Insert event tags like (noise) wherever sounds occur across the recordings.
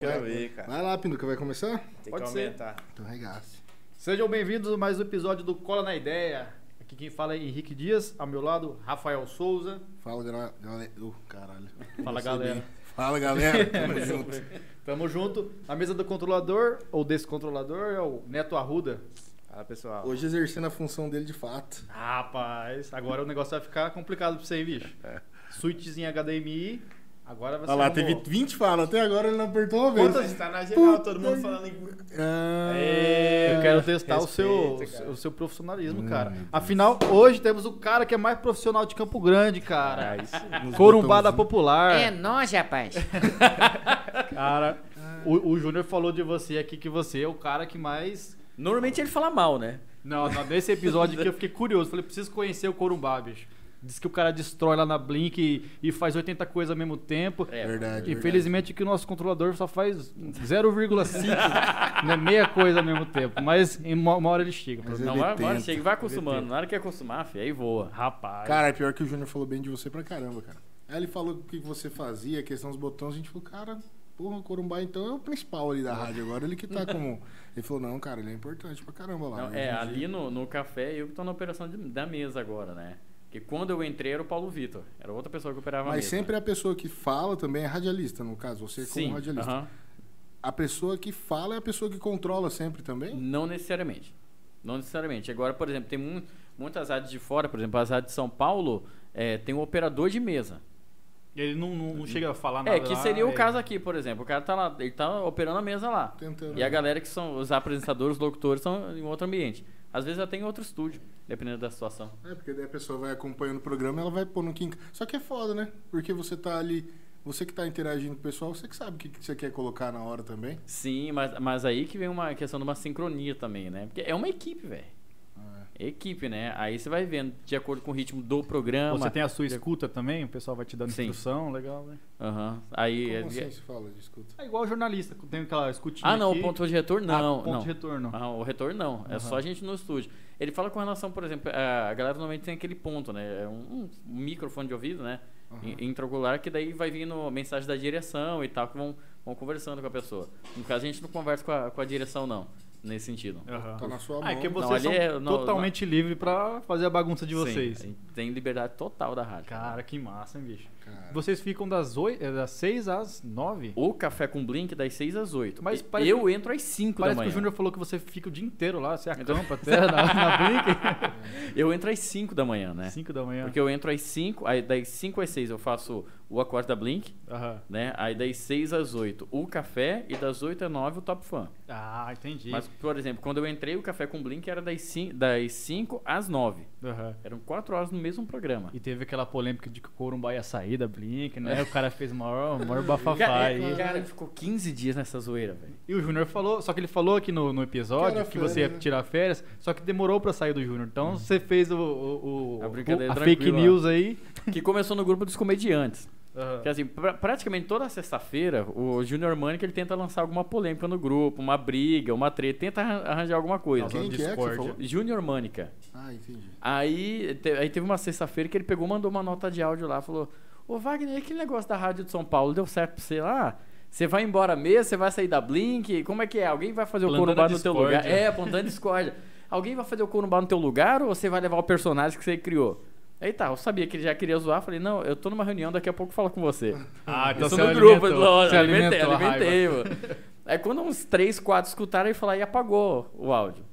Quero ver, cara. Vai lá, Pinduca, vai começar? Tem Pode que ser. aumentar. Então regaça. Sejam bem-vindos a mais um episódio do Cola na Ideia. Aqui quem fala é Henrique Dias, ao meu lado, Rafael Souza. Fala, galera. Ô, caralho. Fala, Comecei galera. bem. Fala, galera. Tamo junto. Tamo junto. A mesa do controlador, ou descontrolador, é o Neto Arruda. Fala, pessoal. Hoje exercendo a função dele de fato. Rapaz, agora o negócio vai ficar complicado pra você, hein, (laughs) bicho. Switchzinha HDMI, agora é um vai ser Olha lá, uma teve boa. 20 falas. Até agora ele não apertou uma vez. Quantas tá na geral, Puta todo mundo que- falando em. Ah, É, Eu quero testar o, respeita, seu, cara. o seu profissionalismo, Ai, cara. Hum, meu Deus. Afinal, hoje temos o cara que é mais profissional de Campo Grande, Ah, cara. isso. nos Corumbada botãozinhos. Popular. É nós, rapaz. Cara, o, o Júnior falou de você aqui que você é o cara que mais. Normalmente ele fala mal, né? Não, não, nesse episódio aqui eu fiquei curioso. Falei, preciso conhecer o Corumbá, bicho. Diz que o cara destrói lá na Blink e, e faz 80 coisas ao mesmo tempo. né? É, Verdade. verdade. Infelizmente que o nosso controlador só faz 0,5, né, meia coisa ao mesmo tempo. Mas em uma, uma hora ele chega. Mas Não, ele vai, vai, tenta. chega, vai acostumando. Na hora que acostumar, filho, aí voa. Rapaz. Cara, é pior que o Júnior falou bem de você pra caramba, cara. Aí ele falou o que você fazia, a questão dos botões, a gente falou, cara, porra, o Corumbá então é o principal ali da rádio agora, ele que tá como... Ele falou, não, cara, ele é importante pra caramba lá. Não, né? é, Hoje em dia- ali no, no café, eu que tô na operação de- da mesa agora, né? Porque quando eu entrei era o Paulo Vitor. Era outra pessoa que operava a Mas mesa. sempre a pessoa que fala também é radialista, no caso, você é Sim, como radialista. aham. A pessoa que fala é a pessoa que controla sempre também? Não necessariamente. Não necessariamente. Agora, por exemplo, tem mu- muitas áreas de fora, por exemplo, as áreas de São Paulo, é, tem um operador de mesa. Ele não, não- não chega a falar Ah, nada. É, que lá, seria o é. caso aqui, por exemplo. O cara tá lá, ele tá operando a mesa lá. Tentando. né? E a galera que são os apresentadores, os locutores, são em outro ambiente. Às vezes até em outro estúdio, dependendo da situação. É, porque daí a pessoa vai acompanhando o programa ela vai pôr no quinca. Só que é foda, né? Porque você tá ali, você que tá interagindo com o pessoal, você que sabe o que que você quer colocar na hora também. Sim, mas, mas aí que vem uma questão de uma sincronia também, né? Porque é uma equipe, velho. Ah, É Equipe, né? Aí você vai vendo de acordo com o ritmo do programa. Você tem a sua escuta também, o pessoal vai te dando Sim. instrução, legal, né? Aham. Aí. Como é- assim se fala? Desculpa. É igual jornalista, tem aquela escutinha. Ah, não, aqui. o ponto de retorno não. Ah, ponto não. de retorno. Ah, o retorno não. É só a gente no estúdio. Ele fala com relação, por exemplo, a a galera normalmente tem aquele ponto, né? É um, um microfone de ouvido, né? In- Intraocular, que daí vai vindo mensagem da direção e tal, que vão, vão conversando com a pessoa. No caso, a gente não conversa com a, com a direção, não. Nesse sentido. Aham. Tá na sua mão. Ah, é que Não, vocês ali são é- não, totalmente livre pra fazer a bagunça de Sim, vocês. a gente tem liberdade total da rádio. Cara, que massa, hein, bicho. Cara. Vocês ficam das, oi- é, das 6 às 9? O café com blink é das 6 às 8. Mas Mas parece eu entro às 5 da Parece que manhã. o Júnior falou que você fica o dia inteiro lá, você Então- acampa até na, (laughs) na Blink. Eu entro às 5 da manhã, né? 5 da manhã. Porque eu entro às 5, aí das 5 às 6 eu faço o acorde da blink, Aham. né? Aí das 6 às 8 o café e das 8 às 9 o top fã. Ah, entendi. Mas, por exemplo, quando eu entrei, o café com blink era das 5, das 5 às 9. Aham. Eram 4 horas no mesmo programa. E teve aquela polêmica de que o Corumbá ia sair da Blink, né? O cara fez o maior, o maior bafafá É. (laughs) Cara, aí. é, cara, ficou 15 dias nessa zoeira, velho. E o Júnior falou, só que ele falou aqui no, no episódio Tira que, você ia férias, né? tirar férias, só que demorou pra sair do Júnior. Então você fez o, o- o- Uhum. A brincadeira a fake tranquila. news aí. Que começou no grupo dos comediantes. Porque, assim, pra- praticamente toda sexta-feira, o Junior Manic ele tenta lançar alguma polêmica no grupo, uma briga, uma treta, tenta arran- arranjar alguma coisa. Quem que é que você Discord. falou? Junior Manica. Ah, entendi. Aí, te- aí teve uma sexta-feira que ele pegou, mandou uma nota de áudio lá, falou: Ô Wagner, e aquele negócio da Rádio de São Paulo deu certo pra você lá? Você vai embora mesmo? Você vai sair da Blink? Como é que é? Alguém vai fazer o Plantando corumbá a no teu discórdia. lugar? É, plantando discórdia. (laughs) Alguém vai fazer o corumbá no teu lugar ou você vai levar o personagem que você criou? Aí tá, eu sabia que ele já queria zoar, falei, não, eu tô numa reunião, daqui a pouco eu falo com você. Ah, então Isso você no alimentou, grupo, lógico, você alimentei, alimentou a alimentei, raiva. mano. Aí quando uns três, quatro escutaram, ele falou, e apagou o áudio.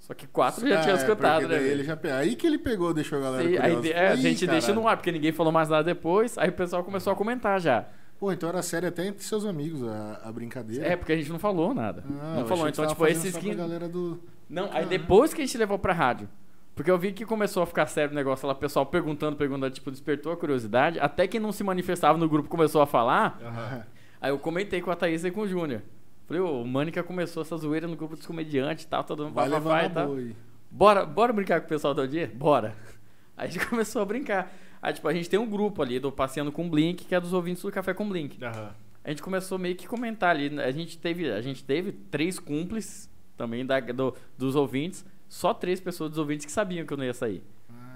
Só que quatro já Ah, tinha é, escutado, porque né? daí velho? ele já pe- Aí que ele pegou, deixou a galera Sim, aí curiosa. de- é, a Ih, gente deixa caralho. no ar, porque ninguém falou mais nada depois, aí o pessoal começou a comentar já. Pô, então era sério até entre seus amigos a, a brincadeira. É, porque a gente não falou nada. Ah, eu não falou, achei que então, tava tipo, fazendo esses só pra que. galera né? do... Não, aí depois que a gente levou pra rádio. Porque eu vi que começou a ficar sério o negócio lá, o pessoal perguntando, perguntando, tipo, despertou a curiosidade. Até quem não se manifestava no grupo começou a falar. (laughs) Aí eu comentei com a Thaís e com o Júnior. Falei, ô, o Mânica começou essa zoeira no grupo dos comediantes e tal, todo mundo Vai Então vai, levar na vai, e tal. boa aí. Bora, bora brincar com o pessoal do dia? Bora. (laughs) Aí a gente começou a brincar. Aí, tipo, a gente tem um grupo ali do Passeando com Blink, que é dos ouvintes do Café com Blink. Aham. A gente começou meio que comentar ali. né? A gente teve, a gente teve três cúmplices também da, do- dos ouvintes. Só três pessoas dos ouvintes que sabiam que eu não ia sair.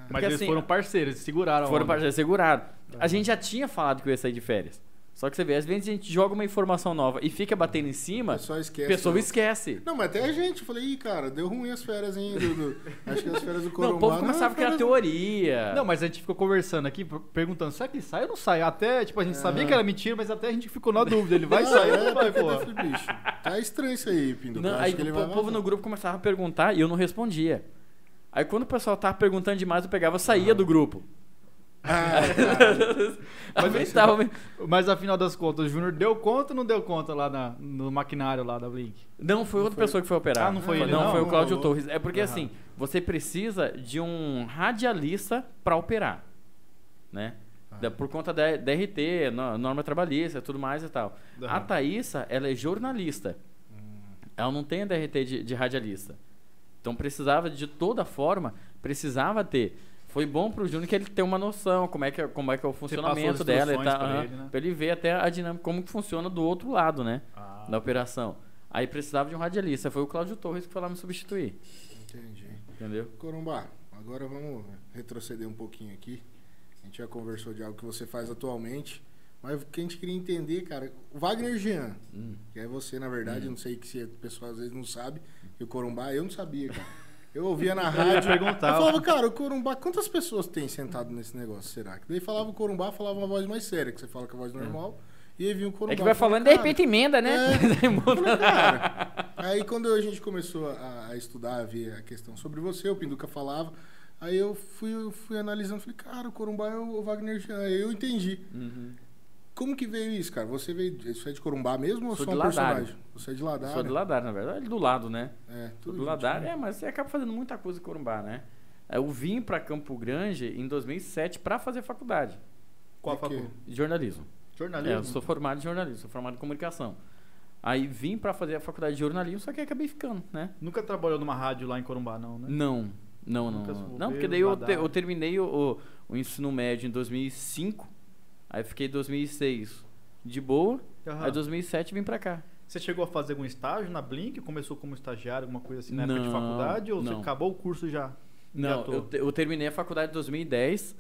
Mas eles assim, foram parceiros, eles seguraram. a Foram onda. para segurado. A gente já tinha falado que eu ia sair de férias. Só que você vê, às vezes a gente joga uma informação nova e fica batendo em cima, Pessoal esquece. a pessoa né? esquece. Não, mas até a gente. Eu falei, ih, cara, deu ruim as férias, hein? do- do- (laughs) Acho que as férias do Não, Corumbá... o povo não, começava a criar férias- teoria. Não, mas a gente ficou conversando aqui, per- perguntando, será que ele sai ou não sai? Até, tipo, a gente sabia que era mentira, mas até a gente ficou na dúvida. Ele vai Ah, sair ou é, não vai, porque eu (laughs) pô? falei, bicho, tá estranho isso aí, Pindo. né, Não, acho aí que ele o vai po- povo vazar. no grupo começava a perguntar e eu não respondia. Aí quando o pessoal tava perguntando demais, eu pegava e saía do grupo. (laughs) Ah, Mas aí tava... Mas afinal das contas, o Júnior deu conta ou não deu conta lá na- no maquinário lá da Blink? Não, foi outra pessoa que foi operar. Ah, não foi ele, Não, não? foi o Não Cláudio rolou. Torres. É porque Aham. assim, você precisa de um radialista para operar, né? Ah. Da- por conta da DRT, no- norma trabalhista, tudo mais e tal. A Aham. Hum. Thaísa, ela é jornalista. Ela não tem a DRT de, de radialista. Então precisava, de toda forma, precisava ter. Foi bom pro Júnior que ele ter uma noção como é que é, como é, que é o passou funcionamento as dela e instruções tal. pra aham, ele, né? Pra ele ver até a dinâmica, como que funciona do outro lado, né? Ah. da operação. Aí precisava de um radialista. Foi o Cláudio Torres que foi lá me substituir. entendi. Entendeu? Corumbá, agora vamos retroceder um pouquinho aqui. A gente já conversou de algo que você faz atualmente. Mas o que a gente queria entender, cara, o Wagner Jean, Hum. que é você, na verdade, não sei que se o pessoal às vezes não sabe, que o Corumbá, eu não sabia, cara. (laughs) Eu ouvia na Eu ia rádio. Eu perguntar. falava, cara, o Corumbá, quantas pessoas tem sentado nesse negócio, será? Que daí falava o Corumbá, falava uma voz mais séria, que você fala com a voz normal. E aí vinha o Corumbá. é que vai eu falei, falando, de cara, repente emenda, né? um (laughs) é. Eu falei, cara. Aí quando a gente começou a, a estudar, a ver a questão sobre você, o Pinduca falava. Aí eu fui, eu fui analisando, falei, cara, o Corumbá é o Wagner Jean. Aí eu entendi. Uhum. Como que veio isso, cara? Você veio. Isso é de Corumbá mesmo ou Sou só de um Ladário. personagem? Você é de Ladar. Sou de Ladar, na verdade. Do lado, né? É, Sou tudo do Ladar. É, mas você acaba fazendo muita coisa em Corumbá, né? Eu vim pra Campo Grande em 2007 pra fazer faculdade Qual a De quê? faculdade? de jornalismo. É, Jornalismo? eu sou formado em jornalismo, sou formado em comunicação. Aí vim pra fazer a faculdade de jornalismo, só que aí acabei ficando, né? Nunca trabalhou numa rádio lá em Corumbá, não, né? Não, não, não. Nunca se não. envolveu, Não, porque daí eu, nada. te- eu terminei o, o- o ensino médio em 2005, aí fiquei em 2006 de boa, Aham. aí 2007 vim pra cá. Você chegou a fazer algum estágio na Blink? Começou como estagiário, alguma coisa assim, na época de Não, faculdade? Ou não. você acabou o curso já? Não, tô. eu, te- eu terminei a faculdade em 2010.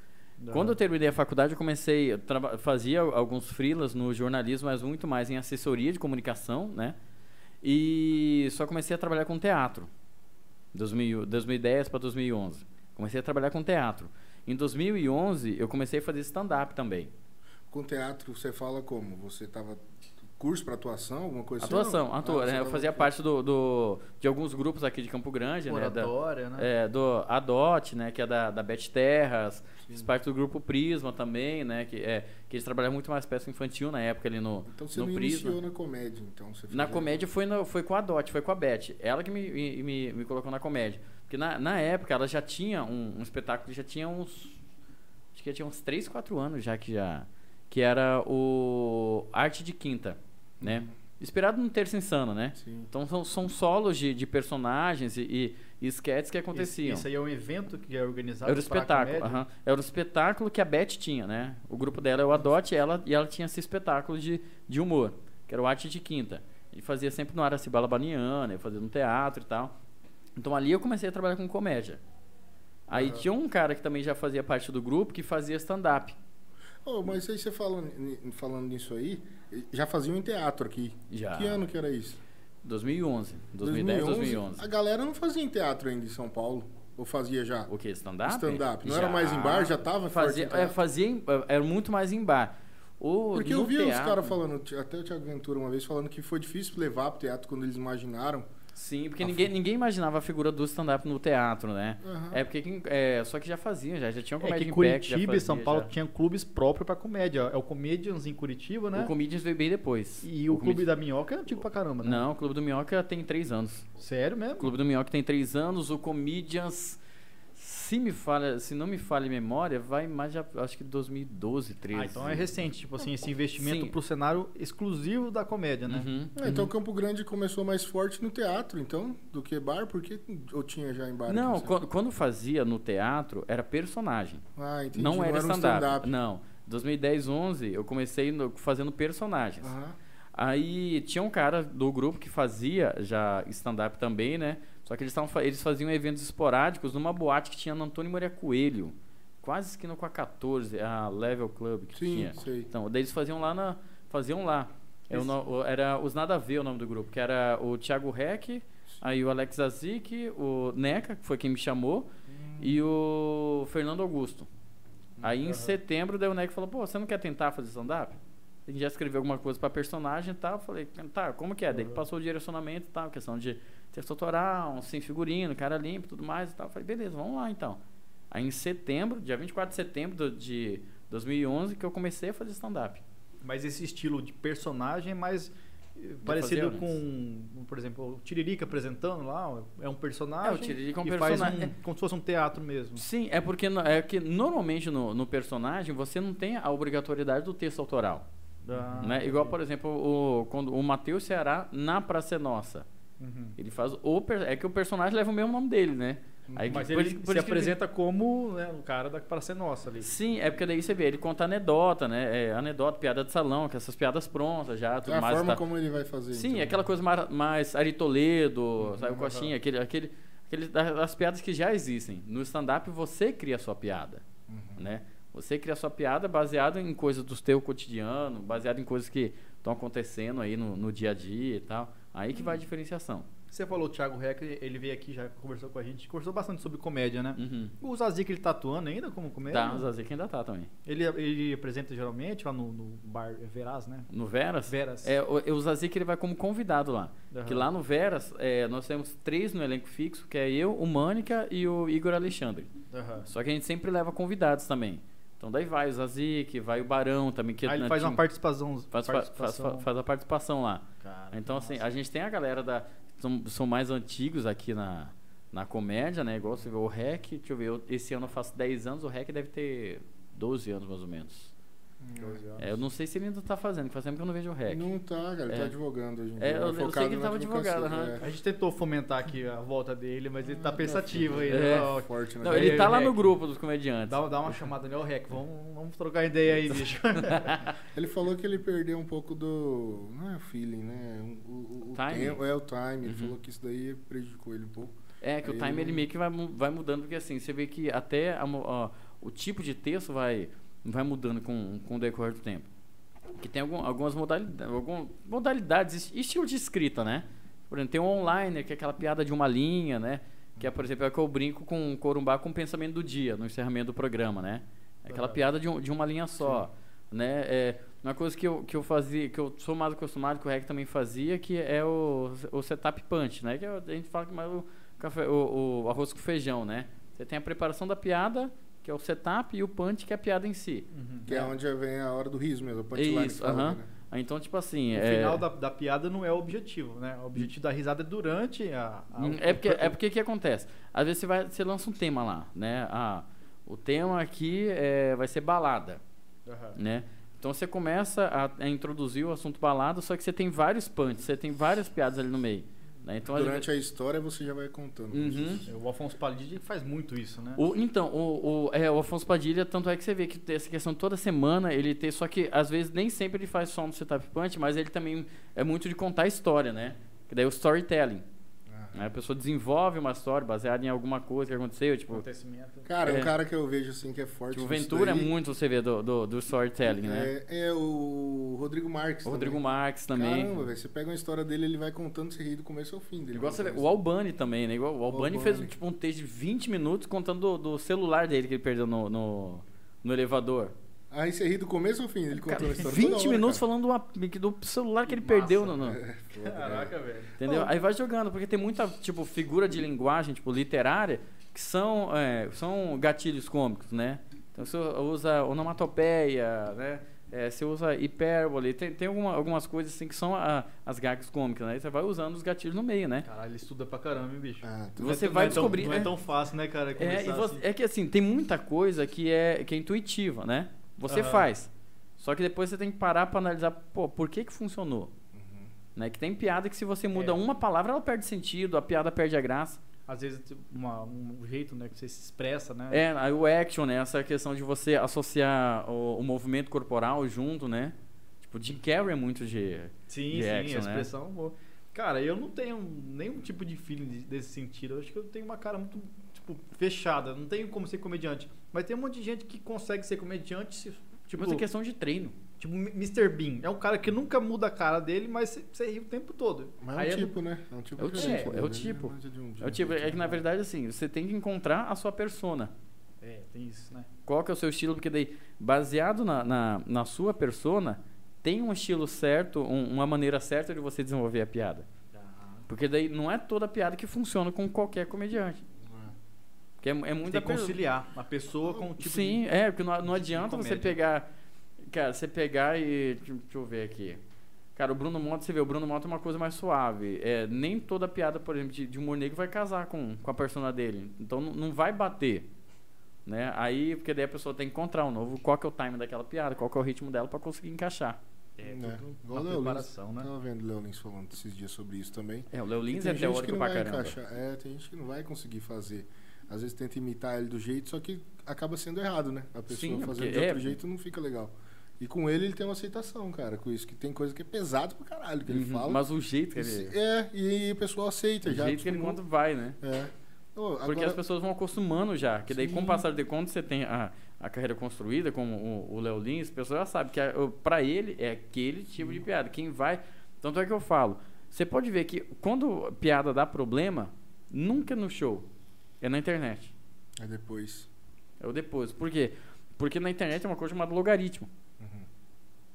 Quando eu terminei a faculdade, eu comecei, eu traba- fazia alguns freelas no jornalismo, mas muito mais em assessoria de comunicação, né? E só comecei a trabalhar com teatro. 2000, 2010 para 2011. Comecei a trabalhar com teatro. Em 2011, eu comecei a fazer stand-up também. Com teatro, você fala como? Você tava. Curso pra atuação, alguma coisa assim? Atuação, não? ator. Ah, você né? Eu tava- fazia parte do, do- de alguns grupos aqui de Campo Grande, né? Da, Oratória, né? é, do Adote, né? Que é da, da Bet Terras. Fiz parte do grupo Prisma também, né? Que, é, que eles trabalhavam muito mais peça infantil na época ali no, Então você no não Prisma. iniciou na comédia, então. Você Na fazia- comédia foi, no- foi com a Dot, foi com a Beth. Ela que me, me, me- me colocou na comédia. Porque na, na época ela já tinha um, um espetáculo, que já tinha uns. Acho que já tinha uns 3, 4 anos já que já. Que era o Arte de Quinta, né? Inspirado no Terça Insana, né? Uhum. Sim. Então são, são solos de, de personagens e, e, e sketches que aconteciam. Isso, isso aí é um evento que é organizado Era um pra espetáculo, comédia? aham. era um espetáculo que a Beth tinha, né? O grupo dela é o Adote ela, e ela tinha esse espetáculo de, de humor, que era o Arte de Quinta. E fazia sempre no Aracibala Baniana, eu fazia no teatro e tal. Então ali eu comecei a trabalhar com comédia. Aí tinha um cara que também já fazia parte do grupo que fazia stand-up. Ô, Oh, mas aí você falando, ni- falando nisso aí, já faziam em teatro aqui. Já. Que ano que era isso? 2011, 2010, 2011. A galera não fazia em teatro ainda em São Paulo. Ou fazia já? O que? Stand-up? Stand-up. Não era mais em bar, já tava forte em fazia, é, teatro? fazia em- Era muito mais em bar. O, Porque no eu vi os teatro- caras falando, até o Thiago Ventura uma vez, falando que foi difícil levar pro teatro quando eles imaginaram. Sim, porque A ninguém, ninguém imaginava a figura do stand-up no teatro, né? Aham. É porque quem- é, só que já faziam, já, já tinha um É comédia que em Curitiba pé, e que já São fazia, Paulo já. tinham clubes próprios pra comédia. É o Comedians em Curitiba, né? O Comedians veio bem depois. E o, Clube Comedians- da Minhoca é antigo pra caramba, né? Não, o Clube do Minhoca tem três anos. Sério O mesmo? Clube do Minhoca tem três anos, o Comedians... Se, me falha, se não me falha a memória, vai mais, já, acho que 2012, 13. Ah, então é recente, tipo assim, esse investimento Sim. pro cenário exclusivo da comédia, né? Uhum. Ah, então Campo Grande começou mais forte no teatro, então, do que bar, porque ou tinha já em bar? aqui em Não, São quando, quando fazia no teatro, era personagem. Paulo? ah, entendi. não era um stand-up. não. 2010, 11, eu comecei no- fazendo personagens. Aham. Aí tinha um cara do grupo que fazia já stand-up também, né? Só que eles, tavam fa- eles faziam eventos esporádicos numa boate que tinha na Antônio Maria Coelho. Quase esquina com a 14, a Level Club que Sim, tinha. sei. Então, daí eles faziam lá na. faziam lá. Eu Isso. não- o- era os Nada a Ver o nome do grupo, que era o Thiago Reck, aí o Alex Azik, o Neca, que foi quem me chamou, e o Fernando Augusto. Aí em Hum. Aham. setembro, daí o Neca falou, pô, você não quer tentar fazer stand-up? A gente já escreveu alguma coisa pra personagem e tal. Eu falei, tá, como que é? Daí ele Aham. passou o direcionamento e tal, questão de texto autoral, um sem figurino, cara limpo e tudo mais e tal. Eu falei, beleza, vamos lá então. Aí em setembro, dia 24 de setembro do- de 2011, que eu comecei a fazer stand-up. Mas esse estilo de personagem é mais eh, parecido fazer com, um, por exemplo, o Tiririca apresentando lá, é um personagem. É, o Tiririca é um e personagem. Faz um, como se fosse um teatro mesmo. Sim, é porque no- é que normalmente no, no personagem você não tem a obrigatoriedade do texto autoral. Da- né? Igual, por exemplo, o, quando o Matheus Ceará na Praça é Nossa. Uhum. Ele faz o. per- É que o personagem leva o mesmo nome dele, né? Aí Uhum. Mas por ele isso- por se isso que- apresenta como né, o cara da para ser nossa ali. Sim, é porque daí você vê, ele conta anedota, né? É, anedota, piada de salão, que essas piadas prontas já, tudo É a mais. forma tá- como ele vai fazer. Sim, então. aquela coisa mar- mais Ari Toledo, sabe, o aham. Coxinha, aquele, aquele, aquele, da- as piadas que já existem. No stand-up você cria a sua piada, né? Você cria a sua piada baseado em coisas do teu cotidiano, baseado em coisas que estão acontecendo aí no, no dia a dia e tal. Aí que vai a diferenciação. Você falou o Thiago Reck, ele veio aqui, já conversou com a gente, conversou bastante sobre comédia, né? Uhum. O Zazic, ele tá atuando ainda como comédia? Tá, o Zazica ainda tá também. Ele, ele apresenta geralmente lá no, no bar Veraz, né? No Veras? Veras. É, o, o Zazica ele vai como convidado lá. Aham. Que lá no Veras, é, nós temos três no elenco fixo, que é eu, o Mânica e o Igor Alexandre. Aham. Só que a gente sempre leva convidados também. Então daí vai o Zazik, vai o Barão também. Que Aí Ah, ele né, faz uma tinha- participação. faz, fa- faz, fa- faz a participação lá. Cara, Então assim, nossa. a gente tem a galera da... São, são mais antigos aqui na, na comédia, né? Igual você vê o REC, deixa eu ver, eu- esse ano eu faço 10 anos, o REC deve ter 12 anos mais ou menos. É, eu não sei se ele ainda tá fazendo, que faz tempo que eu não vejo o REC. Não tá, cara. Ele É. tá advogando hoje em dia. É, eu- eu sei focado que ele na tava advocacia, advogando, é. aham. A gente tentou fomentar aqui a volta dele, mas ele tá pensativo aí. É. né? Ó, Forte, né? Não, É, ele tá o lá no Rec. grupo dos comediantes. Dá, dá uma chamada nele, ó, Rec, vamos, vamos trocar ideia aí, bicho. Ele falou que ele perdeu um pouco do. Não é o feeling, né? O, o, o Timing. tempo- é o time. Ele Uhum. falou que isso daí prejudicou ele um pouco. É, que Aí o time ele ele não- meio que vai, mu- vai mudando, porque assim, você vê que até a mo- ó, o tipo de texto vai, vai mudando com, com o decorrer do tempo. Que tem algum- algumas modalidades, algum, modalidades, es- estilo de escrita, né? Por exemplo, tem o online, que é aquela piada de uma linha, né? Que é, por exemplo, é que eu brinco com o Corumbá com o pensamento do dia, no encerramento do programa, né? É Aquela Aham. piada de, um- de uma linha só, né? É, uma coisa que eu, que eu fazia, que eu sou mais acostumado, que o Rec também fazia, que é o, o setup punch, né? Que é o- a gente fala que mais o, café- o- o arroz com feijão, né? Você tem a preparação da piada, que é o setup, e o punch, que é a piada em si. Uhum. Que é, É. onde vem a hora do riso mesmo. A punchline Isso, que fala, aham. né? Ah, Então, tipo assim... O é... final da, da piada não é o objetivo, né? O objetivo da risada é durante a. a- Hum, o- É porque, o- é porque que acontece? Às vezes você, vai, você lança um tema lá, né? Ah, o tema aqui é, vai ser balada, Aham. né? Então você começa a, a introduzir o assunto balada, só que você tem vários punts, você tem várias piadas ali no meio. Né? Então, às Durante a história você já vai contando. Uhum. É, O Afonso Palidi faz muito isso, né? O- então, o, o- é, o Afonso Padilha, tanto é que você vê que tem essa questão toda semana, ele tem. Só que às vezes nem sempre ele faz só no setup punch, mas ele também é muito de contar a história, né? Que daí é o storytelling. Ah. né? A pessoa desenvolve uma história baseada em alguma coisa que aconteceu, tipo. Acontecimento. Cara, é. É. um cara que eu vejo assim que é forte. Tipo, o nisso Ventura é daí muito você vê do, do, do storytelling, né? É, é o Rodrigo Marques. O Rodrigo também. Marques também. Caramba, velho. Você pega uma história dele, ele vai contando, você ri do começo ao fim dele. Igual você vê, contando o Albani também, né? Igual, o Albani fez Albani. tipo, um texto de 20 minutos contando do, do celular dele que ele perdeu no, no, no elevador. isso. Aí Ah, você ri do começo ao fim, ele Cara, contando a história. 20 toda hora, minutos cara. falando do ap- do celular que ele Massa, perdeu, no, no- Caraca, velho. entendeu? Aí vai jogando, porque tem muita tipo, figura de linguagem tipo, literária que são, é, são gatilhos cômicos, né? Então você usa onomatopeia, né? É, você usa hipérbole, tem, tem alguma- algumas coisas assim que são a- as gags cômicas, né? E Você vai usando os gatilhos no meio, né? Caralho, ele estuda pra caramba, hein, bicho. Ah, tu- Você Não é tão- vai não é tão- descobrir, Não é é. tão fácil, né, cara? É, e começar você- assim. é que assim, tem muita coisa que é, que é intuitiva, né? Você Aham. faz. Só que depois você tem que parar pra analisar, pô, por que que funcionou? Uhum. Né? Que tem piada que se você muda É. uma palavra, ela perde sentido, a piada perde a graça. Às vezes tipo, uma- um jeito, né, que você se expressa, né? É, aí o action, né? Essa questão de você associar o, o movimento corporal junto, né? Tipo, Jim Carrey é muito de... Sim, De sim, action, a né? expressão boa. Cara, eu não tenho nenhum tipo de feeling de- desse sentido. Eu acho que eu tenho uma cara muito, tipo, fechada. Não tenho como ser comediante. Mas tem um monte de gente que consegue ser comediante se, tipo... Mas é questão de treino. Tipo, Mr. Bean. É um cara que nunca muda a cara dele, mas você ri o tempo todo. Mas Aí é é um tipo, né? É um tipo é o diferente, tipo, né? é o Ele tipo. manja de um- de É um o tipo, jeito, é que na né? verdade, assim, você tem que encontrar a sua persona. É, tem isso, né? Qual que é o seu estilo? Porque daí, baseado na, na, na sua persona, tem um estilo certo, um- uma maneira certa de você desenvolver a piada. Porque daí não é toda piada que funciona com qualquer comediante. Porque é, é muita Tem que per- conciliar a pessoa com o tipo Sim, de... é, porque não, não de adianta você comédia. pegar. Cara, você pegar e. Deixa deixa eu ver aqui. Cara, o Bruno Mota, você vê, o Bruno Mota é uma coisa mais suave. É, nem toda piada, por exemplo, de, de humor negro vai casar com, com a persona dele. Então não, não vai bater. Né? Aí, porque daí a pessoa tem que encontrar um novo, qual que é o time daquela piada, qual que é o ritmo dela pra conseguir encaixar. É, Né? tudo Igual o na Léo preparação, Lins. né? Tava vendo o Léo Lins falando esses dias sobre isso também. É, o Léo Lins Tem é gente que teórico não pra vai caramba. encaixar. É, tem gente que não vai conseguir fazer. Às vezes tenta imitar ele do jeito, só que acaba sendo errado, né? A pessoa Sim, fazendo porque de outro é- jeito não fica legal. E com ele, ele tem uma aceitação, cara, com isso. Que tem coisa que é pesado pro caralho que ele Uhum, fala. Mas o jeito que Esse- ele. É, e o pessoal aceita O já. jeito que ele tipo, conta vai, né? É. Ô, Porque agora- as pessoas vão acostumando já. Que daí, com Sim. o passar de quando você tem a, a carreira construída, como o- o Léo Lins, a pessoa já sabe que a- o- pra ele é aquele tipo Uhum. de piada. Quem vai. Tanto é que eu falo. Você pode ver que quando piada dá problema, nunca é no show. É na internet. É depois. É o depois. Por quê? Porque na internet é uma coisa chamada logaritmo. Uhum.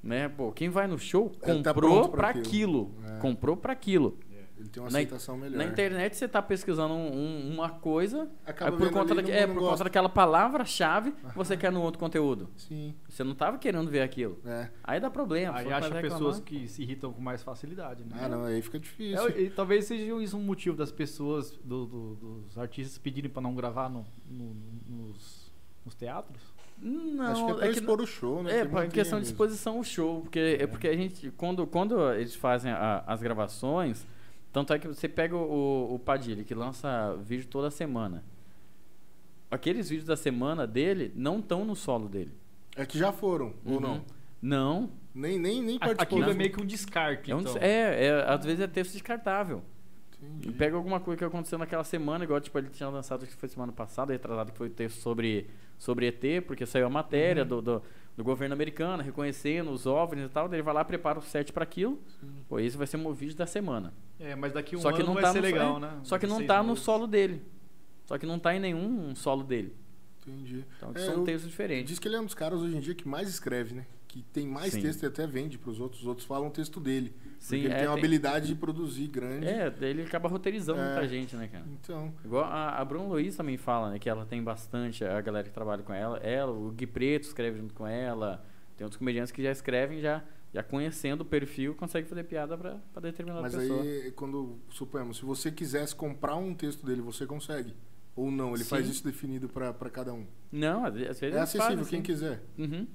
Né? Pô, quem vai no show Ele tá comprou pronto pra pra aquilo. aquilo. É. Comprou pra aquilo. Ele tem uma Na- aceitação melhor. Na internet você tá pesquisando um- um- uma coisa Acaba Aí por vendo conta ali, daque- não- é, não por gosta. conta daquela palavra-chave, você quer no outro conteúdo. Sim, Você não tava querendo ver aquilo. é. Aí dá problema. Aí só acha vai reclamar. pessoas que se irritam com mais facilidade, né? Ah, não, aí fica É, difícil. e talvez seja isso um motivo das pessoas, do- do- dos artistas pedirem pra não gravar no- no- nos, nos teatros. Não, Acho que é pra é que expor o show, né? É, Que pra não questão tem de mesmo. exposição, o show. Porque, é porque a gente, quando, quando eles fazem a- as gravações, tanto é que você pega o, o Padilha, que lança vídeo toda semana. Aqueles vídeos da semana dele não estão no solo dele. É que já foram, ou Uhum. não? Não. Nem, nem, nem A- participou. né? Aquilo é do- meio que um descarte, É, um então. des- é, é, às vezes é texto descartável. Entendi. Pega alguma coisa que aconteceu naquela semana, igual tipo, ele tinha lançado, acho que foi semana passada, retrasado, que foi o texto sobre, sobre ET, porque saiu a matéria Uhum. do, do, do governo americano reconhecendo os OVNIs e tal. Daí ele vai lá, prepara o set para aquilo. Sim. Pô, esse vai ser meu vídeo da semana. É, mas daqui um Só que ano não vai tá ser no- legal, é, né? Só que não Seis tá no meses. solo dele. Só que não tá em nenhum solo dele. Entendi. Então É, são eu- textos diferentes. Diz que ele é um dos caras hoje em dia que mais escreve, né? Que tem mais Sim. texto e até vende pros outros. Os outros falam texto dele. Sim, porque ele é, tem uma tem- habilidade de produzir grande. É, daí ele acaba roteirizando É. muita gente, né, cara? Então, Igual a, a Bruno Luiz também fala, né? Que ela tem bastante, a galera que trabalha com ela. Ela, o Gui Preto escreve junto com ela. Tem outros comediantes que já escrevem, já, já conhecendo o perfil, consegue fazer piada pra, pra determinada mas é pessoa. aí, quando, suponhamos, se você quisesse comprar um texto dele, você consegue. Ou não, ele Sim. faz isso definido pra pra cada um. Não, às vezes É eles acessível, fazem, quem quiser. assim. Uhum.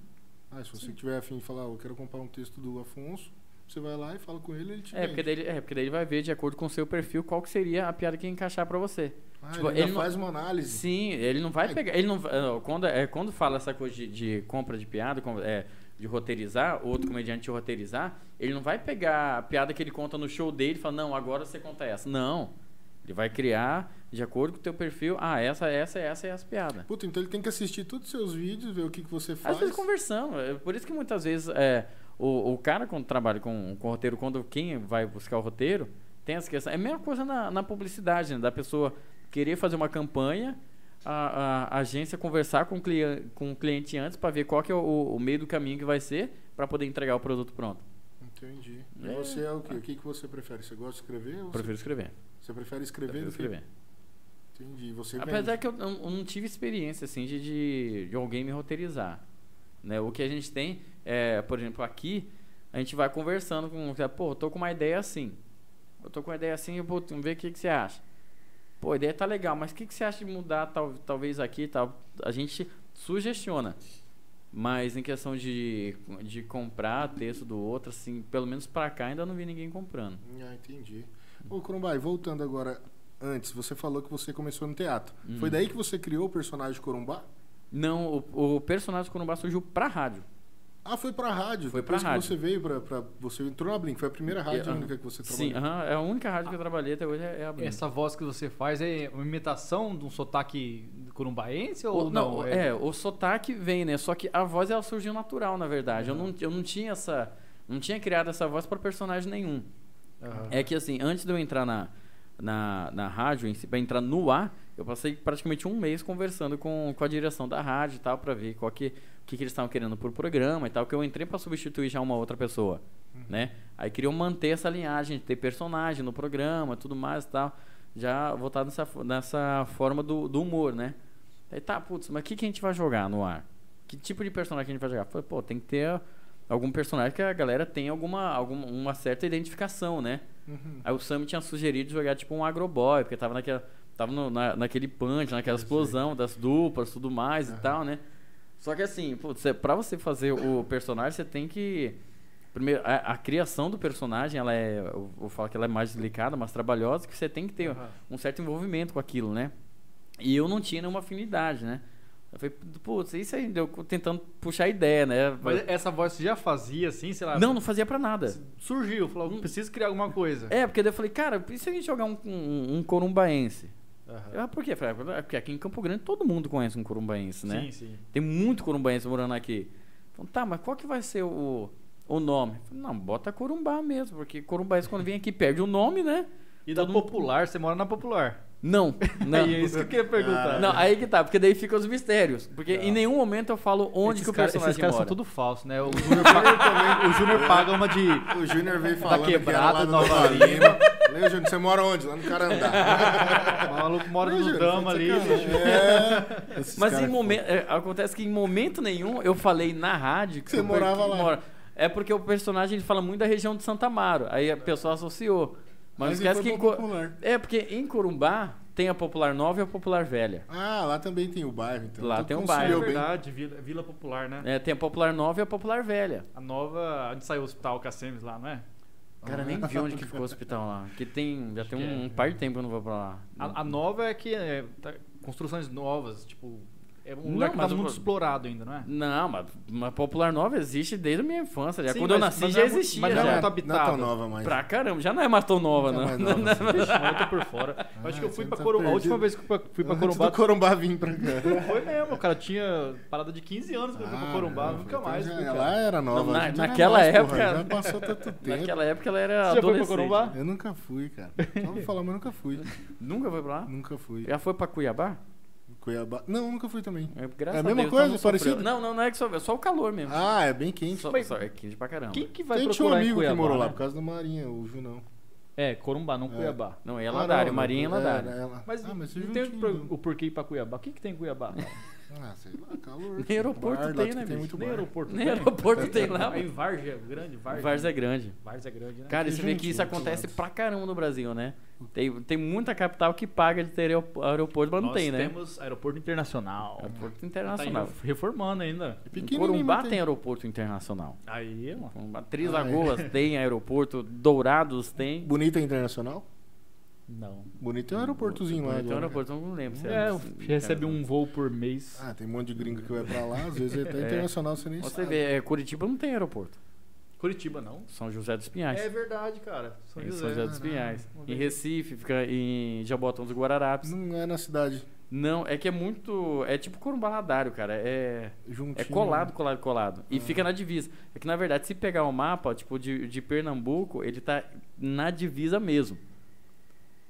Ah, se você tiver afim de falar, "Ah, eu quero comprar um texto do Afonso, você vai lá e fala com ele, ele te É, porque vende. daí, ele- é, porque daí ele vai ver, de acordo com o seu perfil, qual que seria a piada que ia encaixar pra você. Ah, tipo, ele, ainda ele não- faz uma análise. Sim, ele não vai É. pegar. Ele não, va- ah, quando, é, quando fala essa coisa de, de compra de piada, com- é, de roteirizar, outro comediante de roteirizar, ele não vai pegar a piada que ele conta no show dele e falar, não, agora você conta essa. Não. Ele vai criar, de acordo com o teu perfil, ah, essa, essa, essa é essa piada. Puta, então ele tem que assistir todos os seus vídeos, ver o que, que você faz. Às vezes conversando. é Por isso que muitas vezes é, o, o cara quando trabalha com, com roteiro, quando quem vai buscar o roteiro, tem essa questão. É a mesma coisa na, na publicidade, né? Da pessoa querer fazer uma campanha, a, a- a agência conversar com o, clia- com o cliente antes para ver qual que é o, o meio do caminho que vai ser para poder entregar o produto pronto. Entendi. E É. você é o quê? O que, que você prefere? Você gosta de escrever? Ou Prefiro escrever. Você, você prefere escrever Prefiro do escrever. que... Entendi. Você Apesar vende. que eu, eu- eu não tive experiência assim de, de, de alguém me roteirizar. Né? O que a gente tem, é, por exemplo, aqui, a gente vai conversando com. Pô, eu tô com uma ideia assim. Eu tô com uma ideia assim, eu vou ver o que, que você acha. Pô, a ideia tá legal, mas o que, que você acha de mudar tal, talvez aqui e tal? A gente sugestiona. Mas em questão de, de comprar texto do outro, assim, pelo menos pra cá ainda não vi ninguém comprando. Ah, entendi. Ô, Corumbai, voltando agora... Antes, você falou que você começou no teatro. Uhum. Foi daí que você criou o personagem Corumbá? Não, o, o personagem do Corumbá surgiu pra rádio. Ah, foi pra rádio. Foi pra Depois que rádio. você veio pra, pra- Você entrou na Blink, foi a primeira rádio E, aham. única que você trabalhou. Sim, aham, é a única rádio que eu trabalhei até hoje é é a Blink. Essa voz que você faz é uma imitação de um sotaque corumbaense ou O- não? é... o sotaque vem, né? Só que a voz ela surgiu natural, na verdade. Eu, não, eu não tinha essa. Não tinha criado essa voz para personagem nenhum. Aham. É que assim, antes de eu entrar na, na, na rádio, em si, pra entrar no ar, eu passei praticamente um mês conversando com, com a direção da rádio e tal, pra ver qual que, o que, que eles estavam querendo pro programa e tal, que eu entrei pra substituir já uma outra pessoa, né? Aí queriam manter essa linhagem, ter personagem no programa, tudo mais e tal, já voltado nessa, fo- nessa forma do, do humor, né? Aí tá, putz, mas o que, que a gente vai jogar no ar? Que tipo de personagem que a gente vai jogar? Falei, pô, tem que ter algum personagem que a galera tenha alguma, alguma uma certa identificação, né? Uhum. Aí o Sammy tinha sugerido jogar tipo um agroboy, porque tava, naquela, tava no- na, naquele punch, naquela explosão das duplas, tudo mais e tal, né? Só que assim, pô, cê, pra você fazer o personagem, você tem que. Primeiro, a, a criação do personagem, ela é. Eu vou falar que ela é mais delicada, mais trabalhosa, que você tem que ter Aham. um certo envolvimento com aquilo, né? E eu não tinha nenhuma afinidade, né? Eu falei, putz, isso aí deu tentando puxar ideia, né? Mas essa voz você já fazia assim, sei lá. não, não fazia pra nada. Surgiu, falou, "Eu preciso criar alguma coisa. É, porque daí eu falei, cara, e se a gente jogar um, um, um corumbaense? Aham. Ah, por quê? Eu falei, "Ah, Porque aqui em Campo Grande todo mundo conhece um corumbaense, né? Sim, sim. Tem muito corumbaense morando aqui. Então, tá, mas qual que vai ser o, o nome? Eu falei, não, bota corumbá mesmo, porque corumbaense quando vem aqui perde o nome, né? E da Todo mundo- popular, você mora na popular. Não, não. Aí é isso que eu queria perguntar. Não, aí que tá, porque daí ficam os mistérios. Porque em nenhum momento eu falo onde Esses que o cara- personagem Esses caras são mora. tudo falso, né? O Júnior paga, o Júnior paga uma de. O Júnior Tá veio falando quebrado, que era lá Nova do Nova Lima. Lima. Falei, "Ô, Júnior, você mora onde? Lá no É, Carandá. O maluco mora Não, no Júnior, Dama foi ali. de sacanagem. (laughs) É. Esses Mas caras em que momento, é, acontece que em momento nenhum eu falei na rádio que Você eu per- morava que lá. mora. É porque o personagem ele fala muito da região de Santa Amaro, aí a pessoa associou. Mas, Mas ele esquece foi que em pra Co- Popular. é porque em Corumbá tem a popular nova e a popular velha. Ah, lá também tem o bairro, então. Lá Então tem um É conciliou bairro. bem. verdade, Vila, Vila Popular, né? É, tem a popular nova e a popular velha. A nova, onde saiu o hospital Cacemes lá, não é? Cara, nem vi onde que ficou o hospital lá. Que tem já tem que é. um, um par de tempo que eu não vou pra lá. A, a nova é que é, tá- construções novas, tipo, é um Não, lugar que tá mas o- muito explorado ainda, (laughs) não é? Não, mas uma popular nova existe desde a minha infância. Já Sim, quando eu mas- nasci mas já não é mu- existia. mas Não, é já. tá não, muito não é habitado. tão nova mais. Pra caramba, já não é mais tão nova, Não não. é mais nova, assim. Vixe, eu tô por fora. Eu acho que eu fui você pra tá Corumbá. A perdido. última tá vez que eu fui pra- (laughs) fui pra Antes Corumbá do Corumbá vim pra cá. (laughs) foi mesmo, cara. Tinha parada de 15 anos que eu fui pra Ah, Corumbá, não, nunca então mais. já- fui, cara. Ela era nova. né, Não, na- a gente era naquela nós, porra, época- Já passou (laughs) tanto tempo. (laughs) Naquela época ela era Você já foi pra adolescente. Corumbá? Eu nunca fui, cara. Só me falar, mas nunca (laughs) fui. Nunca foi pra lá? Nunca fui. Já foi pra Cuiabá? Cuiabá. Não, nunca fui também. É, graças É a mesma Deus, coisa? não sofreu. Parecido? Não, não, não é que sofreu, só o calor mesmo. Ah, é bem quente. só, mas- só- é quente pra caramba. Quem que vai Tem tinha um procurar em amigo que Cuiabá, morou lá né? por causa da Marinha, o Junão. É, Corumbá, não É. Cuiabá. Não, é Ah, Ladário, não, Marinha é não, Ladário. é, é lá. Mas, Ah, mas não esse tem o juntinho pro- do- o porquê ir pra Cuiabá. O que, que tem em Cuiabá? Ah, sei lá, calor. Nem aeroporto Bar, lá tem, que né, Tem bicho? muito Nem bar. aeroporto. Nem tem. aeroporto tem lá, Aí mano. Várzea é grande, Várzea. Várzea é grande. Várzea é grande, né? Cara, Tem você vê que gente isso em outros acontece lados. pra caramba no Brasil, né? Tem, tem muita capital que paga de ter aerop- aeroporto, mas não Nós tem, né? temos aeroporto internacional. Aeroporto Tá aí internacional. reformando ainda. em Pequenininho, Corumbá mas tem aeroporto internacional. Aí, mano. Corumbá- Três Ah, é. Lagoas tem aeroporto, Dourados tem. Bonita é Internacional? Não. Bonito é um aeroportozinho lá. Tem um agora. aeroporto, eu não lembro. se É, assim, recebe cara. um voo por mês. Ah, tem um monte de gringo que vai pra lá, às vezes até (laughs) É. internacional você nem Você sabe. vê, é, Curitiba não tem aeroporto. Curitiba, não. São José dos Pinhais. É verdade, cara. São Em José. São José dos Caralho, Pinhais. vou Em ver. Recife, fica em Jabotão dos Guararapes. Não é na cidade. Não, é que é muito. É tipo Corumbá Ladário, cara. É, Juntinho. é colado, colado, colado. E fica na divisa. É que, na verdade, se pegar o mapa, tipo, de, de Pernambuco, ele tá na divisa mesmo.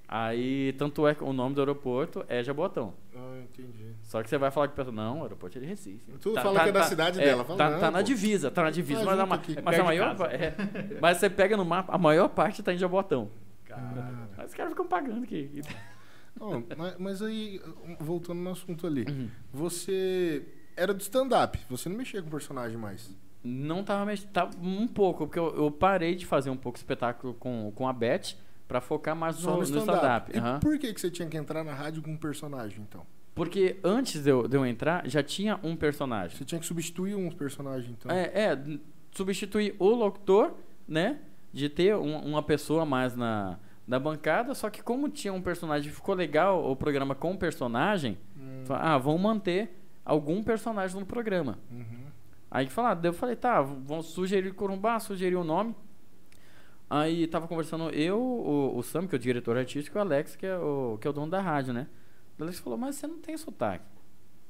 Aí, tanto é que o nome do aeroporto é Jabotão. Ah, entendi. Só que você vai falar com o pessoal, não, o aeroporto é de Recife. Tu fala que é da cidade dela, fala, tá, não, tá na pô. divisa, tá na divisa. Tá mas a, junto ma- aqui. mas Perto a de maior. casa. é, mas você pega no mapa, (laughs) a maior parte tá em Jabotão. Cara. Mas os caras ficam pagando que. Ó, Ah, mas, mas aí, um, voltando no assunto ali, você era do stand-up, você não mexia com o personagem mais. Não tava mexendo. Tava um pouco, porque eu, eu parei de fazer um pouco espetáculo com, com a Beth pra focar mais Só no, no no stand-up. stand-up. e aham. por que, que você tinha que entrar na rádio com um personagem, então? Porque antes de eu, de eu entrar, já tinha um personagem. Você tinha que substituir um personagem, então. É, é, n- substituir o locutor, né? De ter um- uma pessoa a mais na, na bancada. Só que como tinha um personagem, ficou legal o programa com o personagem. Hum, fala, Ah, vão manter algum personagem no programa. uhum. Aí que falaram, daí eu falei, tá, vão sugerir Corumbá, sugerir o nome. Aí tava conversando eu, o, o Sam, que é o diretor artístico, e o Alex, que é o, que é o dono da rádio, né? O Alex falou, mas você não tem sotaque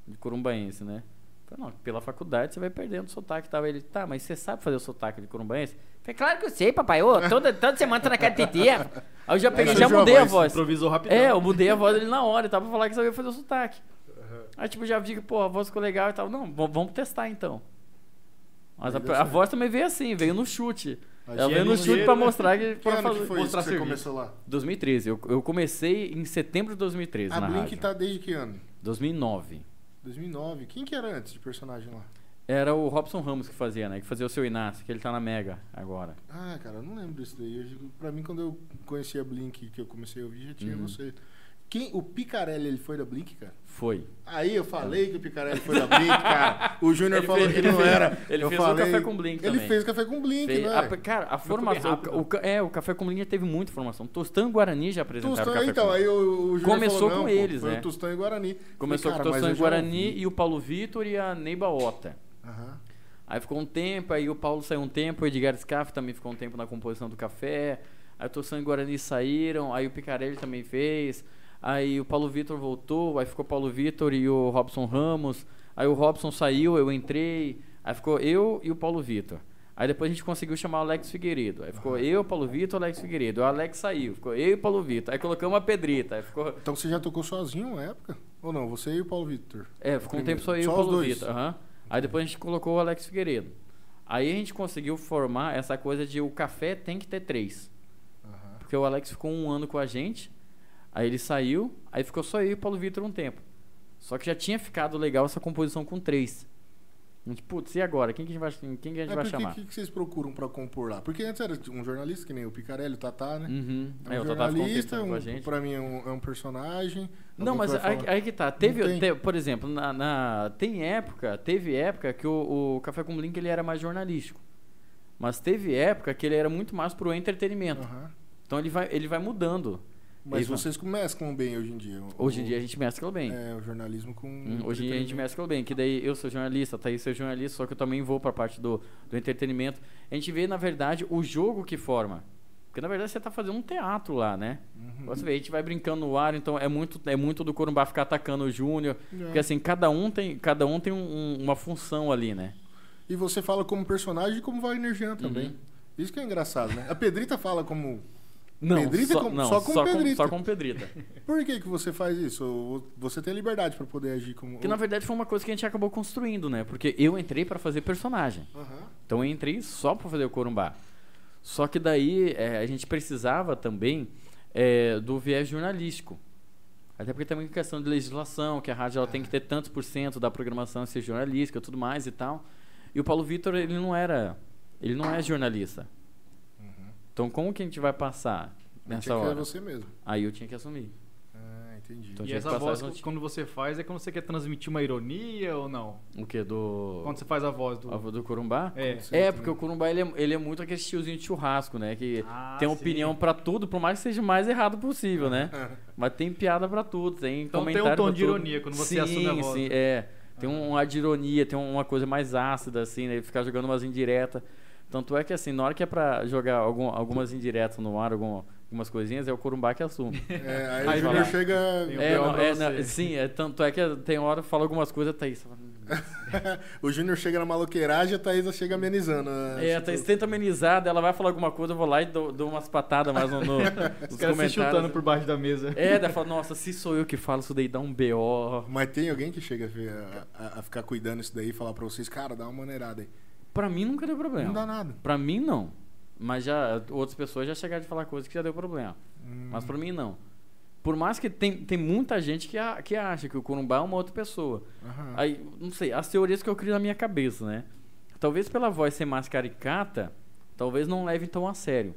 de corumbaense, né? Eu falei, não, pela faculdade você vai perdendo o sotaque e tal. Ele, tá, mas você sabe fazer o sotaque de corumbaense? Eu falei, claro que eu sei, papai. Ô, toda, toda semana tá na cara de dia. Aí eu já peguei, já surgiu a mudei a voz, voz. Improvisou rapidão. É, eu mudei a voz dele na hora, tava pra falar que sabia fazer o sotaque. Aí, tipo, já vi que, pô, a voz ficou legal e tal. Não, v- vamos testar então. Mas a, Aí deu a certo. voz também veio assim, veio no chute. Aí Ela tinha veio no ligeiro, chute pra né? mostrar que. Que Pra ano que fazer, foi isso que mostrar você serviço. começou lá? 2013, eu, eu comecei em setembro de 2013 A na Blink rádio. tá desde que ano? 2009. 2009. Quem que era antes de personagem lá? Era o Robson Ramos que fazia, né? Que fazia o seu Inácio, que ele tá na Mega agora. Ah, cara, eu não lembro disso daí. Eu digo, pra mim, quando eu conheci a Blink, que eu comecei a ouvir, já tinha Uhum. você. Quem, o Picarelli, ele foi da Blink, cara? Foi. Aí eu falei que o Picarelli foi da Blink, cara. O Júnior É. Ele falou fez- que não ele fez- era. ele eu fez o falei, Café com Blink Ele também. fez o Café com Blink, Fez- né? a- cara, a Foi formação. bem rápido. o ca- é, o Café com Linha teve muita formação. Tostão e Guarani já apresentaram o Tostão, Café então, com aí o, o Júnior Começou falou, com não, pô, eles, foi né? o Tostão e Guarani. Falei, Começou com o cara, mas Tostão e eu já Guarani ouvi. e o Paulo Vitor e a Neiba Ota. Aham. Aí ficou um tempo, aí o Paulo saiu um tempo, o Edgar Scaff também ficou um tempo na composição do café. Aí o Tostão e o Guarani saíram, aí o Picarelli também fez. Aí o Paulo Vitor voltou, aí ficou o Paulo Vitor e o Robson Ramos. Aí o Robson saiu, eu entrei. Aí ficou eu e o Paulo Vitor. Aí depois a gente conseguiu chamar o Alex Figueiredo. Aí ficou eu, Paulo Vitor, Alex Figueiredo. O Alex saiu, ficou eu e o Paulo Vitor. Aí colocamos a Pedrita. Aí ficou. Então você já tocou sozinho na época? Ou não? Você e o Paulo Victor? É, ficou um Primeiro. tempo só eu e o Só os Paulo dois. Vitor. aham. Aí depois a gente colocou o Alex Figueiredo. Aí a gente conseguiu formar essa coisa de o café tem que ter três. Aham. Porque o Alex ficou um ano com a gente, aí ele saiu, aí ficou só eu e o Paulo Vitor um tempo. Só que já tinha ficado legal essa composição com três. A gente, putz, e agora? Quem que a gente vai, quem que a gente É vai porque chamar? o que, que vocês procuram pra compor lá? Porque antes era um jornalista, que nem o Picarelli, o Tatá, né? Uhum. É um Aí o Tatá ficou um jornalista, tempo com a um, gente. pra mim é um, é um personagem. É um Não, alguém mas que vai aí, falar. aí que tá. Teve, tem. te- por exemplo, na, na- tem época, teve época que o, o Café com Link ele era mais jornalístico. Mas teve época que ele era muito mais pro entretenimento. Aham. Então ele vai, ele vai mudando. Mas é Isso. vocês mesclam bem hoje em dia. O- Hoje em dia a gente mescla bem. É, o jornalismo com. Hum, Hoje em dia a gente mescla bem, que daí eu sou jornalista, a Thaís é jornalista, só que eu também vou pra parte do, do entretenimento. A gente vê, na verdade, o jogo que forma. Porque, na verdade, você tá fazendo um teatro lá, né? Uhum. Você vê, a gente vai brincando no ar, então é muito, é muito do Corumbá ficar atacando o Júnior. É. Porque, assim, cada um tem, cada um tem um- um- uma função ali, né? E você fala como personagem e como Wagner Jean também. Uhum. Isso que é engraçado, né? A Pedrita fala como. Não, Pedrita só, com- não, só com Pedrita. só com Pedrita. Por que, que você faz isso? Ou Você tem liberdade pra poder agir como. que, na verdade, foi uma coisa que a gente acabou construindo, né? Porque eu entrei pra fazer personagem. Aham. Então eu entrei só para fazer o Corumbá. Só que daí eh, a gente precisava também eh, do viés jornalístico. Até porque também questão de legislação, que a rádio ela tem que ter tantos por cento da programação ser jornalística e tudo mais e tal. E o Paulo Vitor, ele não era. Ele não é jornalista. Então como que a gente vai passar nessa Tinha que é hora? você mesmo. Aí eu tinha que assumir. Ah, entendi. E Então, tinha que essa passar voz, essa que notícia. quando você faz, é quando você quer transmitir uma ironia ou não? O que? Do. Quando você faz a voz do. Do, do Corumbá? É. Sim, É, também. porque o Corumbá ele é, ele é muito aquele tiozinho de churrasco, né? Que Ah, tem sim. opinião pra tudo, por mais que seja o mais errado (laughs) possível, né? Mas tem piada pra tudo, tem Então tem um comentário tom pra de tudo. ironia quando você sim, assume a voz, Sim, né? é. Tem um ar de ironia, tem uma coisa mais ácida, assim, né? Ele ficar jogando umas indiretas. Tanto é que, assim, na hora que é pra jogar algum- algumas indiretas no ar, algum- algumas coisinhas, é o Corumbá que assume. É, aí, Aí o fala- Júnior chega. Tem um é, pior não, pra é, você. não, sim, é, tanto é que tem hora que fala algumas coisas, Thaís. fala, "Hum, o Júnior chega na maloqueiragem e a Thaisa chega amenizando. né? É, a tipo Thaís tenta amenizar, daí ela vai falar alguma coisa, eu vou lá e dou, dou umas patadas mais no, no, (laughs) nos Os caras se comentários. chutando por baixo da mesa. É, daí fala, nossa, se sou eu que falo, isso daí dá um BO. Mas tem alguém que chega a ver- a, a- a ficar cuidando isso daí e falar pra vocês, cara, dá uma maneirada aí. Pra mim nunca deu problema. Não dá nada. Pra mim não. Mas já outras pessoas já chegaram de falar coisas que já deu problema. Hum. Mas Uhum. pra mim não. Por mais que tem, tem muita gente que, a- que acha que o Corumbá é uma outra pessoa. Aham. Aí, não sei, as teorias que eu crio na minha cabeça, né? Talvez pela voz ser mais caricata, talvez não levem tão a sério.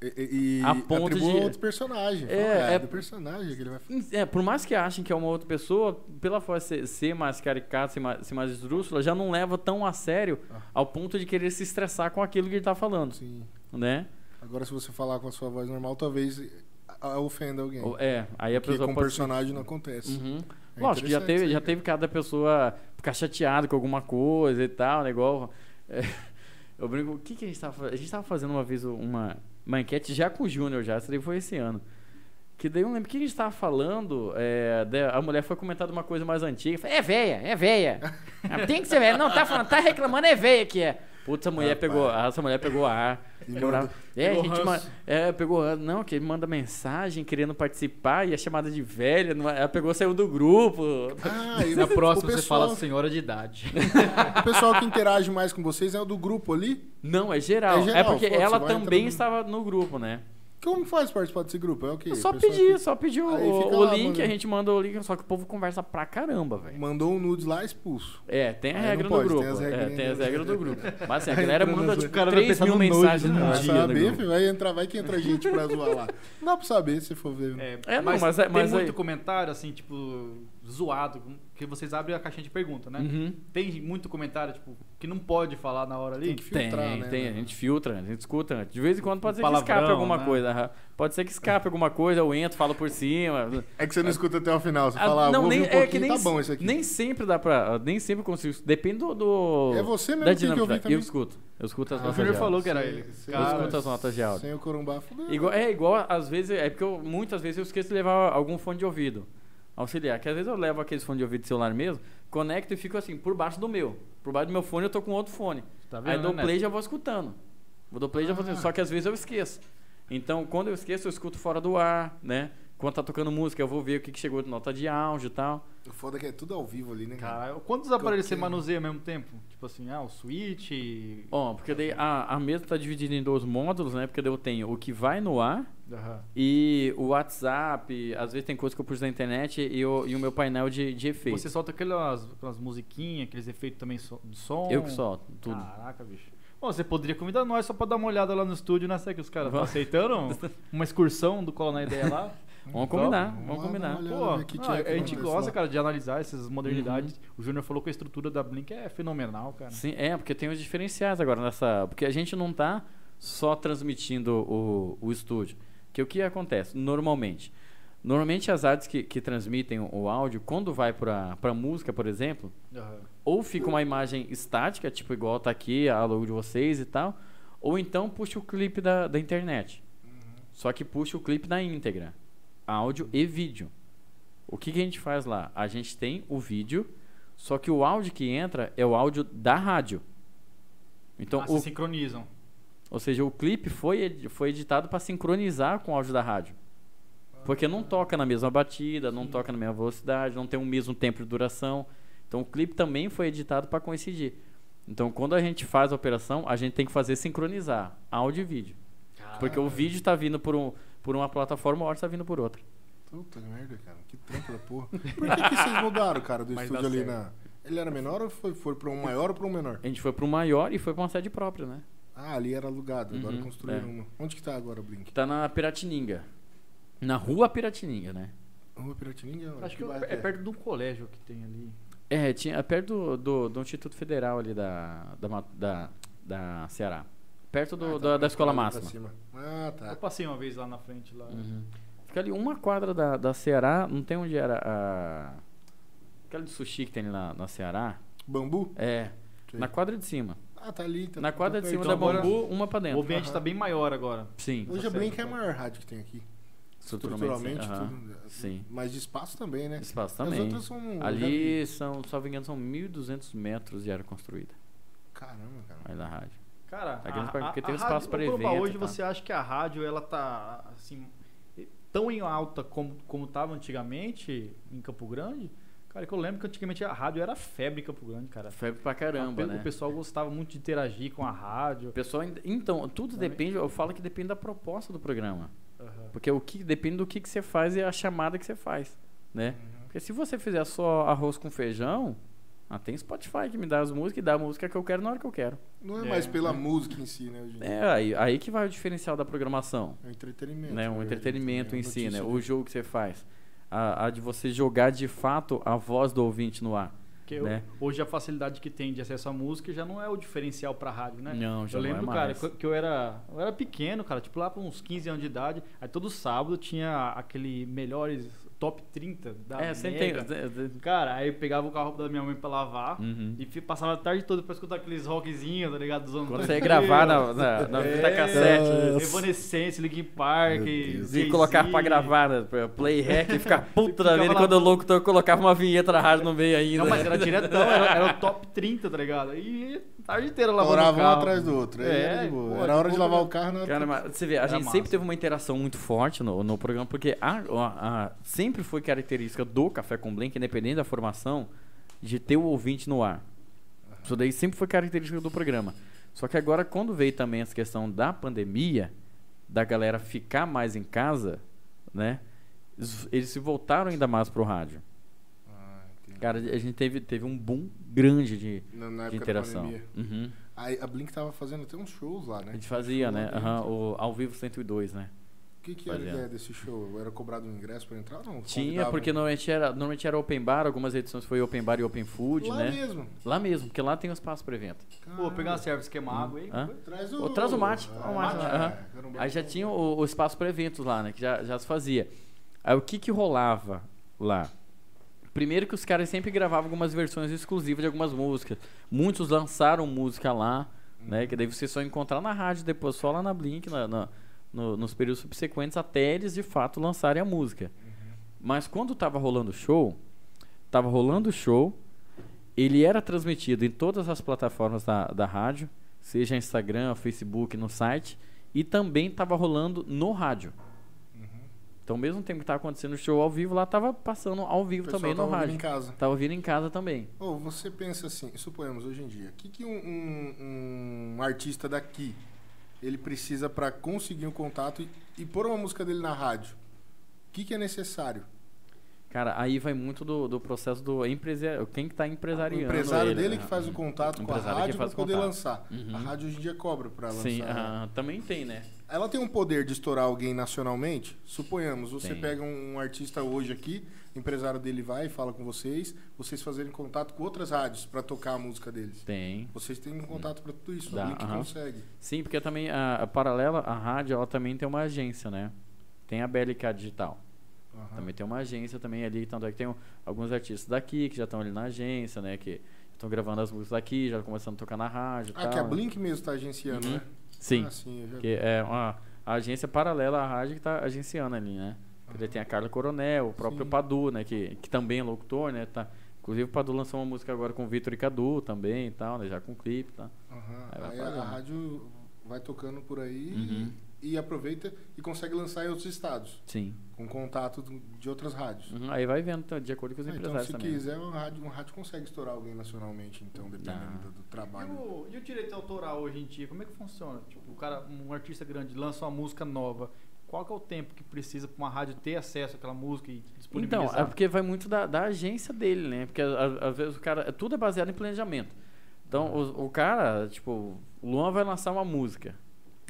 E, e A ponto atribua de- outro personagem. Fala, É, "Ah, é- do personagem que ele vai É, por mais que achem que é uma outra pessoa, pela forma ser, ser mais caricata, ser mais, ser mais esdrúxula, já não leva tão a sério Ah. ao ponto de querer se estressar com aquilo que ele tá falando, Sim. né? assim." Agora, se você falar com a sua voz normal, talvez a- a ofenda alguém. Ou- É, aí a que pessoa com pode... se- personagem não acontece. Uhum. É Lógico, já interessante teve, isso já aí, teve cada pessoa ficar chateado com alguma coisa e tal, né? Igual. (laughs) é, eu brinco, o que, que a gente tava fazendo? A gente tava fazendo uma vez uma, uma enquete já com o Júnior, já, isso daí foi esse ano. Que daí eu não lembro o que a gente tava falando. é, da- a mulher foi comentar de uma coisa mais antiga. Falei, é véia, (laughs) é véia. Ah, Tem que ser véia. Não, tá falando, tá reclamando, é véia que é. Putz, a mulher Rapaz. pegou. Essa mulher pegou ar. Ficou brava. É, Pegou a gente ma- ranço. é, pegou. ar. Não, que ele manda mensagem querendo participar e é chamada de velha. não é- Ela pegou, saiu do grupo. Ah, e Na o- próxima o você pessoal- fala senhora de idade. assim. O pessoal que interage mais com vocês é o do grupo ali? Não, é geral. É É, geral, porque foda-se, ela vai entrar também no- estava no grupo, né? Como faz participar desse grupo? É o quê? Eu só O pessoal pedi, só pedi o, Aí fica o lá, link, mano. a gente manda o link, só que o povo conversa pra caramba, que velho. Mandou um nudes lá, expulso. É, tem a Aí não regra pode, do grupo. tem as é, regrinhas tem as do- regras do grupo. Mas assim, a galera entra manda nas- tipo o cara vai 3 pensar mil no nojo, mensagens né? no Vai dia. no saber, grupo. filho, vai entrar, vai que entra gente pra zoar lá. Não dá pra saber se for ver. né? É, É, não, mas, mas é- mas tem muito aí- comentário, assim, tipo, zoado, que vocês abrem a caixinha de pergunta, né? Uhum. Tem muito comentário, tipo, que não pode falar na hora ali. Tem que filtrar, tem, né? tem, a gente filtra, a gente escuta antes. De vez em quando pode ser que Palavrão, escape alguma né? coisa. aham. Pode ser que escape alguma coisa, eu entro, falo por cima. É que você não escuta até o final. Você Ah, fala, ah, não, vou ouvir nem, um é que pouquinho, nem, tá bom isso aqui. nem sempre dá pra. Nem sempre consigo. Depende do. do- É você mesmo da que tem que dinâmica. ouvir também. Ah, Eu escuto. Eu escuto as o notas Júnior de áudio. falou que era ele. Você- Eu Cara, escuto as notas de áudio. Sem o corumbá, fudeu. Igual- é igual, às vezes, é porque eu, muitas vezes eu esqueço de levar algum fone de ouvido auxiliar, que às vezes eu levo aqueles fone de ouvido de celular mesmo, conecto e fico assim, por baixo do meu. Por baixo do meu fone eu tô com outro fone. tá Aí dou né? play e já vou escutando. Vou dou play e já vou Ah. escutando. Só que às vezes eu esqueço. Então, quando eu esqueço, eu escuto fora do ar, né? Quando tá tocando música, eu vou ver o que, que chegou de nota de áudio e tal. O foda é que é tudo ao vivo ali, né? cara? Cara, quantos aparelhos você Qualquer- manuseia ao mesmo tempo? Tipo assim, ah, o Switch... Ó, porque daí a, a mesa tá dividida em dois módulos, né? Porque daí eu tenho o que vai no ar Aham. E o WhatsApp, às vezes tem coisa que eu pus na internet e, o- e o meu painel de, de efeito. Você solta aquelas, aquelas musiquinhas, aqueles efeitos também so- de som. Eu que solto tudo. Caraca, bicho. Bom, você poderia convidar nós só pra dar uma olhada lá no estúdio, né? Será que os caras estão Vamos. aceitando uma excursão do Cola na Ideia lá? vamos combinar, vamos, vamos lá, combinar. vamos lá. Pô, olhando aqui, não, tinha que a gente acontecer gosta, lá. cara, de analisar essas modernidades. O Júnior falou que a estrutura da Blink é fenomenal, cara. Sim, é, porque tem os diferenciais agora nessa. Porque a gente não tá só transmitindo o, o estúdio. Que o que acontece normalmente? Normalmente as artes que, que transmitem o áudio, quando vai pra, pra música, por exemplo, Aham. ou fica uma imagem estática, tipo igual tá aqui, a logo de vocês e tal, ou então puxa o clipe da, da internet. Só que puxa o clipe na íntegra, áudio e vídeo. O que, que a gente faz lá? A gente tem o vídeo, só que o áudio que entra é o áudio da rádio. Então, Ah, o- se sincronizam. ou seja, o clipe foi, ed- foi editado para sincronizar com o áudio da rádio. Porque não toca na mesma batida, não toca na mesma velocidade, não tem o mesmo tempo de duração. Então o clipe também foi editado para coincidir. Então quando a gente faz a operação, a gente tem que fazer sincronizar áudio e vídeo. Porque o vídeo está vindo por, um, por uma plataforma, o áudio está vindo por outra. Puta merda, cara. Que trampo da porra. Por que, que vocês mudaram, cara, do Mas dá estúdio ali certo. na. Ele era menor ou foi, foi pra um maior ou pra um menor? A gente foi para o maior e foi para uma sede própria, né? Ah, ali era alugado, agora Uhum, construíram é. uma. Onde que tá agora o Blink? Que tá na Piratininga. Na rua Piratininga, né? Rua Piratininga? Acho que bairro é perto de um colégio que tem ali. É, tinha perto do, do, do Instituto Federal ali da, da, Ma- da, da Ceará. Perto do, Ah, tá da, é da pra escola lá, pra máxima. cima. Ah, Eu tá. passei uma vez lá na frente. lá. Uhum. Fica ali uma quadra da, da Ceará, não tem onde era a. Aquela de sushi que tem ali na, na Ceará. Bambu? É. Sei. Na quadra de cima. Ah, tá ali. Tá, Na tá quadra de perto. cima então da agora- bambu, uma pra O dentro. Ah, ambiente Aham. tá bem maior agora. Sim. Hoje a Tá Blink é a certo. maior rádio que tem aqui. sim. Estruturalmente, Aham. tudo. É, Sim. Mas de espaço também, né? Espaço As também. outras são. Ali são, só engano, são 1.200 metros de área construída. Caramba, cara. Aí na rádio. Cara, Tá grande a- pra- a- porque tem a espaço rádio- pra ô, Corumbá, evento e Hoje tal. você acha que a rádio ela tá assim tão em alta como como tava antigamente em Campo Grande? Cara, é que eu lembro que antigamente a rádio era febre em Campo Grande, cara. Febre pra caramba, o, né? O pessoal gostava muito de interagir com a rádio. O pessoal, ainda- então, tudo Também. depende, eu falo que depende da proposta do programa. Aham. Porque o que depende do que, que você faz e a chamada que você faz, né? Uhum. Porque se você fizer só arroz com feijão, ah, tem Spotify que me dá as músicas e dá a música que eu quero na hora que eu quero. Não é, É, mais pela né? música em si, né? Hoje em dia. É aí, aí que vai o diferencial da programação, É um Hum, entretenimento. né? na O verdade, entretenimento também, em a si, né? notícia. O jogo que você faz. A, a de você jogar de fato a voz do ouvinte no ar. Porque eu- Né? hoje a facilidade que tem de acesso à música já não é o diferencial pra rádio, né? Não, já Eu não é lembro, cara, mais. que eu- que eu era, eu era pequeno, cara, tipo lá para uns 15 anos de idade, aí todo sábado tinha aquele melhores top 30 da É, sempre tem. Mega. Cara, aí eu pegava o carro da minha mãe pra lavar Uhum. e fi- passava a tarde toda pra escutar aqueles rockzinhos, tá ligado? Dos anos Quando 2000. você ia gravar na, na, na É, fita cassete. né? é, Nossa. Evanescence, Linkin Park, E Jay-Z. colocar pra gravar, né? pra Play hack (laughs) e ficar puta da Ficava vida lá- quando o locutor colocava uma vinheta na rádio no meio ainda. Não, mas era diretão, era, era o top 30, tá ligado? E a tarde inteira lavando o Orava um carro. atrás do outro. aí É, era de boa. pô, Era hora de pô, lavar o carro, né? não (laughs) Cara, era. mas você vê, a Era gente massa. sempre teve uma interação muito forte no, no programa, porque a, a- a- sempre foi característica do Café com Blink, independente da formação, de ter o ouvinte no ar. Isso daí sempre foi característica do programa. Só que agora, quando veio também essa questão da pandemia, da galera ficar mais em casa, né? eles- Eles se voltaram ainda mais pro rádio. Ah, entendi. Cara, a gente teve, teve um boom grande de, Na, na época da de interação. pandemia. Né? Uhum. Aí a Blink tava fazendo até uns shows lá, A né? gente fazia, né? Show lá Aham, dentro. o ao vivo 102, né? O que, que era a Fazia. ideia desse show? Era cobrado um ingresso pra entrar ou não? Tinha, Convidavam? porque normalmente era, normalmente era open bar, algumas edições foi open bar e open food, Lá né? mesmo. Lá mesmo, porque lá tem um espaço para evento. Pô, Caramba. pegar uma service, que é uma água aí. Hum. Hã? Traz o... Ô, traz o mate, traz o mate, aham. é, era um Aí já barco. tinha o, o espaço para eventos lá, né? Que já, já se fazia. Aí o que que rolava lá? Primeiro que os caras sempre gravavam algumas versões exclusivas de algumas músicas. Muitos lançaram música lá, né? Que daí você só encontrar na rádio depois, só lá na Blink, na- na- no- nos períodos subsequentes, até eles de fato lançarem a música. Uhum. Mas quando tava rolando o show, tava rolando o show, ele era transmitido em todas as plataformas da, da rádio, seja Instagram, Facebook, no site, e também tava rolando no rádio. Uhum. Então, ao mesmo tempo que tava acontecendo o show ao vivo, lá tava passando ao O vivo pessoal também é no tava rádio. em casa. Tava ouvindo em casa também. Ou você pensa assim, suponhamos hoje em dia, o que, que um, um- um artista daqui ele precisa para conseguir um contato e, e pôr uma música dele na rádio? O que, que é necessário? Cara, aí vai muito do, do processo do empresário. Quem que tá O empresariando. empresário ele, dele né? que faz o contato O com a empresário que rádio para faz o poder contato. lançar. Uhum. A rádio hoje em dia cobra para lançar. Sim, né? ah, também tem, né? Ela tem um poder de estourar alguém nacionalmente? Suponhamos, você Tem. pega um, um artista hoje aqui, o empresário dele vai e fala com vocês, vocês fazerem contato com outras rádios para tocar a música deles. Tem. Vocês têm um contato para tudo isso, Dá, a Blink aham. consegue. Sim, porque também a, a paralela, a rádio, ela também tem uma agência, né? Tem a BLK Digital. Aham. Também tem uma agência também ali, tanto é que tem um- alguns artistas daqui que já estão ali na agência, né? Que estão gravando as músicas aqui, já começando a tocar na rádio. e Ah, que a tal. Blink mesmo tá agenciando, Uhum. né? Sim. Ah, sim, eu já Que é uma a agência paralela à rádio que está agenciando ali, né? Porque tem a Carla Coronel, o próprio Sim. Padu, né? Que, que também é locutor, né? Tá, inclusive o Padu lançou uma música agora com o Vitor e Cadu também e tal, né? Já com clipe e tal. Aham. Aí vai Aí a, fazendo. a rádio vai tocando por aí Uhum. e, e aproveita e consegue lançar em outros estados, Sim. com contato do- de outras rádios. Uhum, aí vai vendo então, de acordo com os Ah, então, empresários se também. né? quiser, um rádio, um rádio consegue estourar alguém nacionalmente, então, dependendo Dá. do, do E trabalho. o, e o direito autoral hoje em dia, como é que funciona? Tipo, o cara, um artista grande lança uma música nova, qual que é o tempo que precisa pra uma rádio ter acesso àquela música e Então, disponibilizar? é porque vai muito da, da agência dele, né? Porque a- às vezes o cara. Tudo é baseado em planejamento. Então, o, o cara, tipo, o Luan vai lançar uma música.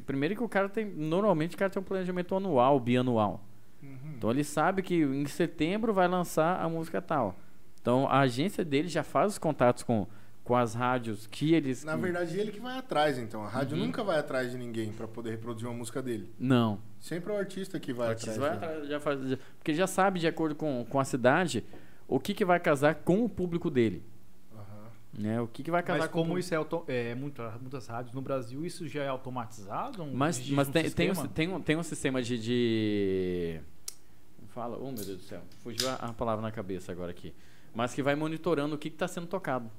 Primeiro que o cara tem. Normalmente o cara tem um planejamento anual, bianual. Uhum. Então ele sabe que em setembro vai lançar a música tal. Então a agência dele já faz os contatos com, com as rádios que eles. Na verdade, ele que vai atrás, então. A rádio Uhum. nunca vai atrás de ninguém para poder reproduzir uma música dele. Não. Sempre é o artista que vai Vai atrás, atrás. né? já faz, já- porque já sabe, de acordo com, com a cidade, o que, que vai casar com o público dele. Aham. Né? O que, que vai casar Mas com o como público. isso é, auto- é muita- muitas rádios no Brasil, isso já é automatizado? Um- Mas, existe mas um tem, tem, um, sistema? tem, um, tem um sistema de. de- como Fala, oh meu Deus do céu, fugiu a, a palavra na cabeça agora aqui. Mas que vai monitorando o que está sendo tocado.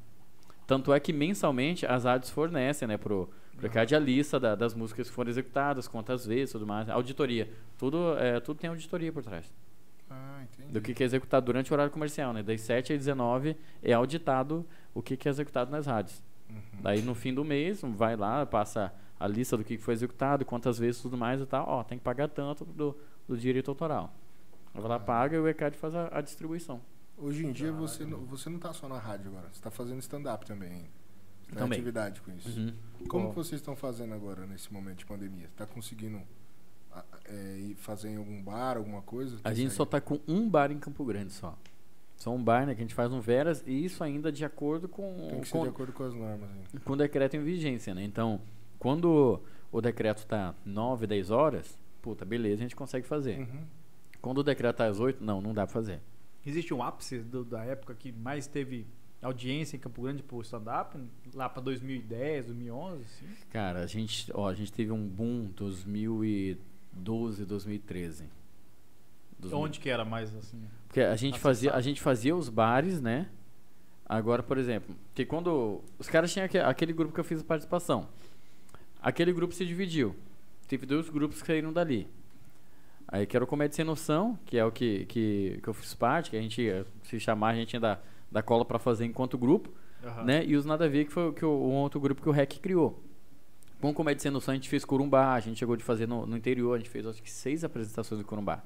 Tanto é que mensalmente as rádios fornecem, né, pro, pro CAD a lista da- das músicas que foram executadas, quantas vezes, tudo mais. Auditoria. Tudo, é, tudo tem auditoria por trás. Ah, entendi. Do que, que é executado durante o horário comercial, né? Das 7 às 19 é auditado o que, que é executado nas rádios. Uhum. Daí no fim do mês, um vai lá, passa a lista do que que foi executado, quantas vezes tudo mais e tal. Ó, tem que pagar tanto do, do direito autoral. Aí Ah. Vai lá, paga e o ECAD faz a, a distribuição. Hoje em dia, você, não- você não tá só na rádio agora. Você tá fazendo stand-up também. Você tá em Também. Uhum. atividade com isso. Como que vocês estão fazendo agora, nesse momento de pandemia? Você tá conseguindo a- é, ir fazer em algum bar, alguma coisa? A gente só Consegue? tá com um bar em Campo Grande só. Só um bar, né, que a gente faz no Veras, e isso ainda de acordo Tem com, que ser com, de acordo com as normas. Hein? com o decreto em vigência, né? Então, quando o decreto tá 9, 10 horas, puta, beleza, a gente consegue fazer. Uhum. Quando decretar as oito, não, não dá pra fazer. Existe um ápice do- da época que mais teve audiência em Campo Grande por stand-up? Lá pra 2010, 2011, assim? Cara, a gente, ó, a gente teve um boom 2012, 2013. Dos- Onde que era mais, assim? Porque a gente, Acessar. fazia, a gente fazia os bares, né? Agora, por exemplo, que quando. Os caras tinham aque- aquele grupo que eu fiz a participação. Aquele grupo se dividiu. Teve dois grupos que saíram dali. Aí que era o Comédia Sem Noção, que é o que, que, que eu fiz parte, que a gente, eh, se chamar, a gente ainda dá, dá cola pra fazer enquanto grupo, Aham. né? E os Nada a Ver, que foi o- que o, um outro grupo que o REC criou. Com o Comédia Sem Noção, a gente fez Corumbá, a gente chegou de fazer no, no interior, a gente fez acho que seis apresentações do Corumbá.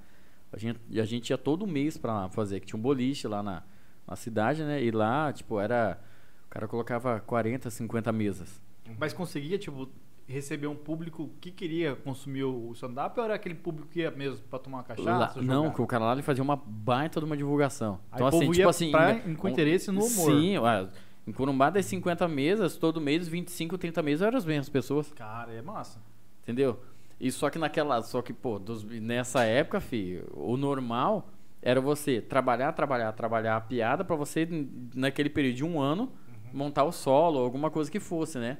A gente, e a gente ia todo mês pra lá fazer, que tinha um boliche lá na, na cidade, né? E lá, tipo, era. O cara colocava 40, 50 mesas. Mas conseguia, tipo, receber um público que queria consumir o stand-up ou era aquele público que ia mesmo pra tomar uma Lá- cachaça? não, jogar? que o cara lá ele fazia uma baita de uma divulgação. Aí Então, o assim, povo tipo ia assim. pra- em- com interesse no humor. Sim, ué, em Corumbá das 50 mesas, todo mês, 25, 30 mesas eram as mesmas pessoas. Cara, é massa. Entendeu? E só que naquela. Só que, pô, dos- nessa época, filho, o normal era você trabalhar, trabalhar, trabalhar a piada pra você, n- naquele período de um ano, Uhum. montar o solo, alguma coisa que fosse, né?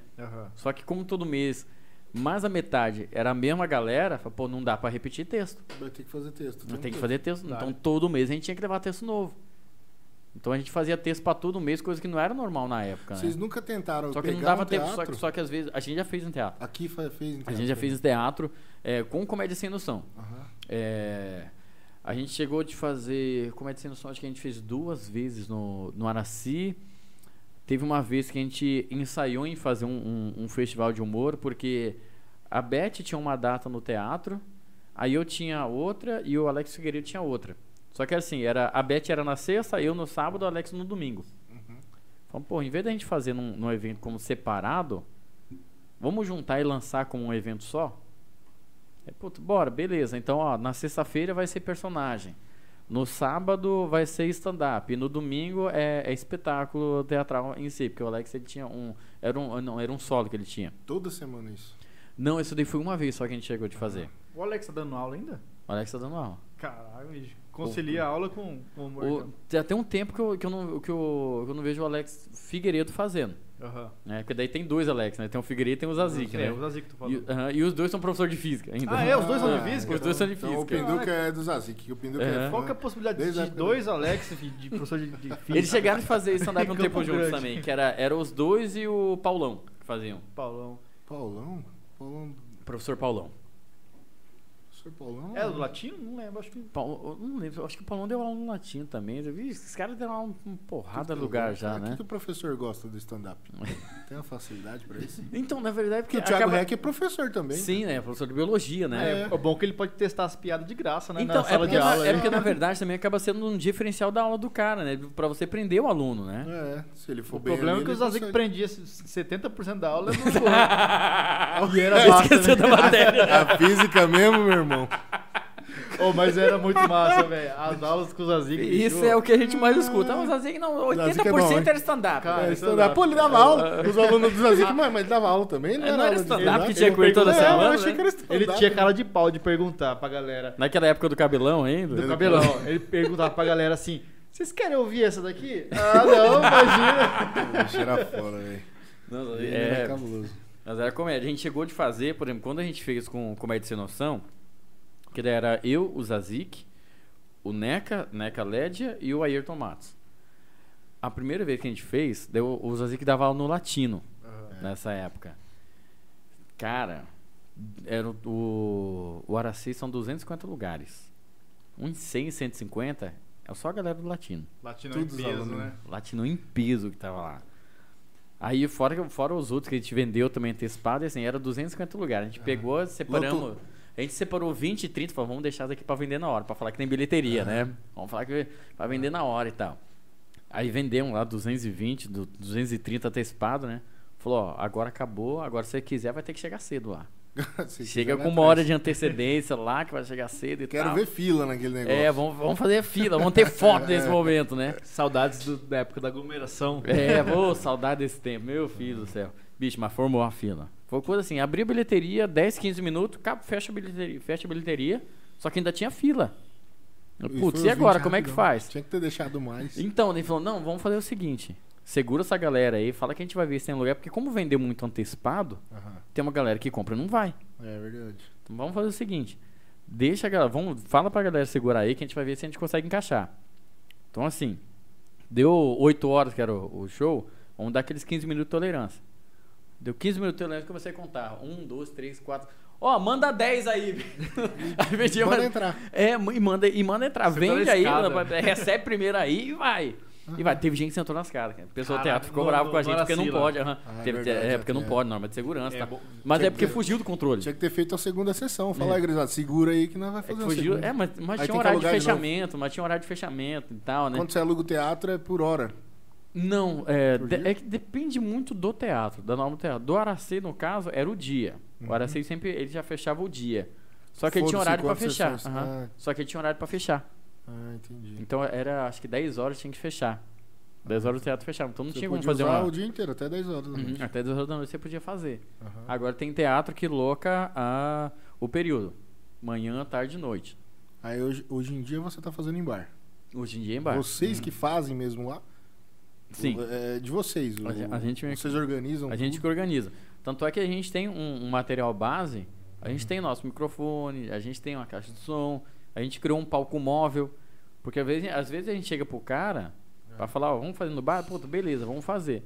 Só que como todo mês, mais a metade era a mesma galera, fala, pô, não dá pra repetir texto. Vai ter que fazer texto. né? Não tem que texto. fazer texto. Claro. Então todo mês a gente tinha que levar texto novo. Então a gente fazia texto pra todo mês, coisa que não era normal na época, Vocês né? nunca tentaram Só que pegar não dava um tempo, teatro? só que, só que às vezes. A gente já fez um teatro. Aqui fa- fez em A teatro. né? gente já fez um- teatro é, com comédia sem noção. Aham. É, a gente chegou de fazer comédia sem noção, acho que a gente fez duas vezes no, no Araci. Teve uma vez que a gente ensaiou em fazer um, um- um festival de humor, porque a Beth tinha uma data no teatro, aí eu tinha outra e o Alex Figueiredo tinha outra. Só que assim, era, a Beth era na sexta, eu no sábado, o Alex no domingo. Falamos, pô, em vez da gente fazer num, num evento como separado, vamos juntar e lançar como um evento só? É, puto, bora, beleza. Então, ó, na sexta-feira vai ser personagem. No sábado vai ser stand-up. E no domingo é, é espetáculo teatral em si. Porque o Alex ele tinha um. Era um. Não, era um solo que ele tinha. Toda semana isso. Não, isso daí foi uma vez só que a gente chegou de fazer. O Alex tá dando aula ainda? O Alex tá dando aula. Caralho, bicho. Concilia a aula com, com o humor. O, tem até um tempo que eu, que, eu não, que, eu, que eu não vejo o Alex Figueiredo fazendo. Aham. Né? Porque daí tem dois Alex, né? Tem o Figueiredo e tem o Zazik, É, né? o Zazik que tu E, falou. aham, e os dois são professor de física ainda. Ah, é? Os dois são Ah, de física? Os dois são de Então o física. Pinduca é do Zazik. O Pinduca é, É. Qual que é a fã. possibilidade Desde a de época dois Alex de, de professor de, de física? (laughs) Eles chegaram a (laughs) fazer stand-up um Campo tempo juntos Grande. também, que era, era os dois e o Paulão que faziam. Paulão. Paulão? Paulão... Professor Paulão. Professor Paulão? É do latino? Não lembro, acho que... Paulo, eu não lembro, eu acho que o Paulão deu aula no latim também. Eu vi, esses caras deram aula em uma porrada de lugar já, O É que né? que o professor gosta do stand-up? (laughs) Tem uma facilidade pra isso? Então, na verdade, Porque porque o Thiago acaba- Reck é professor também. Sim, né? Professor de biologia, né? É. bom que ele pode testar as piadas de graça, né? Então, na é sala porque, de na- aula. é né? porque, na verdade também acaba sendo um diferencial da aula do cara, né? Pra você prender o aluno, né? É, se ele for O bem problema ali, é que o ele Zazik consegue. prendia se- 70% da aula (laughs) no e era massa, né? Esqueceu da (laughs) matéria. A física mesmo, meu (laughs) irmão. Oh, mas era muito massa, velho. As aulas com o Zazik. Isso é o que a gente mais escuta. Ah, mas assim, não, Zazik é 80% bom, hein? era stand-up. Cara, É, isso stand-up. dá- Pô, ele dava aula. Os alunos do (laughs) Zazik, mas, mas ele dava aula também? Não É, era, não era aula de stand-up que stand-up. tinha que toda É, eu semana. achei né? que era stand-up. Ele tinha cara de pau de perguntar pra galera. Naquela época do cabelão ainda? Do cabelão. Ele perguntava pra galera assim: vocês querem ouvir essa daqui? Ah, não, imagina. Poxa, era foda, velho. Não, Ele é, era cabuloso. (laughs) mas era comédia. A gente chegou de fazer, por exemplo, quando a gente fez com Comédia Sem Noção, que daí era eu, o Zazik, o Neca, Neca Lédia e o Ayrton Matos. A primeira vez que a gente fez, daí o o Zazik dava aula no latino, nessa época. Cara, era o- o, o Araci são 250 lugares. Um em 100, 150 é só a galera do latino. Latino Todos os alunos. Latino em peso que tava lá. Aí, fora, que- fora os outros que a gente vendeu também antecipado, e assim, era 250 lugares. A gente pegou, separamos. Ah. Lotou. A gente separou 20 e 30, falou, vamos deixar daqui pra vender na hora, pra falar que tem bilheteria, Ah. né? Vamos falar que vai vender na hora e tal. Aí vendemos lá 220, du- 230 antecipado, né? Falou, ó, agora acabou, agora se você quiser vai ter que chegar cedo lá. Se Chega quiser, vai Assim, com uma atrás. hora de antecedência lá que vai chegar cedo e Quero tal. ver fila naquele negócio. É. É, vamos, vamos fazer fila, vamos ter foto (laughs) nesse momento, né? Saudades do- da época da (laughs) aglomeração. É, vou saudar desse tempo, meu filho do céu. Bicho, mas formou a fila. Foi coisa assim, abriu a bilheteria, 10, 15 minutos, cabo, fecha a bilheteria, fecha a bilheteria, só que ainda tinha fila. Putz, e, agora? Como é que faz? Tinha que ter deixado mais. Então, ele falou: não, vamos fazer o seguinte. Segura essa galera aí, fala que a gente vai ver se tem lugar, porque como vendeu muito antecipado, Aham. tem uma galera que compra e não vai. É verdade. Então vamos fazer o seguinte. Deixa a galera. Vamos, fala pra galera segurar aí que a gente vai ver se a gente consegue encaixar. Então assim, deu 8 horas que era o, o show, vamos dar aqueles 15 minutos de tolerância. Deu 15 minutos de tolerância, comecei a contar. 1, 2, 3, 4. Ó, manda 10 aí. (laughs) aí vendia Pode uma- entrar. É, e manda, e manda entrar. Senta Vende tá na aí, escada. manda- recebe primeiro aí e vai. E vai, teve gente que sentou nas caras. cara. O pessoal do Caraca, teatro ficou no- bravo no- com a gente no porque não Aracila. pode. aham. Ah, é Teve- verdade, é, porque não é. pode, norma de segurança. É, tá. bo- Mas tinha é porque que- fugiu do controle. Tinha que ter feito a segunda sessão. Fala aí, gurizada, segura aí que nós vai É, fazer que a fugiu, segunda. é, mas, mas Aí tem que tinha horário de alugar de novo. fechamento, mas tinha um horário de fechamento e tal, né? Quando você aluga o teatro é por hora. Não, é, Por de- dia? é que depende muito do teatro, da norma do teatro. Do Aracê, no caso, era o dia. Uhum. O Aracê sempre, ele já fechava o dia. Só que ele tinha Foda-se horário pra quantas fechar. sessões. aham. Ah. Só que ele tinha horário pra fechar. Ah, entendi. Então era, acho que 10 horas tinha que fechar. 10 horas o teatro fechava, então não Você tinha como podia fazer usar uma... o dia inteiro, até 10 horas da Uhum, noite. até 10 horas da noite você podia fazer. Aham. Agora tem teatro que loca a- o período. Manhã, tarde e noite. Aí hoje, hoje em dia você tá fazendo em bar. Hoje em dia é embaixo. Vocês que fazem mesmo lá? Sim. o- é de vocês. o- A ge- a gente- vocês organizam. A gente que tudo? organiza. Tanto é que a gente tem um, um material base, a gente tem nosso microfone, a gente tem uma caixa de som, a gente criou um palco móvel. Porque às vezes, às vezes a gente chega pro cara É. pra falar, ó, vamos fazer no bar, puta, beleza, vamos fazer.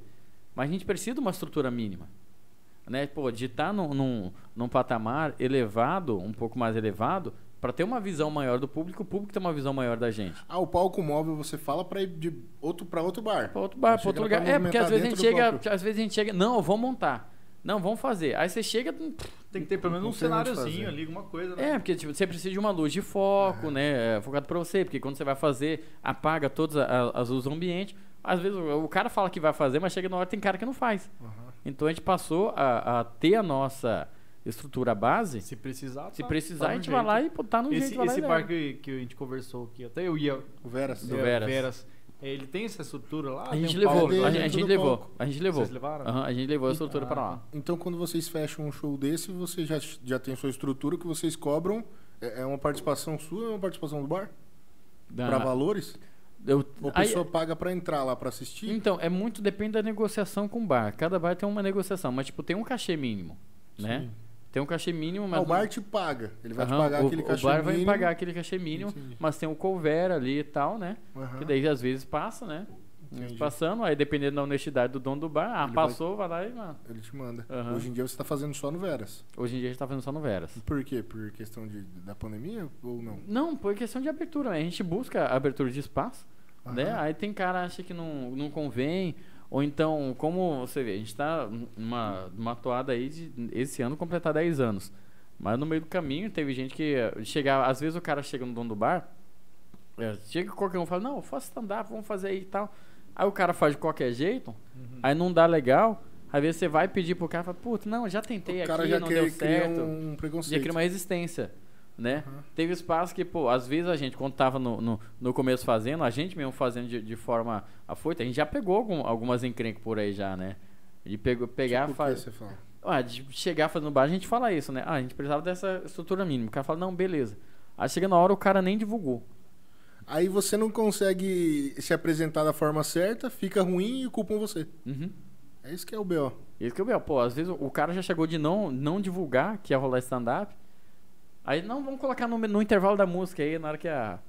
Mas a gente precisa de uma estrutura mínima. Né? Pô, de estar num, num, num patamar elevado, um pouco mais elevado, pra ter uma visão maior do público, o público tem uma visão maior da gente. Ah, o palco móvel você fala pra ir de outro pra outro bar. Pra outro bar, pra Chega outro pra lugar. É, porque às vezes movimentar a gente dentro do chega. próprio. Às vezes a gente chega. Não, vamos montar. Não, vamos fazer. Aí você chega. hum, Tem que ter pelo menos Não um tem onde fazer. cenáriozinho ali, alguma coisa, né? É, porque tipo, você precisa de uma luz de foco, né? é, Focado pra você. Porque quando você vai fazer, apaga todas a- a- as luzes do ambiente. Às vezes o, o cara fala que vai fazer, mas chega na hora tem cara que não faz. Aham. Então a gente passou a, a ter a nossa estrutura base. Se precisar, Se tá- precisar, tá no a gente um jeito. vai lá e pô, tá no Esse, jeito. vai lá e esse leva. bar que, que a gente conversou aqui, até eu ia O Veras. Do é, Veras. Ele tem essa estrutura lá? A gente Tem um palco levou. dele A lá? gente, a dentro gente do levou. palco. A gente levou. Vocês levaram? Aham, a gente levou a estrutura pra lá. Então quando vocês fecham um show desse, você já, já tem sua estrutura que vocês cobram. É é uma participação sua ou uma participação do bar? Pra Da- valores? eu- Ou a Ah. aí- é- pessoa paga pra entrar lá pra assistir? Então, é muito, depende da negociação com o bar. Cada bar tem uma negociação, mas tipo, tem um cachê mínimo, né? Sim. Tem um cachê mínimo, mas... Ah, o bar te paga. Ele vai te Aham, pagar o, aquele o cachê bar vai mínimo. pagar aquele cachê mínimo, Entendi. mas tem o couvert ali e tal, né? Aham. Que daí às vezes passa, né? Entendi. Passando, aí dependendo da honestidade do dono do bar, ah, Ele vai- passou, vai... lá e... mano. Ele te manda. Aham. Hoje em dia você tá fazendo só no Veras. Hoje em dia a gente tá fazendo só no Veras. Por quê? Por questão de, da pandemia ou não? Não, por questão de abertura, né? A gente busca abertura de espaço, né? Aham. Aí tem cara acha que não, não convém, ou então, como você vê, a gente tá numa, numa toada aí de esse ano completar 10 anos. Mas no meio do caminho teve gente que eh, chegava, às vezes o cara chega no dono do bar, eh, chega qualquer um e fala, não, faça stand-up, vamos fazer aí e tal. Aí o cara faz de qualquer jeito, Uhum. aí não dá legal, às vezes você vai pedir pro cara e fala, puta, não, já tentei o cara aqui, já não quer- deu cria certo. um Já preconceito. cria uma resistência, né? Aham. Teve espaço que, pô, às vezes a gente, quando tava no, no, no começo fazendo, a gente mesmo fazendo de, de forma afoita, a gente já pegou algum- algumas encrencas por aí já, né? De pego, pegar, Por que faz- Tipo, você fala? ah, de chegar fazendo bar, a gente fala isso, né? Ah, a gente precisava dessa estrutura mínima. O cara fala, não, beleza. Aí chega na hora, o cara nem divulgou. Aí você não consegue se apresentar da forma certa, fica ruim e culpam você. Uhum. É isso que é o B.O. Isso que eu vejo, pô, às vezes o cara já chegou de não, não divulgar que ia rolar stand-up. Aí, não, vamos colocar no, no intervalo da música aí, na hora que a.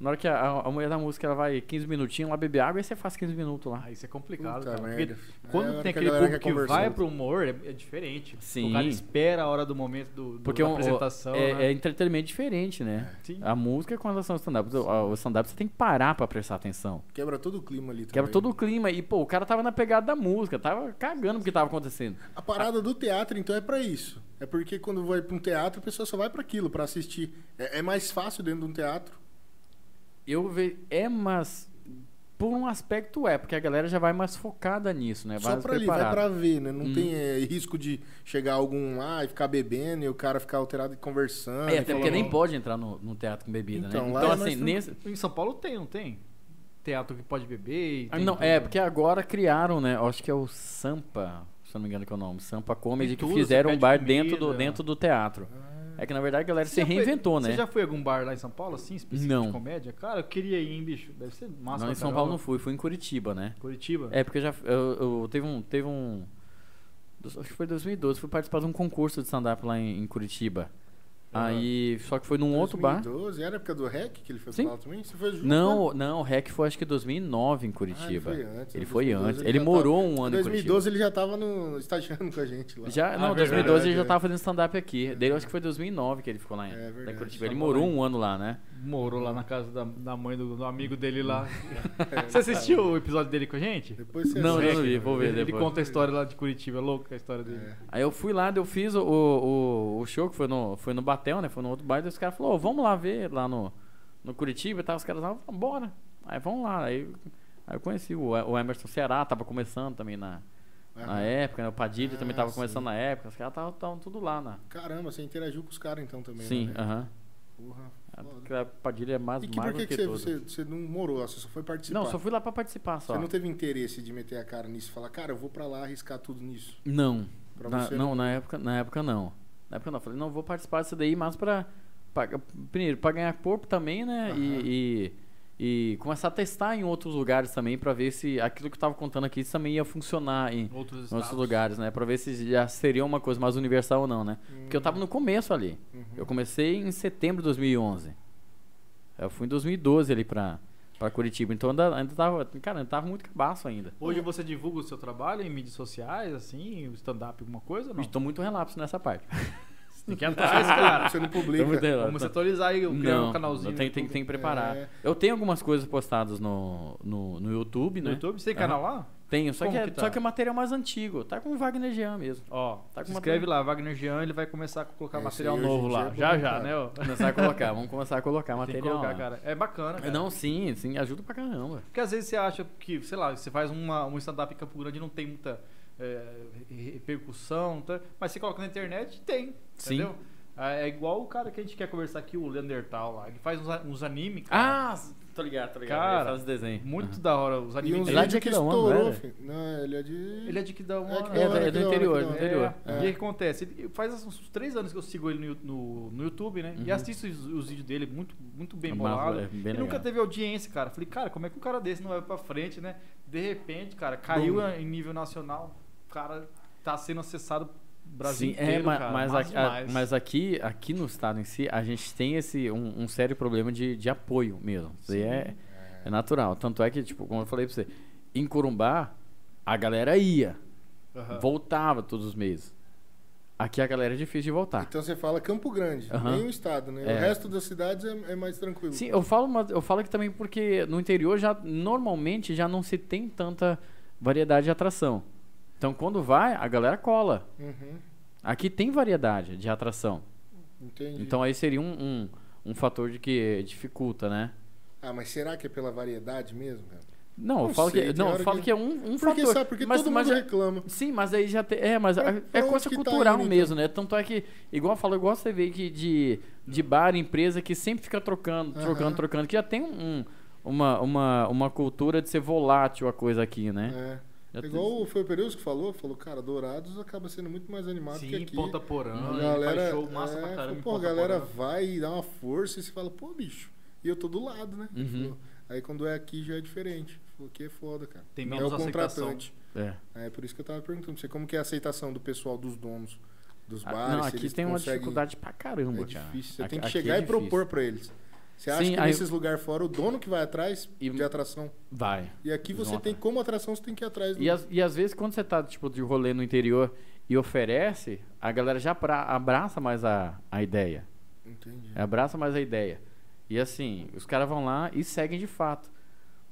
Na hora que a, a, a mulher da música ela vai 15 minutinhos lá beber água, aí você faz 15 minutos lá. Ah, isso é complicado, Puta cara. porque merda. É a Quando hora tem que a aquele galera público quer que conversar. vai pro humor, é, é diferente. Sim. O cara espera a hora do momento do, do- Porque da um- o- apresentação. é, né? é entretenimento diferente, né? Sim. A música é com relação ao stand-up. O, o stand-up você tem que parar pra prestar atenção. Quebra todo o clima ali também. Quebra todo o clima. E, pô, o cara tava na pegada da música, tava cagando o que tava acontecendo. A parada do teatro, então, é pra isso. É porque quando vai pra um teatro, a pessoa só vai pra aquilo, pra assistir. É, é mais fácil dentro de um teatro. Eu vejo. É, mas. Por um aspecto é, porque a galera já vai mais focada nisso, né? Vai só pra ali, vai pra preparada. ver, né? Não Uhum. tem é, risco de chegar algum lá e ficar bebendo e o cara ficar alterado e conversando. É, até porque falando- nem pode entrar no, no teatro com bebida, Então, né? lá Então, é assim, mais nesse. Em São Paulo tem, não tem? Teatro que pode beber. e Ah, tem Não, tudo. é, porque agora criaram, né? eu Acho que é o Sampa, se eu não me engano que é o nome, Sampa Comedy, Tem que tudo, você fizeram um pede bar dentro do, comida. dentro do teatro. "Ah, É que na verdade a galera Você se já foi- reinventou, Você né? já foi a algum bar lá em São Paulo, assim, específico Não. de comédia? Cara, eu queria ir, hein, bicho? Deve ser massa. Não, pra em São caramba. Paulo não fui, fui em Curitiba, né? Curitiba? É, porque eu já. Eu, eu- teve um. Teve um. Acho que foi 2012, fui participar de um concurso de stand-up lá em, em Curitiba. Aham. Aí. Só que foi num um outro bar. 2012, era a época do REC que ele foi Sim. pra lá também? Você foi junto? né? Não, não, o REC foi acho que 2009 em Ah, ele Curitiba. foi antes. Ele em foi 2012 antes. Ele já tá morou tava- um ano em 2012 ele já tava no estagiando com a gente lá. Já, Ah, não, em verdade, 2012 ele já é. tava fazendo stand-up aqui. Daí eu acho que foi 2009 que ele ficou lá em, É lá em verdade, né, tá Curitiba. Ele bom, morou hein? um ano lá, né? Morou lá na casa da, da mãe do, do amigo dele (laughs) lá. Você assistiu o episódio dele com a gente? Depois você Não, assiste, não vi, né? vou ver ele, ele depois. conta a história lá de Curitiba, é louca a história dele. É. Aí eu fui lá, daí eu fiz o, o, o show que foi no, foi no Batel, né? Foi no outro bairro. Daí os caras falaram, "Ô, vamos lá ver lá no, no Curitiba e tal. Os caras falaram, bora. Aí vamos lá. Aí, aí eu conheci o, o Emerson Ceará, tava começando também na, na Aham. época, né? O Padilha também Ah, tava sim. começando na época. Os caras estavam estavam tudo lá na. Caramba, você interagiu com os caras então também. Sim, né? aham. Porra, foda. A Padilha é mais E que, por magro que, que, que você, todo. você, você não morou lá? Você só foi participar? Não, só fui lá pra participar só. Você não teve interesse de meter a cara nisso? Falar, cara, eu vou pra lá arriscar tudo nisso. Não. Pra Na- você, não, né? na época, na época não. Na época não. Falei, não, vou participar disso daí, mas pra. pra- primeiro, pra ganhar corpo também, né? Aham. E, e, e começar a testar em outros lugares também, pra ver se aquilo que eu tava contando aqui isso também ia funcionar em Outros estados. outros lugares, né? Pra ver se já seria uma coisa mais universal ou não, né? Porque eu tava no começo ali. Uhum. Eu comecei em setembro de 2011. Eu fui em 2012 ali pra, pra Curitiba. Então ainda, ainda tava. Cara, ainda tava muito cabaço ainda. Hoje você divulga o seu trabalho em mídias sociais, assim, o stand-up, alguma coisa? ou Não? Estou muito relapso nessa parte. Você tem que ir atrás, (laughs) cara. Você não Tô muito publica. relapso. Vamos se atualizar aí, eu criar um canalzinho. não, Tem, no tem, YouTube. tem que preparar. É. Eu tenho algumas coisas postadas no, no, no YouTube, No né? YouTube, você tem Aham. canal lá? Tenho, só que, Como é, que tá? só que é material mais antigo. Tá com o Wagner Jean mesmo. Ó, Tá com se uma- inscreve lá, Wagner Jean, ele vai começar a colocar Esse material aí hoje em novo dia lá. é bom, já, já, cara. né? ó? Começar (laughs) a colocar, vamos começar a colocar Tem que material. colocar, lá. cara. É bacana, cara. Não, sim, sim, ajuda pra caramba. Porque às vezes você acha que, sei lá, você faz uma, um stand-up em Campo Grande e não tem muita é, re- repercussão, tá? mas você coloca na internet tem, Sim. entendeu? É é igual o cara que a gente quer conversar aqui, o Leandertal lá. Ele faz uns, a- uns anime, cara. Ah, tô ligado, tô ligado. Cara, Ele faz os desenhos. Muito Aham. da hora, os E animes uns Ele é dele. de vídeos que Aquidauana, não estourou, era? filho. Não, ele é de... Ele é de que dá uma... É que da É, hora, é que do da hora, interior, que do da hora. interior. É, E o que acontece? Ele faz uns três anos que eu sigo ele no, Yu- no, no YouTube, né? E Uhum. assisto os, os vídeos dele, muito, muito bem É massa, bolado. é bem e nunca legal. teve audiência, cara. Falei, cara, como é que um cara desse não vai pra frente, né? De repente, cara, caiu Bum. em nível nacional. O cara tá sendo acessado no Brasil Sim, inteiro, é, ma- cara. mas, Massa a- a- demais. mas aqui, aqui no estado em si, a gente tem esse um, um sério problema de, de apoio mesmo. Isso aí é, é natural. Tanto é que, tipo, como eu falei pra você, em Corumbá, a galera ia, Aham. voltava todos os meses. Aqui a galera é difícil de voltar. Então você fala Campo Grande, Aham. nem o estado, né? É. O resto das cidades é, é mais tranquilo. Sim, eu falo, mas eu falo que também porque no interior já normalmente já não se tem tanta variedade de atração. Então quando vai, a galera cola. Uhum, Aqui tem variedade de atração. entendi. Então aí seria um, um, um fator de que dificulta, né? Ah, mas será que é pela variedade mesmo? cara? Não, eu Não falo sei, que tem não, eu hora falo que- que é um, um Porque, fator. sabe, porque mas, todo mas mundo é- reclama. Sim, mas aí já tem. É, mas Pra- a- pra é onde coisa que tá cultural indo, então? mesmo, né? Tanto é que, igual eu falo, igual você vê que de, de bar, empresa que sempre fica trocando, trocando, Aham. trocando, que já tem um, uma, uma, uma cultura de ser volátil a coisa aqui, né? É. Já É tem- Igual o- foi o Pereus que falou, falou, cara, Dourados acaba sendo muito mais animado que Sim, aqui. Ponta Porã. a ele galera, faz show massa é, pra caramba. falou, em pô, a Ponta galera Porã. vai e dá uma força e você fala, pô, bicho, e eu tô do lado, né? Uhum. Falou, Aí quando é aqui já é diferente. Falou que é foda, cara. Tem Não menos é o aceitação. contratante. É. É por isso que eu tava perguntando pra você, como que é a aceitação do pessoal dos donos dos Ah, bares? não, se aqui eles tem uma conseguem- dificuldade pra caramba, É cara. difícil, você Aqui- tem que aqui é chegar e difícil. propor pra eles. Você acha Sim, que aí- nesses lugares fora o dono que vai atrás E- de atração. Vai. E aqui Eles você vão tem, atrás. como atração, você tem que ir atrás do E, às- e às vezes, quando você tá, tipo, de rolê no interior e oferece, a galera já pra- abraça mais a, a ideia. Entendi. Abraça mais a ideia. E assim, os caras vão lá e seguem de fato.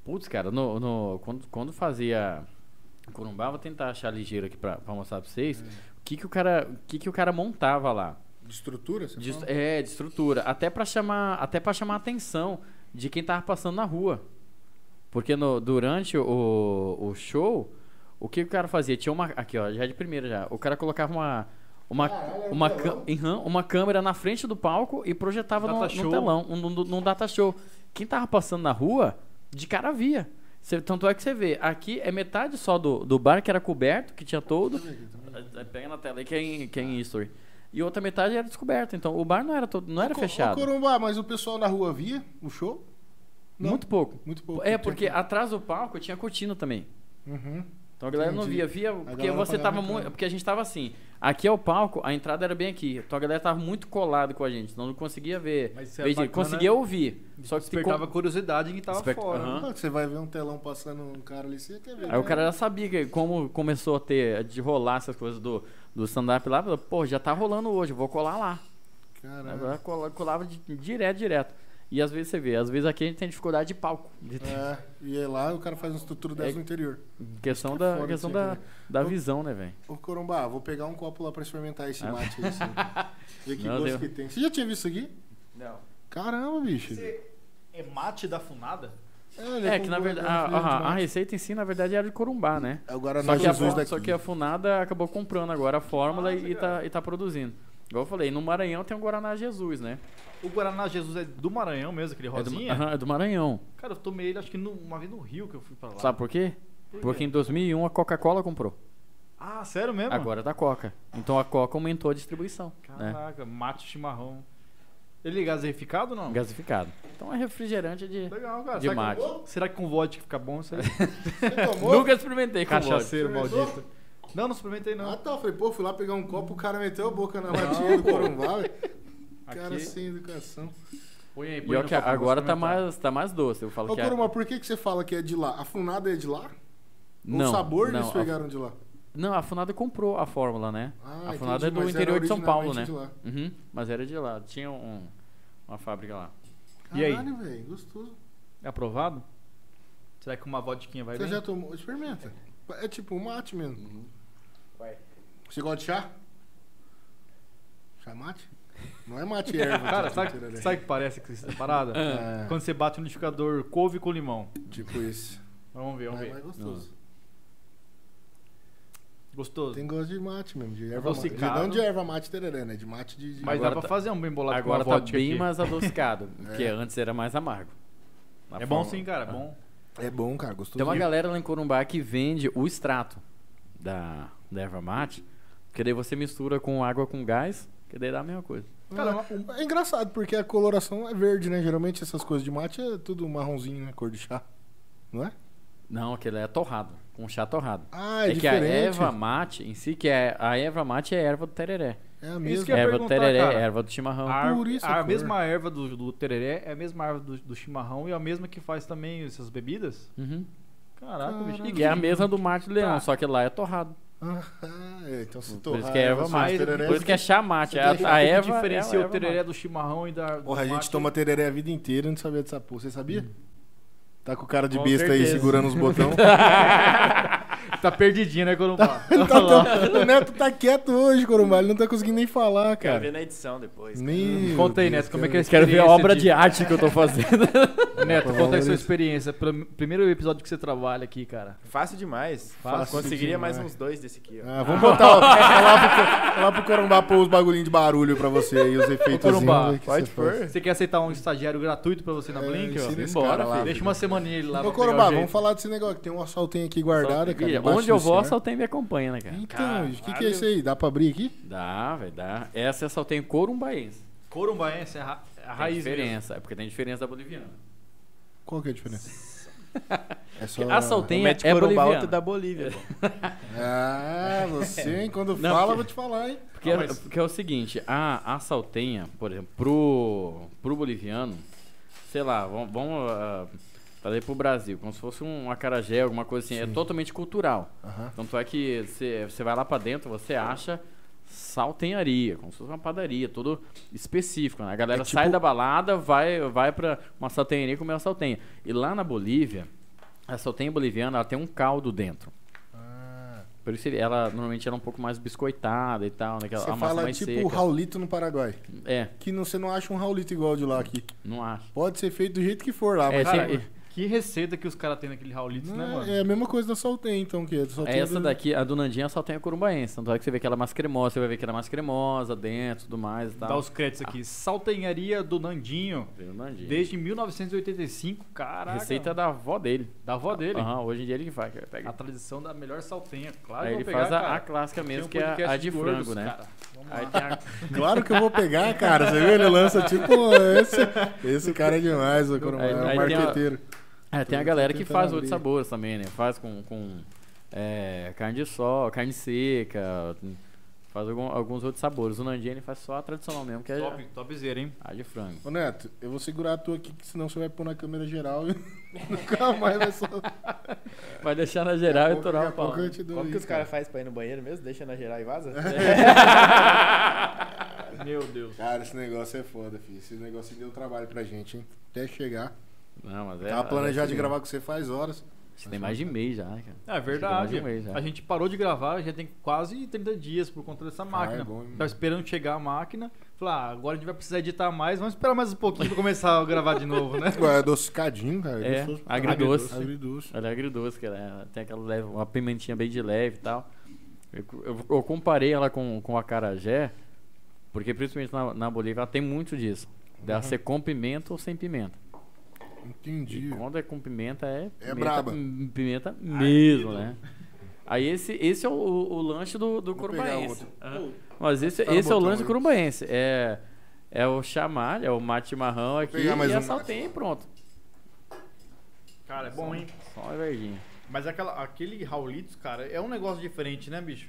Putz, cara, no, no- quando, quando fazia Corumbá, vou tentar achar ligeiro aqui pra, pra mostrar pra vocês. O que que o cara, o que que o cara montava lá? De estrutura, você De- fala? é, de estrutura. Até pra chamar, até para chamar a atenção de quem tava passando na rua. Porque no- durante o, o show, o que o cara fazia? Tinha uma aqui, ó, já é de primeira já. O cara colocava uma uma Caralho, é um uma, telão? cã- aham, uma câmera na frente do palco e projetava Data no, show. no telão, um- num, num data show. Quem tava passando na rua, de cara via. Cê- tanto é que você vê, aqui é metade só do, do bar é que era coberto, que tinha todo. Pega na tela aí que é em, que é em history. E outra metade era descoberta. Então o bar não era todo, não era Co- fechado. Ô, Corumbá, mas o pessoal na rua via o show? Não. Muito pouco. Muito pouco. É, porque atrás do palco tinha cortina também. Uhum. Então a galera não Entendi. via, via porque galera você apagava tava a entrada. muito, porque a gente tava assim, aqui é o palco, a entrada era bem aqui. Então a galera tava muito colado com a gente, então não conseguia ver. Mas isso é Veja, bacana. né? conseguia ouvir. Só que ficou- Despertava curiosidade em quem tava Desperta- fora. Aham. né? Ah, Você vai ver um telão passando um cara ali, você quer ver. Aí o né? cara já sabia que como começou a ter de rolar essas coisas do, do stand-up lá, falou, pô, já tá rolando hoje, eu vou colar lá. Caralho. Agora cola- colava di- direto, direto. E às vezes você vê, às vezes aqui a gente tem dificuldade de palco. De É, e aí lá o cara faz um estrutura dessa É. no interior. (laughs) Questão, Isso que é da, foda questão isso aí, da, né? da Eu- visão, né, velho? Ô, Corumbá, vou pegar um copo lá pra experimentar esse Ah. mate aí. seu. (laughs) Ver que Não, gosto deu. que tem. Você já tinha visto isso aqui? Não. Caramba, bicho. Você é mate da funada? ele É que na comprou verdade, uma a, filha de a- a mate. receita em si, na verdade, era de corumbá, né? Agora Só nós que, a, né? Jesus fu- daqui. Ah, só que a Funada acabou comprando agora a fórmula massa, e, tá, cara. e tá produzindo. Igual eu falei, no Maranhão tem o Guaraná Jesus, né? O Guaraná Jesus é do Maranhão mesmo, aquele É do, rosinha? Aham, é do Maranhão. Cara, eu tomei ele acho que no- uma vez no Rio que eu fui pra lá. Sabe por quê? Por Porque quê? em 2001 a Coca-Cola comprou. Ah, sério mesmo? Agora é da Coca. Então a Coca aumentou a distribuição. Né? Caraca, mate chimarrão. Ele é gaseificado ou não? Gasificado. Então é refrigerante de. Legal, cara. De Será que- mate. será que com vodka fica bom? (laughs) Será Você tomou? Nunca experimentei com vodka. Cachaceiro Experimentou? maldito. Não, não experimentei não. Ah tá, eu falei, pô, fui lá pegar um copo, o cara meteu a boca na matinha do Corumbá, velho. Cara Aqui- sem educação. Põe aí, E põe ó no que copo, vou agora tá experimentar. mais, tá mais doce. Eu falo Ô que a- Corumbá, por que, que você fala que é de lá? A funada é de lá? um não, o sabor não, eles a, pegaram de lá? não, a Funada comprou a fórmula, né? Ah, a Funada entendi, é do mas era interior de São Paulo, né? originalmente de lá. Uhum, mas era de lá. Tinha um- uma fábrica lá. E aí? Caralho, velho, gostoso. É aprovado? Será que uma vodquinha vai você bem? já tomou? Experimenta. É tipo um mate mesmo. Vai. Você gosta de chá? Chá mate? Não é mate é erva. Cara, tipo, sabe, tiraré. sabe Ah. que parece que essa (laughs) parada? Ah. É, Quando você bate no liquidificador couve com limão. tipo isso. Vamos ver, vamos É ver. mais gostoso. Gostoso. Tem gosto de mate mesmo, de erva mate. De, Adocicado. não de erva mate tereré, né? De mate de... de- Mas Agora dá tá- pra fazer um bem bolado Agora com uma tá vodka bem aqui. (laughs) mais adocicado, É. porque antes era mais amargo. Na É bom fórmula. sim, cara, é Ah. bom. É bom, cara, gostoso. Tem uma galera lá em Corumbá que vende o extrato da, da erva mate, porque daí você mistura com água com gás, que daí dá a mesma coisa. Cara, Ah, é engraçado, porque a coloração é verde, né? Geralmente essas coisas de mate é tudo marronzinho, né? Cor de chá. Não é? Não, aquele é torrado, com chá torrado. Ah, é, que a diferente. erva mate em si, que é a erva mate é a erva do tereré. É a Isso que mesma. ia erva do perguntar, tereré, cara. Ah. erva do chimarrão. A, ar- Então, Por isso a a cor. mesma erva do, do tereré é a mesma erva do, do chimarrão e é a mesma que faz também essas bebidas? Uhum. Caraca, bicho. Caralho. Que é a mesma do mate do leão, Tá. só que lá é torrado. Ah, é, então se Por torrar isso que é erva você mate. faz tereré, Por isso que é chá mate. você A, deixa- a o que O erva que diferencia é a o erva tereré mate. do chimarrão e da. do Porra, a gente mate? toma tereré a vida inteira e não sabia dessa porra. Você sabia? Tá com o cara de Com besta aí certeza. segurando (laughs) os botões. (laughs) Tá perdidinho, (laughs) né, Corumbá? Tá o Neto tá quieto hoje, Corumbá. Ele não tá conseguindo nem falar, Quero ver cara. na edição depois. cara. Meu Conta aí, Deus, Neto, como é que cara. é esse tá Quero ver a Experiência obra de- de arte (laughs) que eu tô fazendo. Neto, Por conta aí favor, sua isso. experiência. Pelo primeiro episódio que você trabalha aqui, cara. Fácil demais. Fácil Conseguiria demais. mais uns dois desse aqui, ó. Ah, vamos botar, (laughs) ó, falar, pro, falar pro Corumbá pôr os bagulhinhos de barulho pra você aí, os efeitos. Corumbá, Pode pôr. Você quer aceitar um estagiário gratuito pra você na É, Blink? ó? ensina esse Bora, cara lá, filho. filho. Deixa uma semaninha ele lá. pra Ô, pegar o Corumbá, jeito. vamos falar desse negócio. que Tem um assaltem aqui guardado, cara. Ih, debaixo Onde eu do vou, cenário. só tem me acompanha, né, cara? Então, o que, que é isso aí? Dá pra abrir aqui? Dá, velho, dá. Essa eu só tem corumbaense. Corumbaense é a, ra- a Tem raiz diferença, é porque tem diferença da boliviana. Qual que é a (laughs) diferença? É só... Porque a saltenha Um é de é Corumbá, boliviana. outro da Bolívia. Ah, você, hein? Quando Não, fala, porque- eu vou te falar, hein? Porque, porque é o seguinte, a, a saltenha, por exemplo, pro, pro boliviano, sei lá, vamos, vamos ah, trazer pro Brasil, como se fosse um acarajé, alguma coisa assim, é totalmente cultural. Aham. Tanto é que você você vai lá pra dentro, você acha saltenharia, como se fosse uma padaria, tudo específico. Né? A galera É sai tipo- da balada, vai, vai pra uma saltenharia e comer uma saltenha. E lá na Bolívia, a saltenha boliviana, ela tem um caldo dentro. Ah, Por isso ele- ela normalmente era um pouco mais biscoitada e tal, né? Que ela- você a massa fala mais tipo o seca. Raulito no Paraguai. É, Que não, você não acha um Raulito igual de lá aqui. não acho. Pode ser feito do jeito que for lá, É, mas... Cara, tem- que receita que os caras têm naquele Raulitz, Não, né, mano? é a mesma coisa da Saltem, então, que é do Saltem essa do- daqui, a do Nandinha, só tem a corumbaense. Tanto é que você vê que ela é mais cremosa, você vai ver que ela é mais cremosa dentro, tudo mais e Dá tal. os créditos aqui. Saltenharia do Nandinho. Vem o Nandinho. Desde 1985, caraca. Receita da avó dele. da avó dele. Aham, hoje em dia ele que faz. cara, pega. A tradição da melhor saltenha. Claro Aí que Ah, eu ele vou pegar, faz a, cara. a clássica Tem mesmo, um que é a- a podcast de gordos, frango, né? cara. Aí tem a- Claro que eu vou pegar, cara. Você viu? Ele lança tipo, esse, esse cara é demais, o Coromandel. Aí- É um aí tem a- marqueteiro. É, tem a Tô galera que tentando faz outros abrir. sabores também, né? Faz com, com é, carne de sol, carne seca, faz algum- alguns outros sabores. O Nandini faz só a tradicional mesmo, que é Top, topzera, hein? a de frango. Ô Neto, eu vou segurar a tua aqui, que senão você vai pôr na câmera geral e (laughs) nunca mais vai só. Vai deixar na geral e Daqui a torar o pau. É pouco eu te dou Como que isso, os cara. caras fazem pra ir no banheiro mesmo? Deixa na geral e vaza? (laughs) Meu Deus. Cara, esse negócio é foda, filho. Esse negócio deu trabalho pra gente, hein? Até chegar. Não, mas é. Tava planejado de assim, gravar com você faz horas. acho que Tem mais de mês já, né, cara? É mais de verdade. um mês, né? A gente parou de gravar, já tem quase 30 dias por conta Ah, dessa máquina. Tá é bom, hein? Tava esperando chegar a máquina. Falar, ah, agora a gente vai precisar editar mais, vamos esperar mais um pouquinho pra começar a gravar de novo, né? Ué, é adocicadinho, cara. É, Gostoso. agridoce. Agridoce. Ela é agridoce, que ela é- tem aquela leve, uma pimentinha bem de leve e tal. Eu, eu- eu comparei ela com, com a carajé, porque principalmente na, na Bolívia ela tem muito disso. Uhum. Dela ser com pimenta ou sem pimenta. E Entendi. quando é com pimenta é. pimenta- braba. hum, Pimenta mesmo, né? Aí esse, esse é o, o- o lanche do, do Vou pegar corumbaense. outro. Aham. Mas esse, Tá no esse é o botão lanche do aí. corumbaense. É, é o chamalho, é o mate marrão aqui pegar mais e a um saltenha e mate. pronto. Cara, é bom, hein? Só uma verdinha. Mas aquela, aquele Raulitos, cara, é um negócio diferente, né, bicho?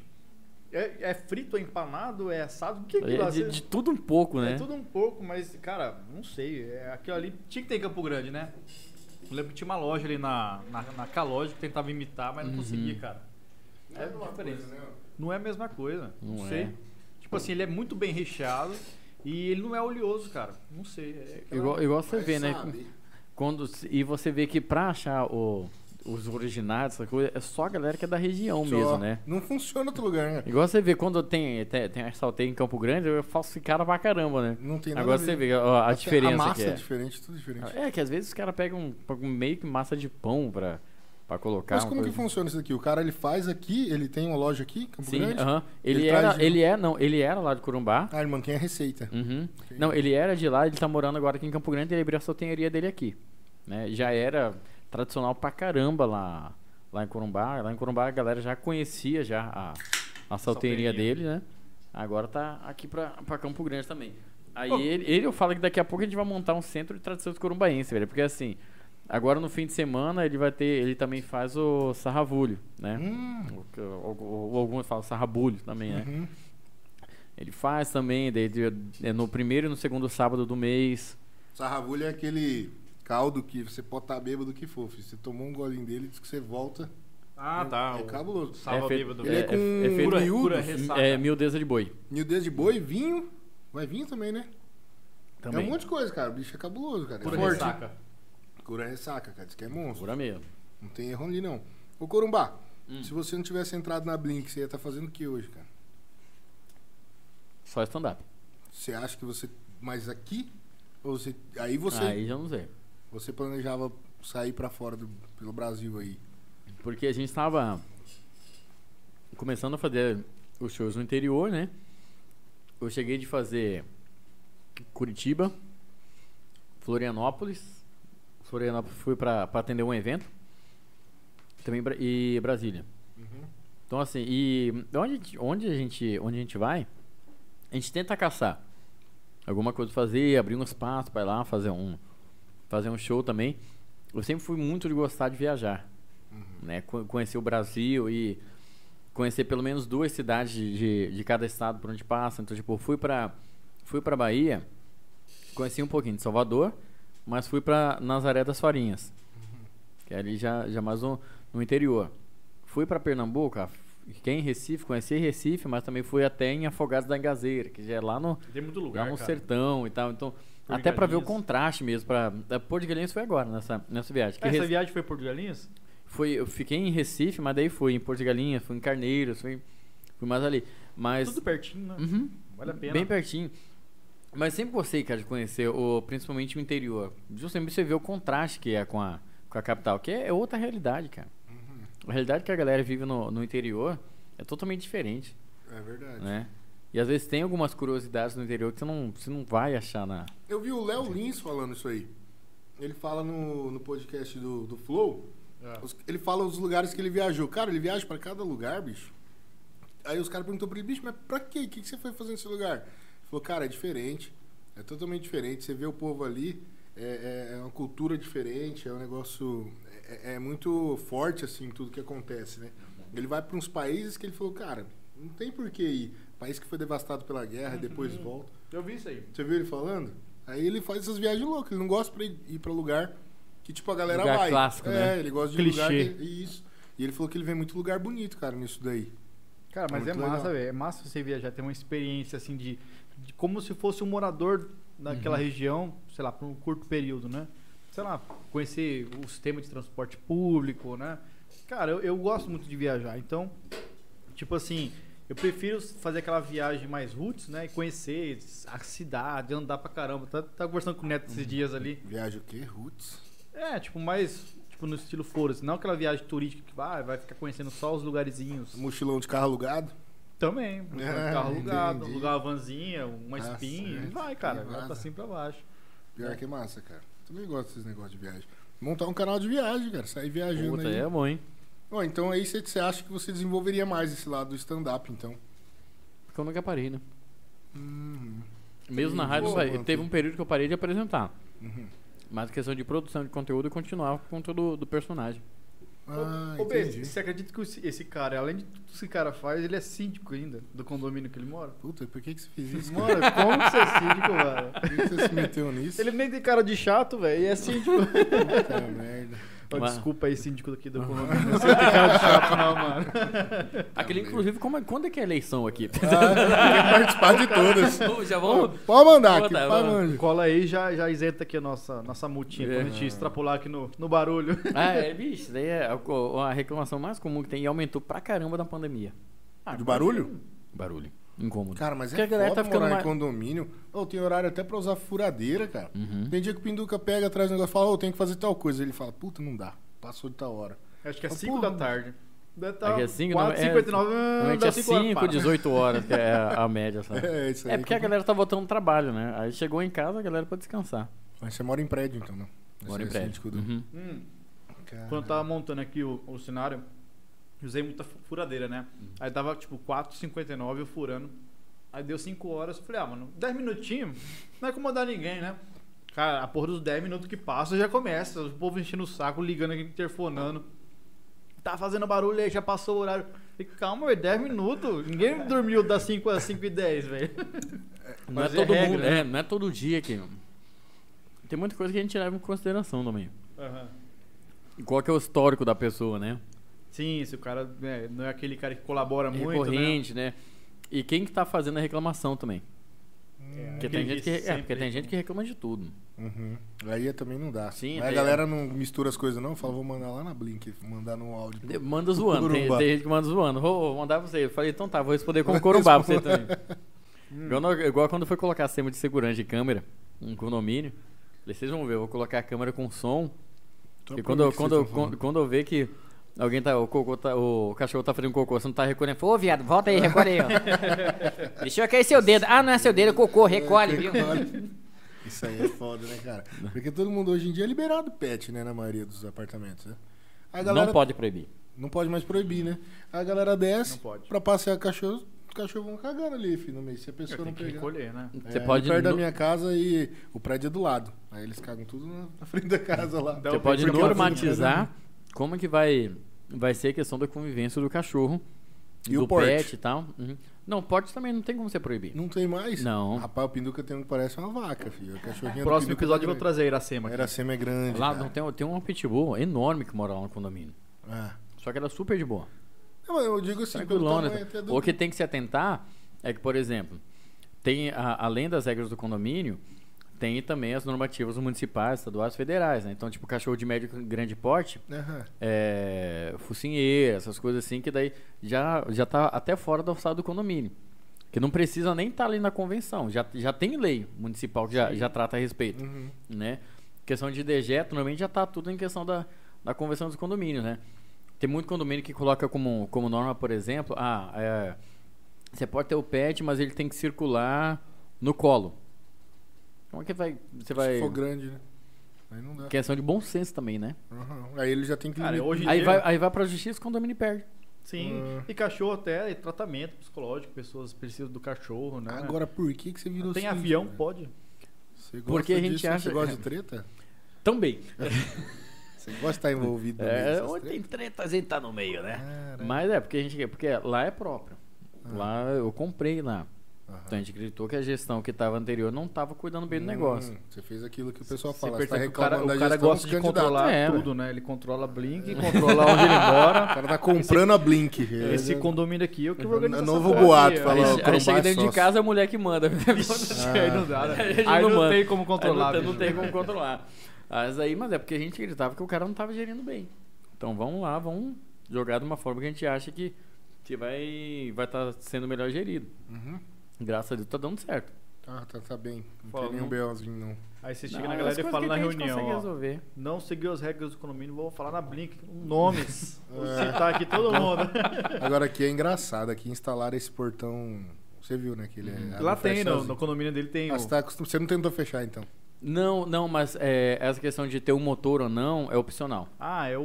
É, é frito, é empanado, é assado? O que é aquilo É lá? de, Você- de tudo um pouco, né? É tudo um pouco, mas, cara, não sei. É, aquilo ali tinha que ter em Campo Grande, né? Eu lembro que tinha uma loja ali na, na, na Calógica que tentava imitar, Uhum. mas não conseguia, cara. É diferente. né? Não é a mesma coisa. Não, Não sei. é. Tipo assim, ele é muito bem recheado e ele não é oleoso, cara. Não sei. É aquela- Igual, igual você vê, né? Sabe? Quando, se- e você vê que pra achar o- os originários, essa coisa, é só a galera que é da região Só. mesmo, né? Não funciona outro lugar, né? Igual você vê quando tem, tem, tem a salteia em Campo Grande, eu falsificada pra caramba, né? Não tem nada Agora a ver. você vê ó, a, Até diferença A massa que é é. diferente, tudo diferente. É que às vezes os caras pegam um- pegam meio que massa de pão pra, pra colocar. Mas uma como que coisa- funciona isso aqui? O cara ele faz aqui, ele tem uma loja aqui, em Campo Sim, Grande. aham. ele, Ele era, traz de- um- ele é, não, ele era lá de Corumbá. Ah, ele mantém a receita. Uhum. Não, ele era de lá, ele tá morando agora aqui em Campo Grande, ele abriu a soltenharia dele aqui. né? Já era tradicional pra caramba lá, lá em Corumbá. Lá em Corumbá a galera já conhecia já a, a saltenharia Saltenharia. dele, né? Agora tá aqui pra, pra Campo Grande também. Aí ele, ele, eu falo que daqui a pouco a gente vai montar um centro de tradições corumbaense, velho. Porque assim, agora no fim de semana ele vai ter, ele também faz o sarravulho, né? Hum. O que- o- o- alguns falam sarrabulho também, né? Uhum. Ele faz também, daí de- é no primeiro e no segundo sábado do mês. Sarrabulho é aquele caldo que você pode estar bêbado que for. filho. Você tomou um golinho dele, diz que você volta. Ah, tá. É o- cabuloso. Salva é fe- bêbado. Ele é, é- com é feito- miúdo, Cura- cura- filho. Ressaca. É miudeza de boi. miudez de boi, vinho. Vai vinho também, né? (laughs) Também. É um monte de coisa, cara. O bicho é cabuloso, cara. Pura é forte. ressaca. Cura ressaca, cara. Diz que é monstro. Cura mesmo. Não tem erro ali, não. Ô, Corumbá, se você não tivesse entrado na Blink, você ia estar fazendo o que hoje, cara? Só stand-up. Você acha que você... Mas aqui... Ou você... Aí você... Aí já não sei. Você planejava sair pra fora do, pelo Brasil aí. Porque a gente tava começando a fazer os shows no interior, né? Eu cheguei de fazer Curitiba, Florianópolis. Florianópolis fui pra, pra atender um evento. Também Bra- e Brasília. Então assim, e onde, a gente- onde a gente onde a gente vai, a gente tenta caçar alguma coisa pra fazer, abrir um espaço pra ir lá fazer um fazer um show também. Eu sempre fui muito de gostar de viajar né, co- conhecer o Brasil e conhecer pelo menos duas cidades de, de, de cada estado por onde passa. Então, tipo, fui para fui para Bahia, conheci um pouquinho de Salvador, mas fui para Nazaré das Farinhas, que é ali já, já mais no, no interior. Fui para Pernambuco, ah, fiquei em Recife, conheci Recife, mas também fui até em Afogados da Engazeira, que já é lá no, Tem muito lá lugar, no cara. sertão e tal. Então, Porto de até para ver o Galinhas. contraste mesmo. Pra, a Porto de Galinhas foi agora, nessa, nessa viagem. Ah, Que Essa Recife- viagem foi por Galinhas? foi, eu fiquei em Recife, mas daí fui em Porto de Galinhas, fui em Carneiros, fui, fui mais ali. Mas. Tudo pertinho, né? Uhum, Vale a pena. Bem pertinho. Mas sempre gostei, cara, de conhecer, o, principalmente o interior. Justamente você vê o contraste que é com a, com a capital, que é outra realidade, cara. Uhum. A realidade que a galera vive no, no interior é totalmente diferente, É verdade. né? E às vezes tem algumas curiosidades no interior que você não, você não vai achar na. Eu vi o Léo Lins falando isso aí. Ele fala no, no podcast do, do É. Flow. os- ele fala os lugares que ele viajou. Cara, ele viaja pra cada lugar, bicho. Aí os caras perguntou pra ele, bicho, mas pra quê? O que que você foi fazer nesse lugar? Ele falou, cara, é diferente. É totalmente diferente. Você vê o povo ali, é, é- é uma cultura diferente, é um negócio. É, é muito forte, assim, tudo que acontece, né? Ele vai pra uns países que ele falou, cara, não tem por que ir. País que foi devastado pela guerra, depois volta. Eu vi isso aí. Você viu ele falando? Aí ele faz essas viagens loucas. Ele não gosta pra ir ir pra lugar que, tipo, a galera Lugar vai. clássico, é, né? ele gosta de Clichê. lugar que, isso. E ele falou que ele vê muito lugar bonito, cara, nisso daí. Cara, mas é Muito massa, legal. velho. É massa você viajar, ter uma experiência assim de, de como se fosse um morador daquela Uhum. região, sei lá, por um curto período, né? Sei lá, conhecer o sistema de transporte público, né? Cara, eu, eu gosto muito de viajar, então, tipo assim, eu prefiro fazer aquela viagem mais roots, né? E conhecer a cidade, andar pra caramba. Tá, tá conversando com o Neto Uhum. esses dias ali. Viaja o quê? Roots? É, tipo, mais tipo, no estilo Foros. Não aquela viagem turística que vai, vai ficar conhecendo só os lugarzinhos. Mochilão de carro alugado? Também. Um É, carro alugado, entendi. alugar uma vanzinha, uma Tá espinha. e certo. Vai, cara. E Vai vaza. pra cima e pra baixo. Pior que é massa, cara. Também gosto desses negócios de viagem. Montar um canal de viagem, cara. Sair viajando Puta, aí. é bom, hein? Ó, então aí você- você acha que você desenvolveria mais esse lado do stand-up, então. Porque eu nunca parei, né? Hum. Uhum. Mesmo na Entendi. rádio, eu Boa, parei. Antônio. teve um período que eu parei de apresentar. Uhum. Mas a questão de produção de conteúdo, eu continuava por conta do, do personagem. Ah, Ô, entendi. Bento, você acredita que esse- esse cara, além de tudo que esse cara faz, ele é síndico ainda do condomínio que ele mora? Puta, por que, que você (laughs) fez isso? cara? Mano, como que você é (laughs) síndico, mano? Por que, que você se meteu nisso? Ele nem tem cara de chato, velho, e é síndico. Puta merda. Ó, Mas- desculpa aí, (laughs) síndico aqui do condomínio. Não sei tem cara de chato, não, mano. Aquele, inclusive, como é- quando é que é a eleição (laughs) aqui? Ah, quer participar de todas. Vamos, Já vamos. Pode mandar aqui, Boa, tá, pode vamos. mandar. Cola aí já, já isenta aqui a nossa, nossa multinha, É. quando a gente extrapolar aqui no, no barulho. Ah, é, bicho, isso daí é a, co- a reclamação mais comum que tem e aumentou pra caramba na pandemia. De barulho? Ah, Barulho. Incômodo. Cara, mas Porque é a galera foda tá ficando morar em mais- condomínio. Ô, tem horário até pra usar furadeira, cara. Uhum. Tem dia que o Pinduca pega, traz um negócio e fala, ô, tem que fazer tal coisa. Ele fala, puta, não dá. Passou de tal hora. Acho que é Pô, 5 da tarde. Deve tá Aqui é cinco, não, 4, é- 59, ah, Normalmente dá é 5 horas, 5, para. 18 horas que é a a média, (laughs) sabe? É, isso aí. É porque a galera tá voltando no trabalho, né? Aí chegou em casa, a galera pra descansar. Mas você mora em prédio, então, não? Mora em Você é prédio. síndico do- Uhum. Hum, Cara. quando eu tava montando aqui o, o cenário, usei muita fu- furadeira, né? Aí dava tipo 4,59 eu furando. Aí deu 5 horas, eu falei, ah, mano, 10 minutinhos, não vai incomodar ninguém, né? Cara, a porra dos 10 minutos que passa já começa. O povo enchendo o saco, ligando aqui, interfonando. Tá fazendo barulho aí, já passou o horário. Falei, calma, velho, 10 minutos. Ninguém dormiu das 5 às 5 e 10, velho. Não é Mas é todo regra, mundo, né? é, não é todo dia que. Tem muita coisa que a gente leva em consideração também. Aham. Qual que é o histórico da pessoa, né? Sim, se o cara né, não é aquele cara que colabora muito, né? Recorrente, né? E quem que tá fazendo a reclamação também? É, Porque aquele tem, gente que, é, sempre- porque tem gente que reclama de tudo. hum, Uhum. Aí também não dá. Sim, Aí é. a daí- galera não mistura as coisas, não. Fala, vou mandar lá na Blink, mandar no áudio. De- Manda zoando. Tem, Corumba. tem gente que manda zoando. Ô, Vou mandar pra você. Eu falei, então tá, vou responder com corumbá pra você também. Hum. Igual, no- igual quando foi colocar sistema de segurança de câmera um condomínio. Falei, vocês vão ver, eu vou colocar a câmera com som. Então, Porque por quando, que quando, vocês eu- tão quando, falando? quando eu ver que alguém tá. O, cocô tá- o cachorro tá fazendo cocô, você não tá recolhendo. Fala, Ô, viado, volta aí, recolhe aí, ó. (laughs) Deixa eu cair seu dedo. Ah, não é seu dedo, é cocô, recolhe, viu? Recolhe. (laughs) Isso aí é foda, né, cara? Porque todo mundo hoje em dia é liberado pet, né, na maioria dos apartamentos, né? A galera Não pode proibir. não pode mais proibir, né? A galera desce Não pode. pra passear cachorro, os cachorros vão cagando ali, filho, no meio. Se a É, pessoa tem não que pegar... recolher, né? Você É, pode. perto da no- minha casa e o prédio é do lado. Aí eles cagam tudo na- na frente da casa lá. Dá Você Então, pode porque- né? normatizar como que vai, vai ser a questão da convivência do cachorro, E do o porte? pet e tal. Uhum. Não, porte também não tem como você proibir. Não tem mais? Não. Rapaz, o Pinduca tem um que parece uma vaca, filho. O cachorrinho Próximo do Pinduca episódio eu tá vou trazer a Iracema. grande. aqui. Era semi é grande. Lá cara. não tem, tem uma pitbull enorme que mora lá no condomínio. Ah. Só que ela é super de boa. Não, mas eu digo assim, pelo Tranquilona. né? tamanho até do... O que tem que se atentar é que, por exemplo, tem a- além das regras do condomínio, tem também as normativas municipais, estaduais, federais, né? Então, tipo, cachorro de médio e grande porte, Aham. é, focinheira, essas coisas assim, que daí já, já tá até fora da alçada do condomínio. Que não precisa nem estar ali na convenção. Já, já tem lei municipal que já, já trata a respeito. Uhum. Né? Questão de dejeto, normalmente já tá tudo em questão da, da convenção dos condomínios, né? Tem muito condomínio que coloca como, como norma, por exemplo, ah, é, você pode ter o pet, mas ele tem que circular no colo. Como é que vai. Você vai. Se for grande, né? Aí não dá. Questão de bom senso também, né? Aham. Aí ele já tem que Cara, limitar. né? hoje em Aí dia, vai, aí vai pra justiça e o condomínio perde. Sim, Ah. e cachorro até é tratamento psicológico, pessoas precisam do cachorro, né? Agora, por que, que você virou tem síndico, avião, velho? pode. Você gosta Porque a gente disso, né? acha- Você gosta de treta? Também. Você gosta de estar envolvido no meio É, dessas onde tretas? tem treta, a gente tá no meio, né? Cara, Mas é, porque a gente. Porque lá é próprio. Lá eu comprei lá. Ah. aham. Então a gente acreditou que a gestão que estava anterior não estava cuidando bem do Hum, negócio. Você fez aquilo que o pessoal é Você fala. Você tá percebe que o cara, reclamando o da cara gestão gosta dos de candidatos. É. controlar É, tudo, né? Ele controla a Blink, controla onde (laughs) ele O mora. cara tá comprando a Blink. É. Esse condomínio aqui, eu que vou organizar. essa Novo porra boato, aqui, ó. falou. Ah. o aí, che- aí Corumbá chega é dentro de sócio. casa a mulher que manda. (laughs) Ixi, Aí não dá, né? A gente Aí não não manda. tem como controlar. Aí não, tem- não tem bicho. como controlar. né? Mas aí, mas é porque a gente acreditava que o cara não estava gerindo bem. Então vamos lá, vamos jogar de uma forma que a gente acha que, que vai vai estar sendo melhor gerido. Uhum. Graças a Deus tá dando certo. Ah, tá, tá bem. Não Fala, tem nenhum não- BOzinho, não. Aí você chega Não, na as galera e coisas fala que na a gente reunião, consegue ó, resolver. não seguiu as regras do condomínio, vou falar na Blink, nomes. (laughs) É. Vou citar aqui todo mundo. Agora aqui é engraçado. Aqui instalaram esse portão. Você viu, né? Que ele é Lá abre e tem, fecha no, sozinho. no condomínio dele tem. Ah, o- você, tá acostum- você não tentou fechar, então. Não, não, mas é, essa questão de ter um motor ou não é opcional. Ah, é o,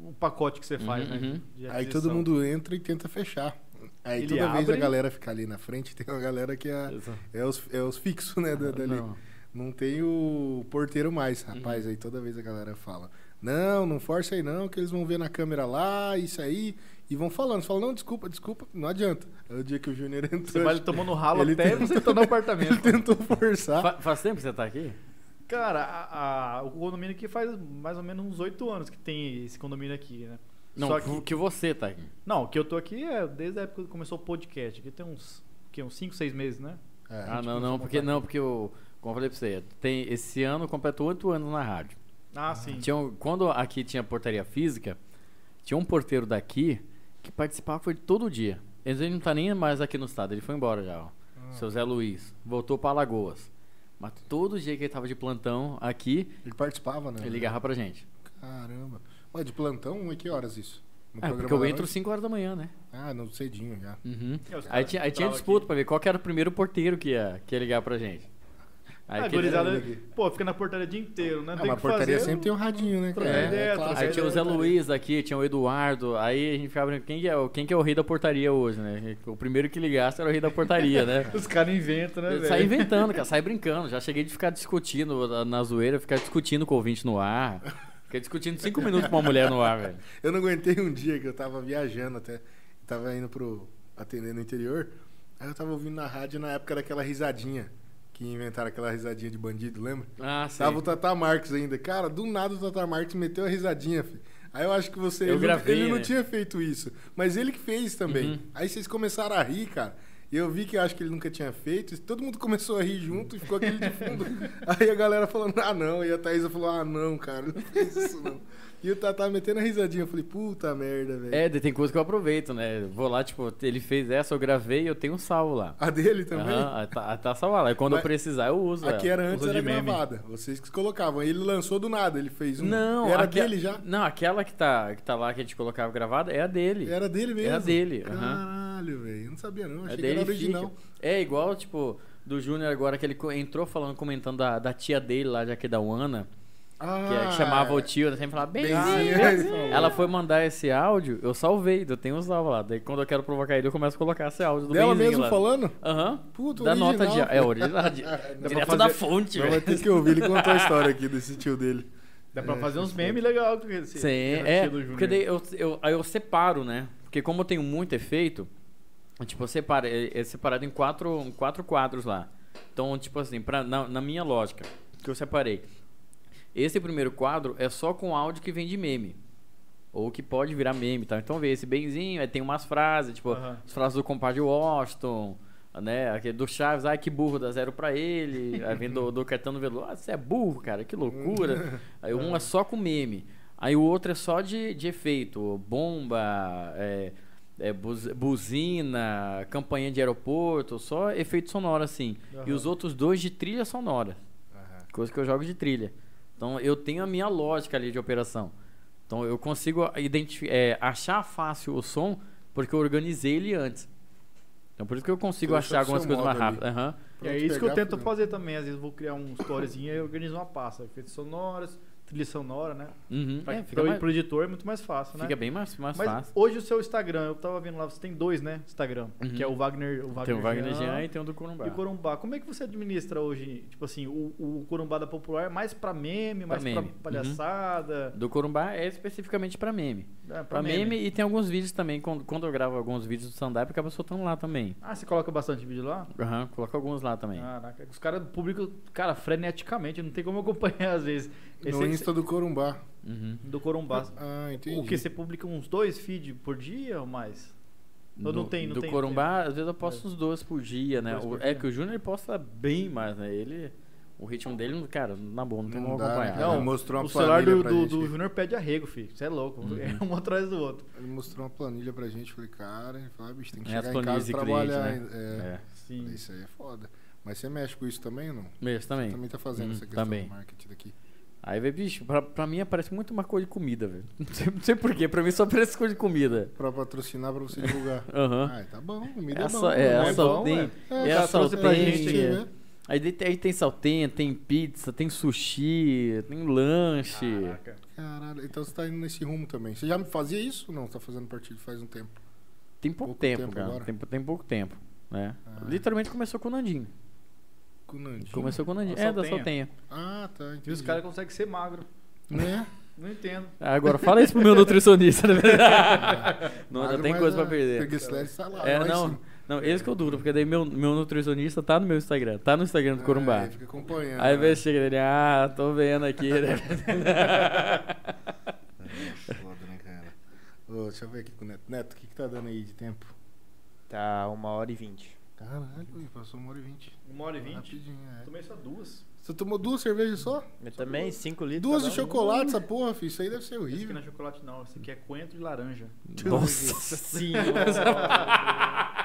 o pacote que você faz, Uhum, né? uhum. de Aí aquisição. todo mundo entra e tenta fechar. Aí Ele toda vez a abre. galera fica ali na frente, (laughs) tem uma galera que é, é os, é os fixos, né? da- dali. Ah, Não. Não tem o porteiro mais, rapaz. Aí toda vez a galera fala: Não, não força aí não, que eles vão ver na câmera lá, isso aí. E vão falando: Você fala, não, desculpa, desculpa, não adianta. Aí o dia que o Júnior (laughs) entrou, Você vai tomando ralo Ele até tem- você tá (laughs) no ele (laughs) apartamento. tentou forçar. Fa- faz tempo que você tá aqui? Cara, a- a- o condomínio aqui faz mais ou menos uns oito anos que tem esse condomínio aqui, né? Não, Só que... que- que você tá aqui. Não, o que eu tô aqui é desde a época que começou o podcast. Aqui tem uns, que, uns cinco, seis meses, né? É, ah, não, não, porque não, porque eu. Como eu falei pra você, tem, esse ano completou oito anos na rádio. Ah, sim. Tinha um- quando aqui tinha portaria física, tinha um porteiro daqui que participava foi todo dia. Ele não tá nem mais aqui no estado, ele foi embora já, ó. Ah. Seu Zé Luiz. Voltou pra Alagoas. Mas todo dia que ele tava de plantão aqui, Ele participava, né? ele ligava pra gente. Caramba. Ué, de plantão, é que horas isso? No É, programa porque eu da entro noite? 5 horas da manhã, né? Ah, não, cedinho já. Uhum. É, os caras Aí tinha, aí tinha entravam disputa aqui. pra ver qual que era o primeiro porteiro que ia, que ia ligar pra gente. Aí Ah, que ele- gurizada, aqui. pô, fica na portaria o dia inteiro, né? Ah, tem mas a que portaria fazer, sempre tem um radinho, né? cara? trocar É, ideia, é trocar clássico. Aí tinha o Zé Luiz aqui, tinha o Eduardo, aí a gente ficava brincando, quem que é, o- quem que é o rei da portaria hoje, né? O primeiro que ligasse era o rei da portaria, né? Os caras inventam, (laughs) né, velho? Sai inventando, cara, sai brincando. Já cheguei de ficar discutindo na- na zoeira, ficar discutindo com o ouvinte no ar. Fiquei discutindo cinco minutos com uma mulher no ar, velho. Eu não aguentei um dia que eu tava viajando até. Tava indo pro. atendendo o interior. Aí eu tava ouvindo na rádio na época daquela risadinha. Que inventaram aquela risadinha de bandido, lembra? Ah, sim. Tava o Tata Marques ainda. Cara, do nada o Tata Marques meteu a risadinha, filho. Aí eu acho que você. Eu ele não- gravei, ele não né? Uhum. tinha feito isso. Mas ele que fez também. Aí vocês começaram a rir, cara. E eu vi que eu acho que ele nunca tinha feito. e Todo mundo começou a rir junto e ficou aquele de (laughs) fundo. Aí a galera falando, ah não. E a Thaisa falou, ah não, cara, não fez isso não. E o Tata metendo a risadinha. Eu falei, puta merda, velho. É, daí tem coisa que eu aproveito, né? Vou lá, tipo, ele fez essa, eu gravei, eu tenho um salvo lá. A dele também? Aham, a tá, a tá salva lá. E quando Mas eu precisar, eu uso. é. Aqui ela. era antes, usa de era meme. gravada. Vocês que colocavam. Ele lançou do nada, ele fez um. Não, Era aque- dele já? Não, aquela que tá, que tá lá que a gente colocava gravada é a dele. Era dele mesmo? É a dele. aham. Caralho, velho. Eu não sabia, não. É Achei que dele era fica. original. É igual, tipo, do Júnior agora que ele co- entrou falando, comentando da, da tia dele lá, já que é da Ana, que, Ah, é- que chamava o tio, ela sempre falava, bem, Benzinho, ele (laughs) falou. Ela foi mandar esse áudio, eu salvei, eu tenho os áudios lá. Daí quando eu quero provocar ele, eu começo a colocar esse áudio do Dela Benzinho mesmo lá. falando? Aham. Puta, da original, nota de áudio. É velho. original. (laughs) de- pra Direto fazer- da fonte, Não vai velho. ter que ouvir ele contar a história aqui desse tio dele. Dá pra fazer uns memes legais com esse. Sim, essa é. tia do Júnior. Porque daí eu, eu, aí eu separo, né? Porque como eu tenho muito efeito, tipo, eu separo, é, é separado em quatro, em quatro quadros lá. Então, tipo assim, pra, na, na minha lógica, que eu separei. Esse primeiro quadro é só com áudio que vem de meme. Ou que pode virar meme, tá? Então vê esse benzinho, aí tem umas frases, tipo, Aham. as frases do compadre Washington, né? aquele Do Chaves, ai que burro, dá zero pra ele. Aí vem do, do Caetano Veloso, ah, você é burro, cara, que loucura. Aí um é só com meme. Aí o outro é só de, de efeito, bomba, é, é, buz- buzina, campanha de aeroporto, só efeito sonoro assim. E os outros dois de trilha sonora, coisa que eu jogo de trilha. Então eu tenho a minha lógica ali de operação. Então eu consigo identifi- é, achar fácil o som porque eu organizei ele antes. Então por isso que eu consigo Você achar deixou do algumas seu coisas mais modo ali. rápido. Aham. É isso que eu tento fazer também. Às vezes vou criar um storyzinho e organizo uma pasta. Efeitos sonoros, trilha sonora, né? Uhum. Pra, É, pra, fica, o- mais, pro editor é muito mais fácil, né? fica bem mais, mais Mas fácil. hoje o seu Instagram, eu tava vendo lá, você tem dois, né? Instagram, Uhum. que é o Wagner, o Wagner, Tem o Wagner Jean Jean e tem o do Corumbá. e o Corumbá. Como é que você administra hoje, tipo assim, o, o Corumbá da Popular é mais pra meme, mais pra, meme. Uhum. palhaçada? Do Corumbá é especificamente pra meme. É, pra, Uhum. Pra meme. e tem alguns vídeos também. Quando, quando eu gravo alguns vídeos do é stand-up, acaba soltando tá um lá também. Ah, você coloca bastante vídeo lá? Aham, coloca alguns lá também. Caraca, os caras publicam, cara, freneticamente, não tem como acompanhar às vezes. No Insta do Corumbá. Uhum. do Corumbá. Ah, entendi. é O que? Você publica uns dois feeds por dia ou mais? Ou não Do- tem, não do tem, não Corumbá, às vezes eu posto uns dois por dia, né? Dois O- por é dia. que o Júnior ele posta bem mais, né? Ele. O ritmo dele, cara, na boa, não tem como dá, acompanhar. né? Não, ele mostrou uma o celular planilha do, pra do, gente. Uhum. do Júnior pede arrego, filho. Você é louco. É um atrás do outro. Ele mostrou uma planilha pra gente, falei, cara, ele falou, ah, bicho, tem que É, as chegar em casa planilhas e de cliente, trabalhar. né? ainda. É. É, Sim. Isso aí é foda. Mas você mexe com isso também ou não? Mesmo também. Também tá fazendo Hum, essa questão também. do marketing daqui. Aí, velho, bicho, pra, pra mim aparece muito uma coisa de comida, velho. (laughs) Não sei, não sei porquê, pra mim só aparece coisa de comida. Pra patrocinar, pra você divulgar. Aham. Ah, tá bom, comida é, bom. É, sal- é, né? é bom, saltem. ué. É, é já sal- trouxe pra tem- gente aqui, né? Aí, de- aí tem saltenha, tem pizza, tem sushi, tem lanche. Caraca. Caralho, então você tá indo nesse rumo também. Você já me fazia isso ou não? Tá fazendo partido faz um tempo. Tem pouco, Pouco tempo, tempo cara. agora. Tem, pou- tem pouco tempo, né? Ah. Literalmente começou com o Nandinho. Com o Nandinho? Começou com o Nandinho. Da É, da Saltenha. saltenha. Ah, tá, entendi. E os caras conseguem ser magro. Né? Não entendo. Agora, fala isso pro meu nutricionista, né? (laughs) Não, ainda Magro, tem mas coisa pra a perder. Fergus Led tá lá. É, lá em não. cima. Não, esse que eu duro, porque daí meu, meu nutricionista tá no meu Instagram, tá no Instagram do Corumbá. É, fica acompanhando. Aí né? você chega dele, ah, tô vendo aqui. né? É foda, né, cara? Ô, deixa eu ver aqui com o Neto. Neto, o que, que tá dando aí de tempo? Tá uma hora e vinte. Caralho, ih, passou uma hora e vinte. Uma hora e vinte. Rapidinho, é. Tomei só duas. Você tomou duas cervejas só? Mas também cinco litros. tá Duas de cada um. chocolate, essa porra, filho. Isso aí deve ser Esse aqui não horrível. é chocolate, não. Esse aqui é coentro de laranja. Nossa é-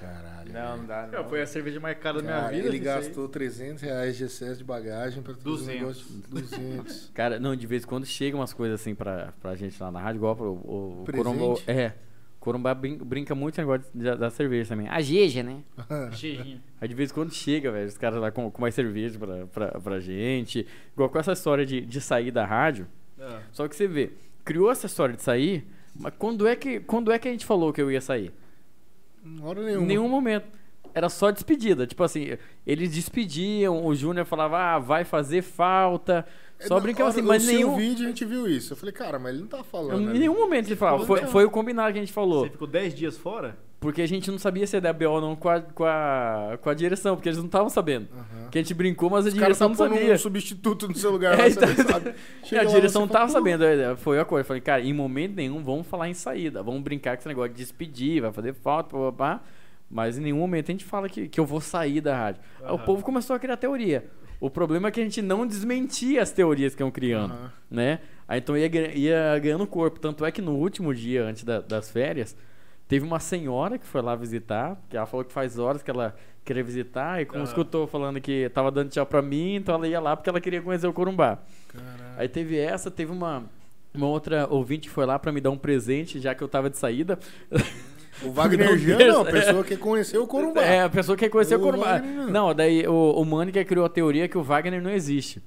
Caralho. é. Não, não velho. dá. Não. É, Foi assim. a cerveja mais cara da minha Cara, ele vida. assim, isso aí. gastou 300 reais de excesso de bagagem pra trazer um 200. negócio de 200. Cara, não, de vez em quando chega umas coisas assim pra, pra gente lá na rádio, igual pro, o, o Presente? Corumbá. É. o Corumbá brin- brinca muito com o negócio da, da cerveja também. A Geja, né? (laughs) Cheirinho. Aí de vez em quando chega, velho, os caras lá com, com mais cerveja pra, pra, pra gente. Igual com essa história de, de sair da rádio. Ah. Só que você vê, criou essa história de sair, mas quando é que, quando é que a gente falou que eu ia sair? (laughs) Não, hora Em nenhuma. nenhum momento. Era só despedida. Tipo assim, eles despediam, o Júnior falava, ah, vai fazer falta. É, Só na brincava hora- assim, mas no seu nenhum. vídeo a gente viu isso. Eu falei, cara, mas ele não tá falando. Em né? nenhum momento ele falava. Foi, Não. foi o combinado que a gente falou. Você ficou 10 dias fora? Porque a gente não sabia se ia dar BO ou não com a, com, a, com a direção, porque eles não estavam sabendo. Aham. Que a gente brincou, mas a Os caras direção tá não pondo sabia. um substituto no seu lugar. (laughs) É, lá, você então- nem sabe. Chega a lá, direção você não tava fala, "Pô, sabendo. é, Foi a coisa. Eu falei, cara, em momento nenhum vamos falar em saída. Vamos brincar com esse negócio de despedir, vai fazer falta, pá, pá, pá. Mas em nenhum momento a gente fala que, que eu vou sair da rádio. Aí É o Aham. povo começou a criar teoria. O problema é que a gente não desmentia as teorias que iam criando, Aham. né? Aí então ia, gra- ia ganhando corpo. Tanto é que no último dia antes da- das férias, teve uma senhora que foi lá visitar, que ela falou que faz horas que ela queria visitar, e como Aham. escutou falando que tava dando tchau pra mim, então ela ia lá porque ela queria conhecer o Corumbá. Caralho. Aí teve essa, teve uma, uma outra ouvinte que foi lá pra me dar um presente, já que eu tava de saída. O Wagner Meu Jean Deus, não, a é. pessoa que conheceu o Corumbá. É, a pessoa quer conhecer o O Corumbá. Wagner não. Não, daí o, o Mânica criou a teoria que o Wagner (laughs) não existe.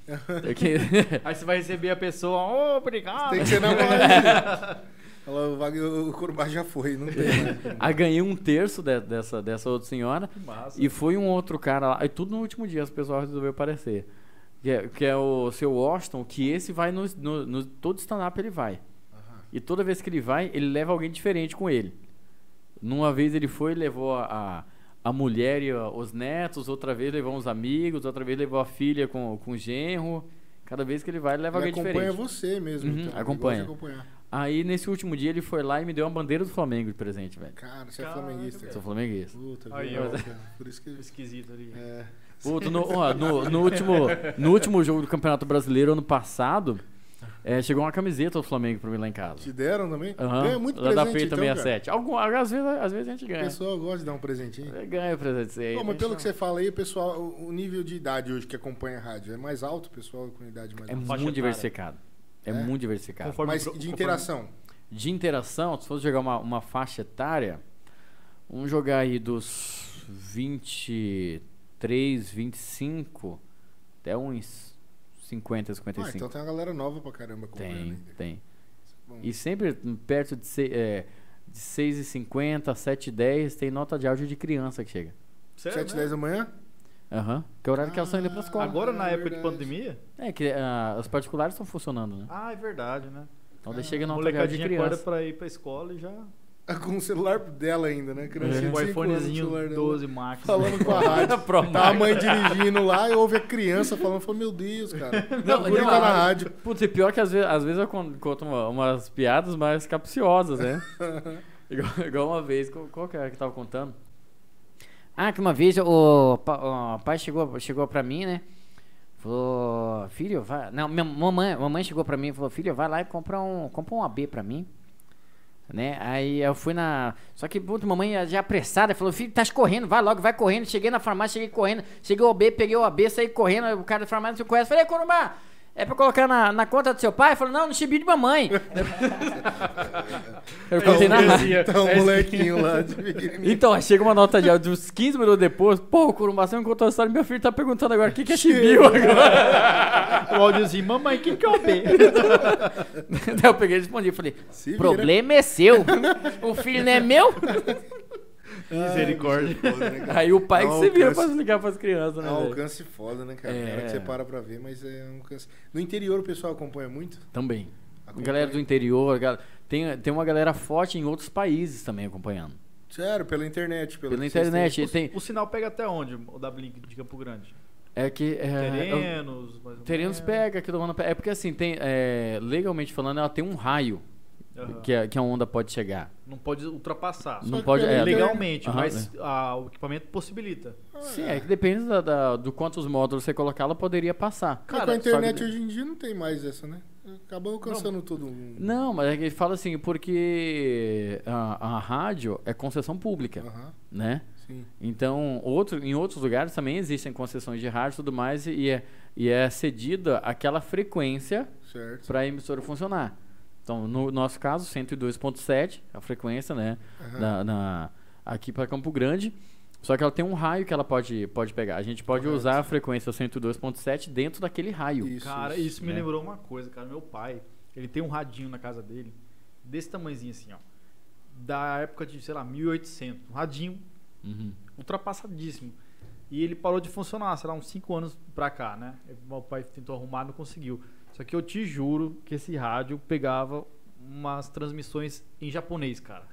É que- (laughs) Aí você vai receber a pessoa, ô, obrigado. Tem que ser na (laughs) Bahia. É. Fala, o, Wagner, o Corumbá já foi, não tem né?" mais. Aí ganhei um terço de- dessa, dessa outra senhora Que massa. e foi um outro cara lá. E tudo no último dia, as pessoas resolveram aparecer. Que é, que é o seu Washington, que esse vai no, no, no- todo stand-up ele vai. E toda vez que ele vai, ele leva alguém diferente com ele. Numa vez ele foi e levou a, a mulher e a- os netos, outra vez levou uns amigos, outra vez levou a filha com, com o genro. Cada vez que ele vai, ele leva Ele alguém acompanha É, diferente. você mesmo. Uhum, então, ele acompanha. gosta de acompanhar. Aí nesse último dia ele foi lá e me deu uma bandeira do Flamengo de presente, velho. Cara, você é Caralho, flamenguista. Sou Cara. flamenguista. Puta, Aí, viu, ó. cara? Por isso que. Esquisito ali. É. Outro, no, ó, no- no último, no último jogo do Campeonato Brasileiro, ano passado, eh, chegou uma camiseta do Flamengo pra mim lá em casa. Te deram também? Aham, Ganha muito lá presente. da Peita então, cara. 67. Algum, às, vezes, às vezes a gente O ganha. pessoal gosta de dar um presentinho. Eh, Ganha presente. Sei, Pô, mas deixa pelo eu- que você fala aí, o pessoal, o o nível de idade hoje que acompanha a rádio é mais alto, o pessoal com idade mais É alta. muito etária. diversificado. É, É? muito diversificado. Conforme Mas pro- de conforme- interação. Ah, De interação, se fosse jogar uma, uma faixa etária, vamos jogar aí dos 23, 25 até uns 50, Ah, 55. então né? tem uma galera nova pra caramba comprando Tem, ainda. tem. Bom, E sempre perto de, se- é, de 6,50, 7,10 tem nota de áudio de criança que chega. Sério, 7 né? 10 da manhã? (laughs) Aham. Que é o horário que elas estão indo pra escola. Agora, É na época de verdade. pandemia? É que ah, os particulares estão funcionando, né? Ah, é verdade, né? Então daí chega A nota de áudio de molecadinha acorda criança. (laughs) pra ir pra escola e já... Com o celular dela ainda, né? É. Criancinha Com de o cinco anos, iPhonezinho né? celular dela. 12 Max. Falando com a (laughs) rádio. Pro Tá a Max. mãe dirigindo lá e ouve a criança falando, falou, meu Deus, cara. Não, o guri não, tá a- na rádio. Putz, e pior que às vezes, às vezes eu con- conto uma- umas piadas mais capciosas, (laughs) né? igual, igual uma vez, qual, qual que era que tava contando? Ah, que uma vez o, pa- o pai chegou, chegou pra mim, né? Falou, filho, vai. Não, minha mamãe, mamãe chegou pra mim e falou, filho, vai lá e compra um, compra um AB pra mim. Né? Aí eu fui na. Só que, puta, mamãe é já apressada, falou, filho, tá correndo, vai logo, vai correndo. Cheguei na farmácia, cheguei correndo. Cheguei o AB, peguei o AB, saí correndo. aí O cara da farmácia não se conhece. Falei, "Ei, Corumbá, é pra colocar na, na conta do seu pai? Falou, não, no chibi de (laughs) mamãe. eu contei na rádio. Tá um molequinho lá (laughs) de pequenininho. Então, aí chega uma nota de áudio uns 15 minutos depois. Pô, o Corumbá, você não contou a história, meu filho tá perguntando agora o que, que é (laughs) chibio agora. (laughs) O áudiozinho, mamãe, quem que (laughs) é o B? Daí eu peguei e respondi, falei, Se vira. Problema é seu. o filho não é (laughs) meu? Ah, Misericórdia. Foda, né, cara? Aí o pai Não que se vira pra alcança. explicar pras crianças, É né? um velho? alcance foda, né, cara? É. É. hora que você para pra ver, mas é um alcance. No interior o pessoal acompanha muito? Também. Acompanha. Galera do interior, gal- tem, tem uma galera forte em outros países também acompanhando. Sério, pela internet. Pelo Pela que vocês internet, têm. É, tem, O sinal pega até onde, o da Blink de Campo Grande? é que... é, eu- Terenos, mais ou menos. Terenos pega, que do ano pega. É porque assim, tem, é, legalmente falando, ela tem um raio Aham. que, a, que a onda pode chegar. Não pode ultrapassar. não que pode. pela É, internet- Legalmente, Aham, né? mas ah, o equipamento possibilita. Sim, é que depende da, da- do quantos módulos você colocar, ela poderia passar. Cara, com Só a internet que- hoje em dia não tem mais essa, né? Acabou alcançando todo mundo. Não, mas é que ele fala assim, porque a, a rádio é concessão pública, Aham, né? sim. Então, outro, em outros lugares também existem concessões de rádio e tudo mais, e é, e é cedida aquela frequência Certo. para a emissora funcionar. Então, no nosso caso, 102.7, a frequência, né? Aham. na, na- aqui para Campo Grande. Só que ela tem um raio que ela pode, pode pegar. A gente pode Correto. usar a frequência 102.7 dentro daquele raio. Isso, cara, isso, me né? lembrou uma coisa, cara. Meu pai, ele tem um radinho na casa dele, desse tamanhozinho assim, ó. Da época de, sei lá, 1800. Um radinho Uhum. ultrapassadíssimo. E ele parou de funcionar, sei lá, uns 5 anos pra cá, né? Meu pai tentou arrumar, não conseguiu. Só que eu te juro que esse rádio pegava umas transmissões em japonês, cara.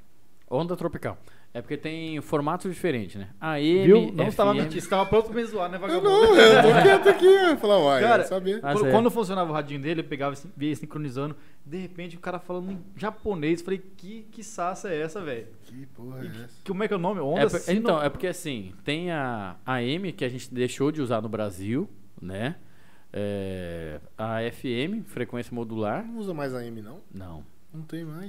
Onda tropical. É porque tem formato diferente, né? AM, Viu? Não FM, estava mentindo, estava pronto pra me zoar, né, Eu vagabundo? não, eu (laughs) tô quieto aqui. Eu falar, uai, Cara, eu sabia. Ah, quando, certo. quando funcionava o radinho dele, eu pegava, e via sincronizando. De repente, o cara falando em japonês. Falei, que, que saça é essa, velho? Que porra é essa? Que- Como é que é o nome? Onda É por- sino- Então, é porque assim, tem a AM que a gente deixou de usar no Brasil, né? É, a FM, frequência modular. Não usa mais a M, não? Não, Não tem mais.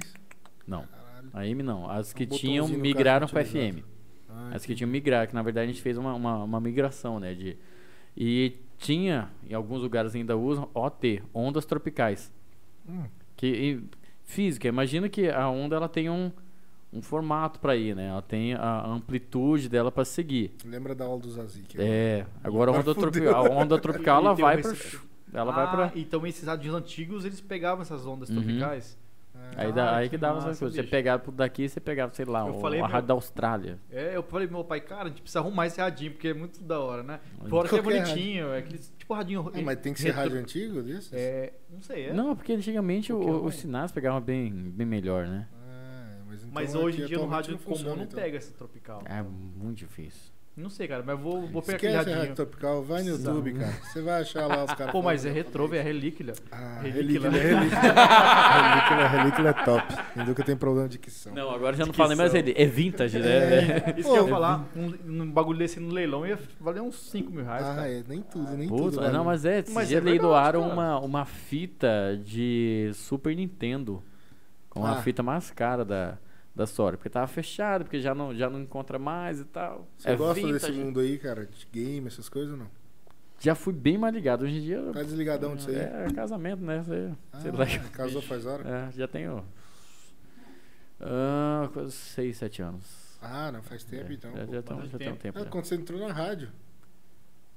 não. Caralho. AM não. As que Um tinham botãozinho no migraram caso para utilizado. FM. Ah, As que tinham migrado, que na verdade a gente fez uma, uma, uma migração, né? De, e tinha, em alguns lugares ainda usam, OT, ondas tropicais. Hum. Que, e, física, imagina que a onda ela tem um, um formato para ir, né? Ela tem a amplitude dela para seguir. Lembra da aula do Zazik? né? É, agora Agora a onda, fudeu. tropi- a onda tropical (laughs) ela Ele tem um vai para rece- ela Ah, vai para Então, esses radinhos antigos, eles pegavam essas ondas Uhum. tropicais. aí, dá- Ah, aí que que dava essas massa, coisas. Você bicho. pegava por daqui, você pegava, sei lá, Eu o- falei, a meu- rádio da Austrália. É, eu falei pro meu pai, cara, a gente precisa arrumar esse radinho, porque é muito da hora, né? Fora que é Qualquer bonitinho, é aquele tipo radinho... Ah, mas tem que ser retro- rádio antigo desses? É, não sei, é. Não, porque antigamente Porque o- não é. os sinais pegavam bem, bem melhor, né? Ah, mas então mas hoje em aqui dia no atualmente rádio não comum funciona, não então. pega esse tropical. É muito difícil. Não sei, cara, mas vou, vou pegar aquele Esquece a rádio radinho. tropical, vai no Precisava. YouTube, cara. Você vai achar lá os caras. Pô, mas é falando retrô, japonês. velho, é relíquia. Ah, Relíquia. né? relíquia, (laughs) relíquia. relíquia, relíquia é top. Hinduca tem problema de dicção. Não, agora já não que fala nem mais são. ele. É vintage, (laughs) né? Isso Pô, que eu ia falar, um, um bagulho desse no leilão ia valer uns 5 mil reais, Ah, cara. é, nem tudo, nem Puta, tudo. não, mas é, esses Mas dias é verdade, leiloaram cara. uma, uma fita de Super Nintendo. Com a Ah. fita mais cara da, da história. Porque tava fechado, porque já não, já não encontra mais e tal. Você é gosta vintage. desse mundo aí, cara? De game, essas coisas ou não? Já fui bem mais ligado. Hoje em dia. Tá desligadão disso aí? É casamento, né? Você, sei Ah, lá. Casou faz hora? É, já tenho. Ah, quase 6, 7 anos. Ah, não, faz tempo É, então. já, pô. já, tem, um- bastante já tem um tempo. Ah, já. quando você entrou na rádio.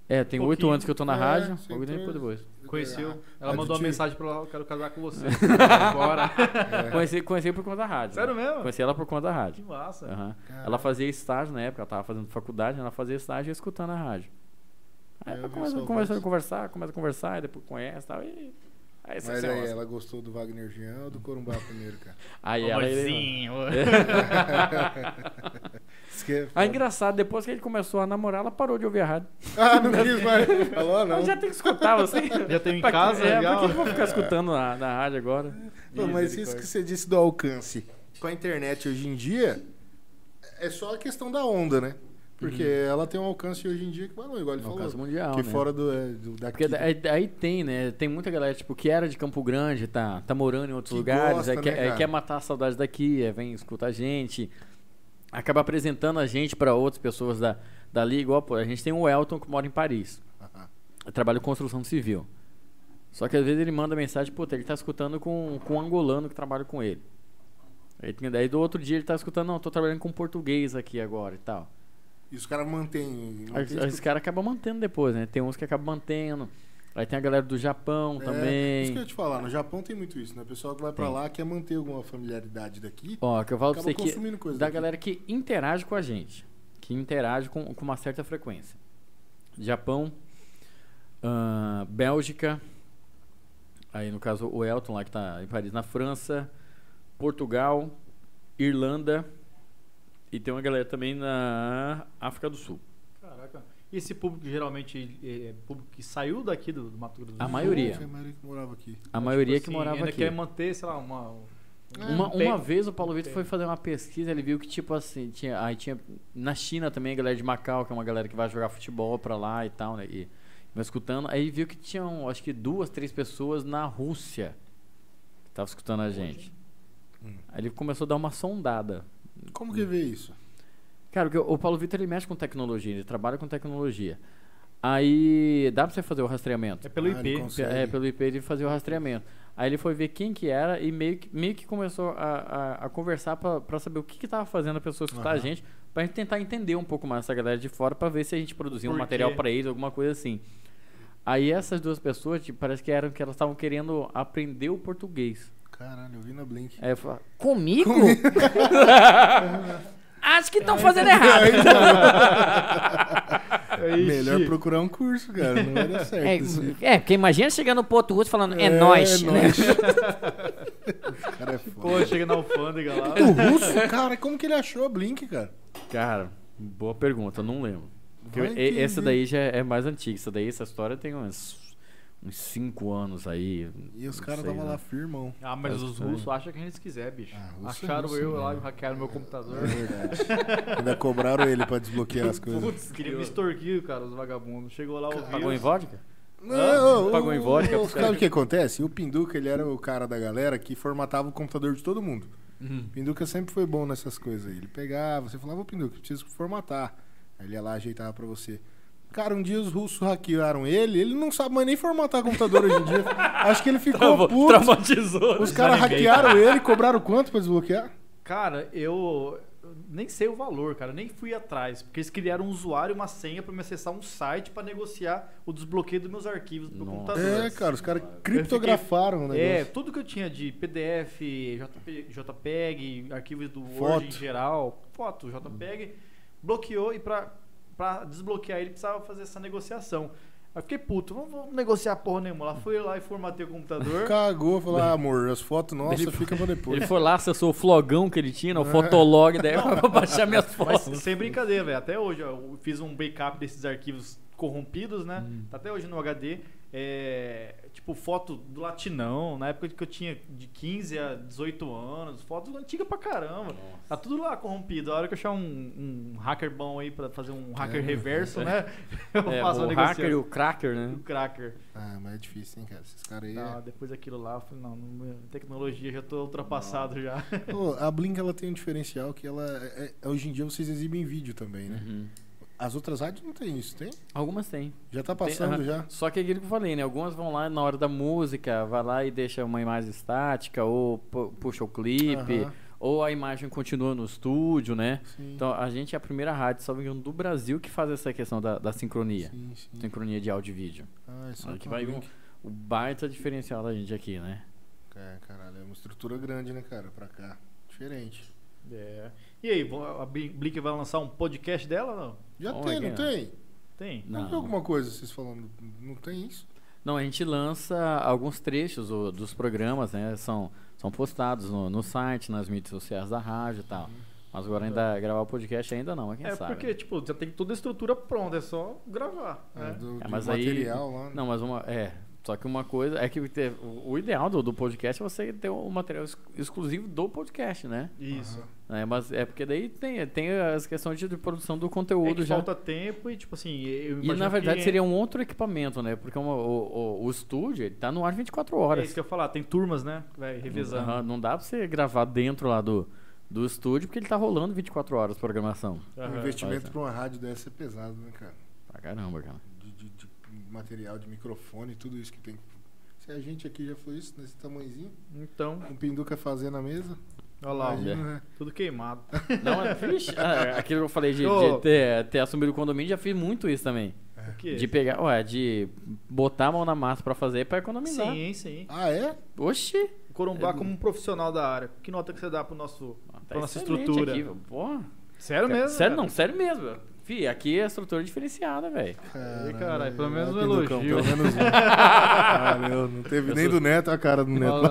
É, tem oito Pouquinho. anos que eu tô na É, rádio, sim, pouco tempo tô- depois. Conheceu. Ela é. Ah, Mas mandou tu uma te- mensagem pra ela, eu quero casar com (laughs) você. Bora. É. Conheci, conheci por conta da rádio. Sério né? mesmo? Conheci ela por conta da Que rádio. massa. Aham. Caralho. Ela fazia estágio na época, ela tava fazendo faculdade, ela fazia estágio e escutando a rádio. Aí Eu ela vi começa, saudades. começa a conversar, começa a conversar, e depois conhece e tal, e Aí você Mas você aí, gosta. ela gostou do Wagner Jean ou do Corumbá primeiro, cara? Aí ela. (laughs) Amorzinho. Isso que é Aí foda. Ah, engraçado, depois que ele começou a namorar, ela parou de ouvir a rádio. Ah, não quis (laughs) mais. Falou, não. Ela já tem que (laughs) escutar, você. Já tem em Pra que- casa, é, legal. pra que eu vou ficar escutando na, na rádio agora? Pô, mas isso que você disse do alcance. Com a internet hoje em dia, é só a questão da onda, né? Porque Uhum. ela tem um alcance hoje em dia que, mano, igual ele No falou. caso mundial. que né? fora do, é, do daqui. Porque da- aí, aí tem, né? Tem muita galera, tipo, que era de Campo Grande, tá, tá morando em outros Que lugares, gosta, aí, né, quer, aí cara? quer matar a saudade daqui, aí vem escutar a gente, acaba apresentando a gente pra outras pessoas da, dali, igual, pô, a gente tem o Elton que mora em Paris, Aham. trabalha em construção civil. Só que às vezes ele manda mensagem, pô, ele tá escutando com, com um angolano que trabalha com ele. Aí, tem- daí do outro dia ele tá escutando, não, tô trabalhando com português aqui agora e tal. E os caras mantêm. Aí os- aí Os caras acabam mantendo depois, né? Tem uns que acabam mantendo. Aí tem a galera do Japão É, isso que eu também. ia te falar, no Japão tem muito isso, né? O pessoal que vai pra Tem. lá quer manter alguma familiaridade daqui. Ó, que eu falo pra acaba você que. consumindo coisa Da daqui. galera que interage com a gente. Que interage com, com uma certa frequência. Japão, ah, Bélgica. Aí no caso o Elton lá que tá em Paris, na França, Portugal, Irlanda. E tem uma galera também na África do Sul. Caraca. E esse público geralmente é é público que saiu daqui do, do Mato Grosso do A Sul? maioria. Nossa, a maioria que morava aqui. A maioria Tipo que assim, morava ainda aqui. quer manter, sei lá, uma... Uma, um pe- uma vez o Paulo Vitor tem. foi fazer uma pesquisa, ele viu que, tipo assim, tinha, aí tinha. Na China também, a galera de Macau, que é uma galera que vai jogar futebol pra lá e tal, né? E, mas escutando, aí viu que tinham, acho que duas, três pessoas na Rússia que estavam escutando a gente. Hum. Aí ele começou a dar uma sondada. Como que vê isso? Cara, porque o Paulo Vitor ele mexe com tecnologia, ele trabalha com tecnologia. Aí dá pra você fazer o rastreamento. É pelo Ah, ele IP. Pe- consegue. É, pelo IP ele fazia o rastreamento. Aí ele foi ver quem que era e meio que, meio que começou a, a, a conversar pra pra saber o que que tava fazendo a pessoa escutar a Aham. gente, pra gente tentar entender um pouco mais essa galera de fora, pra ver se a gente produzia um Por material quê? pra eles, alguma coisa assim. Aí essas duas pessoas, tipo, parece que eram que elas estavam querendo aprender o português. Caralho, eu vi na Blink. Aí eu falava, Comigo? (laughs) Acho que estão fazendo errado. Aí, mano. Ixi. Melhor procurar um curso, cara. Não vai dar certo. isso. É, é, porque imagina chegando no Porto Russo falando, é, É, nós. é né? (laughs) nóis. O cara é foda. Pô, chega na (laughs) alfândega lá. Do russo, cara, como que ele achou a Blink, cara? (laughs) cara, boa pergunta, não lembro. Porque Vai e- que essa vê. daí já é mais antiga, essa daí, essa história tem uns, uns cinco anos aí. E os não caras sei, estavam né? lá firmão. Ah, mas Parece os que russos acham que a gente quiser, bicho. é. Ah, russo é Acharam russo, eu né? lá e hackearam meu (laughs) computador. É verdade. Ainda cobraram ele pra desbloquear as coisas. Putz, queria me extorquir, cara, os vagabundos. Chegou lá o Pagou em (laughs) vírus. vodka? Não, Pagou o- em vodka o- pro cara Sabe o que acontece? O Pinduca, ele era o cara da galera que formatava o computador de todo mundo. Uhum. O Pinduca sempre foi bom nessas coisas. aí. Ele pegava, você falava, ô Pinduca, preciso formatar. Aí ele ia lá ajeitava pra você. Cara, um dia os russos hackearam ele, ele não sabe mais nem formatar computador hoje em (laughs) dia. Acho que ele ficou puto. traumatizou. né? Os caras hackearam ele, cobraram quanto pra desbloquear? Cara, eu eu nem sei o valor, cara. Nem fui atrás. Porque eles criaram um usuário e uma senha pra me acessar um site pra negociar o desbloqueio dos meus arquivos do meu Nossa. computador. É, cara, os caras criptografaram o É, um negócio. tudo que eu tinha de PDF, JP, JPEG, arquivos do Foto. Word em geral, foto, JPEG, bloqueou e pra, pra desbloquear ele precisava fazer essa negociação. Aí eu fiquei puto, não vou negociar porra nenhuma. Lá fui lá e formatei o computador. Cagou, falou, ah, amor, as fotos nossas Ele- fica pra depois. Ele foi lá, acessou o flogão que ele tinha, né, o É. fotolog, daí (laughs) pra baixar minhas Mas fotos. sem brincadeira, velho. Até hoje, ó, eu fiz um backup desses arquivos corrompidos, né? Hum. Tá até hoje no HD. É, tipo, foto do latinão, na época que eu tinha de 15 a 18 anos, fotos antigas pra caramba. Tá tudo lá corrompido. A hora que eu achar um, um hacker bom aí pra fazer um hacker reverso, né? (laughs) Eu É, faço o uma hacker e negociação. o cracker, né? O cracker. Ah, mas é difícil, hein, cara. Esses caras aí. é Não, depois daquilo lá, eu falei, não, não, tecnologia, já tô ultrapassado já. (laughs) Pô, a Blink ela tem um diferencial que ela. é- é- hoje em dia vocês exibem vídeo também, né? Uhum. As outras rádios não tem isso, tem? Algumas tem. Já tá passando aham. já. Só que é aquilo que eu falei, né? Algumas vão lá na hora da música, vai lá e deixa uma imagem estática, ou pu- puxa o clipe, Aham. Ou a imagem continua no estúdio, né? Sim. Então a gente é a primeira rádio, salvo engano, do Brasil que faz essa questão da, da sincronia. Sim, sim. Sincronia de áudio e vídeo. Ah, é só Olha que vai um um, o baita diferencial da gente aqui, né? É, caralho, é uma estrutura grande, né, cara, pra cá. Diferente. É. E aí, vo- a Bli- Blink vai lançar um podcast dela? Não? Já Olha, tem, não cara. tem? Tem. Não. tem alguma coisa vocês falando? Não tem isso? Não, a gente lança alguns trechos o- dos programas, né? São, são postados no, no site, nas mídias sociais da rádio e tal. Mas agora ainda gravar o podcast ainda não, mas quem Uhum. Tá. é sabe. porque, tipo, já tem toda a estrutura pronta, é só gravar. É, né? do, né? É, de mas aí- material lá. né? Não, mas uma. É. Só que uma coisa é que te- o- o ideal do, do podcast é você ter o material ex- exclusivo do podcast, né? Isso. É, mas é porque daí tem, tem as questões de, de produção do É conteúdo que já. falta tempo e, tipo assim, eu E imagino na verdade que- seria um outro equipamento, né? Porque uma- o, o, o estúdio ele tá no ar 24 É horas. isso que eu ia falar, tem turmas, né? Vai revisando. Aham, não dá pra você gravar dentro lá do, do estúdio, porque ele tá rolando 24 horas de programação. O Aham. Um investimento Faz, né? pra uma rádio dessa é pesado, né, cara? Pra caramba, cara. De, de- de material, de microfone, tudo isso que tem. Se a gente aqui já foi isso, nesse tamanhozinho, Então, com pinduca fazendo a mesa, olha lá, ó, Olha. imagina, né? tudo queimado. Não, é- vixe, (laughs) ah, aquilo que eu falei de, Ô. de ter, ter assumido o condomínio, já fiz muito isso também. O quê? É, De pegar, ué, de botar a mão na massa pra fazer pra economizar. Sim, sim. Ah, é? Oxi! O É Corumbá, como um profissional da área, que nota que você dá pro nosso. Tá Nossa excelente estrutura. Aqui, velho. Pô, Sério cara, mesmo? Sério cara? não, sério mesmo. velho. Fih, aqui é a estrutura diferenciada, velho. Ih, caralho, pelo Vai, menos um é Pinducão, elogio. Pelo menos um. (laughs) Valeu, não teve nem do Neto a cara do Neto. (laughs)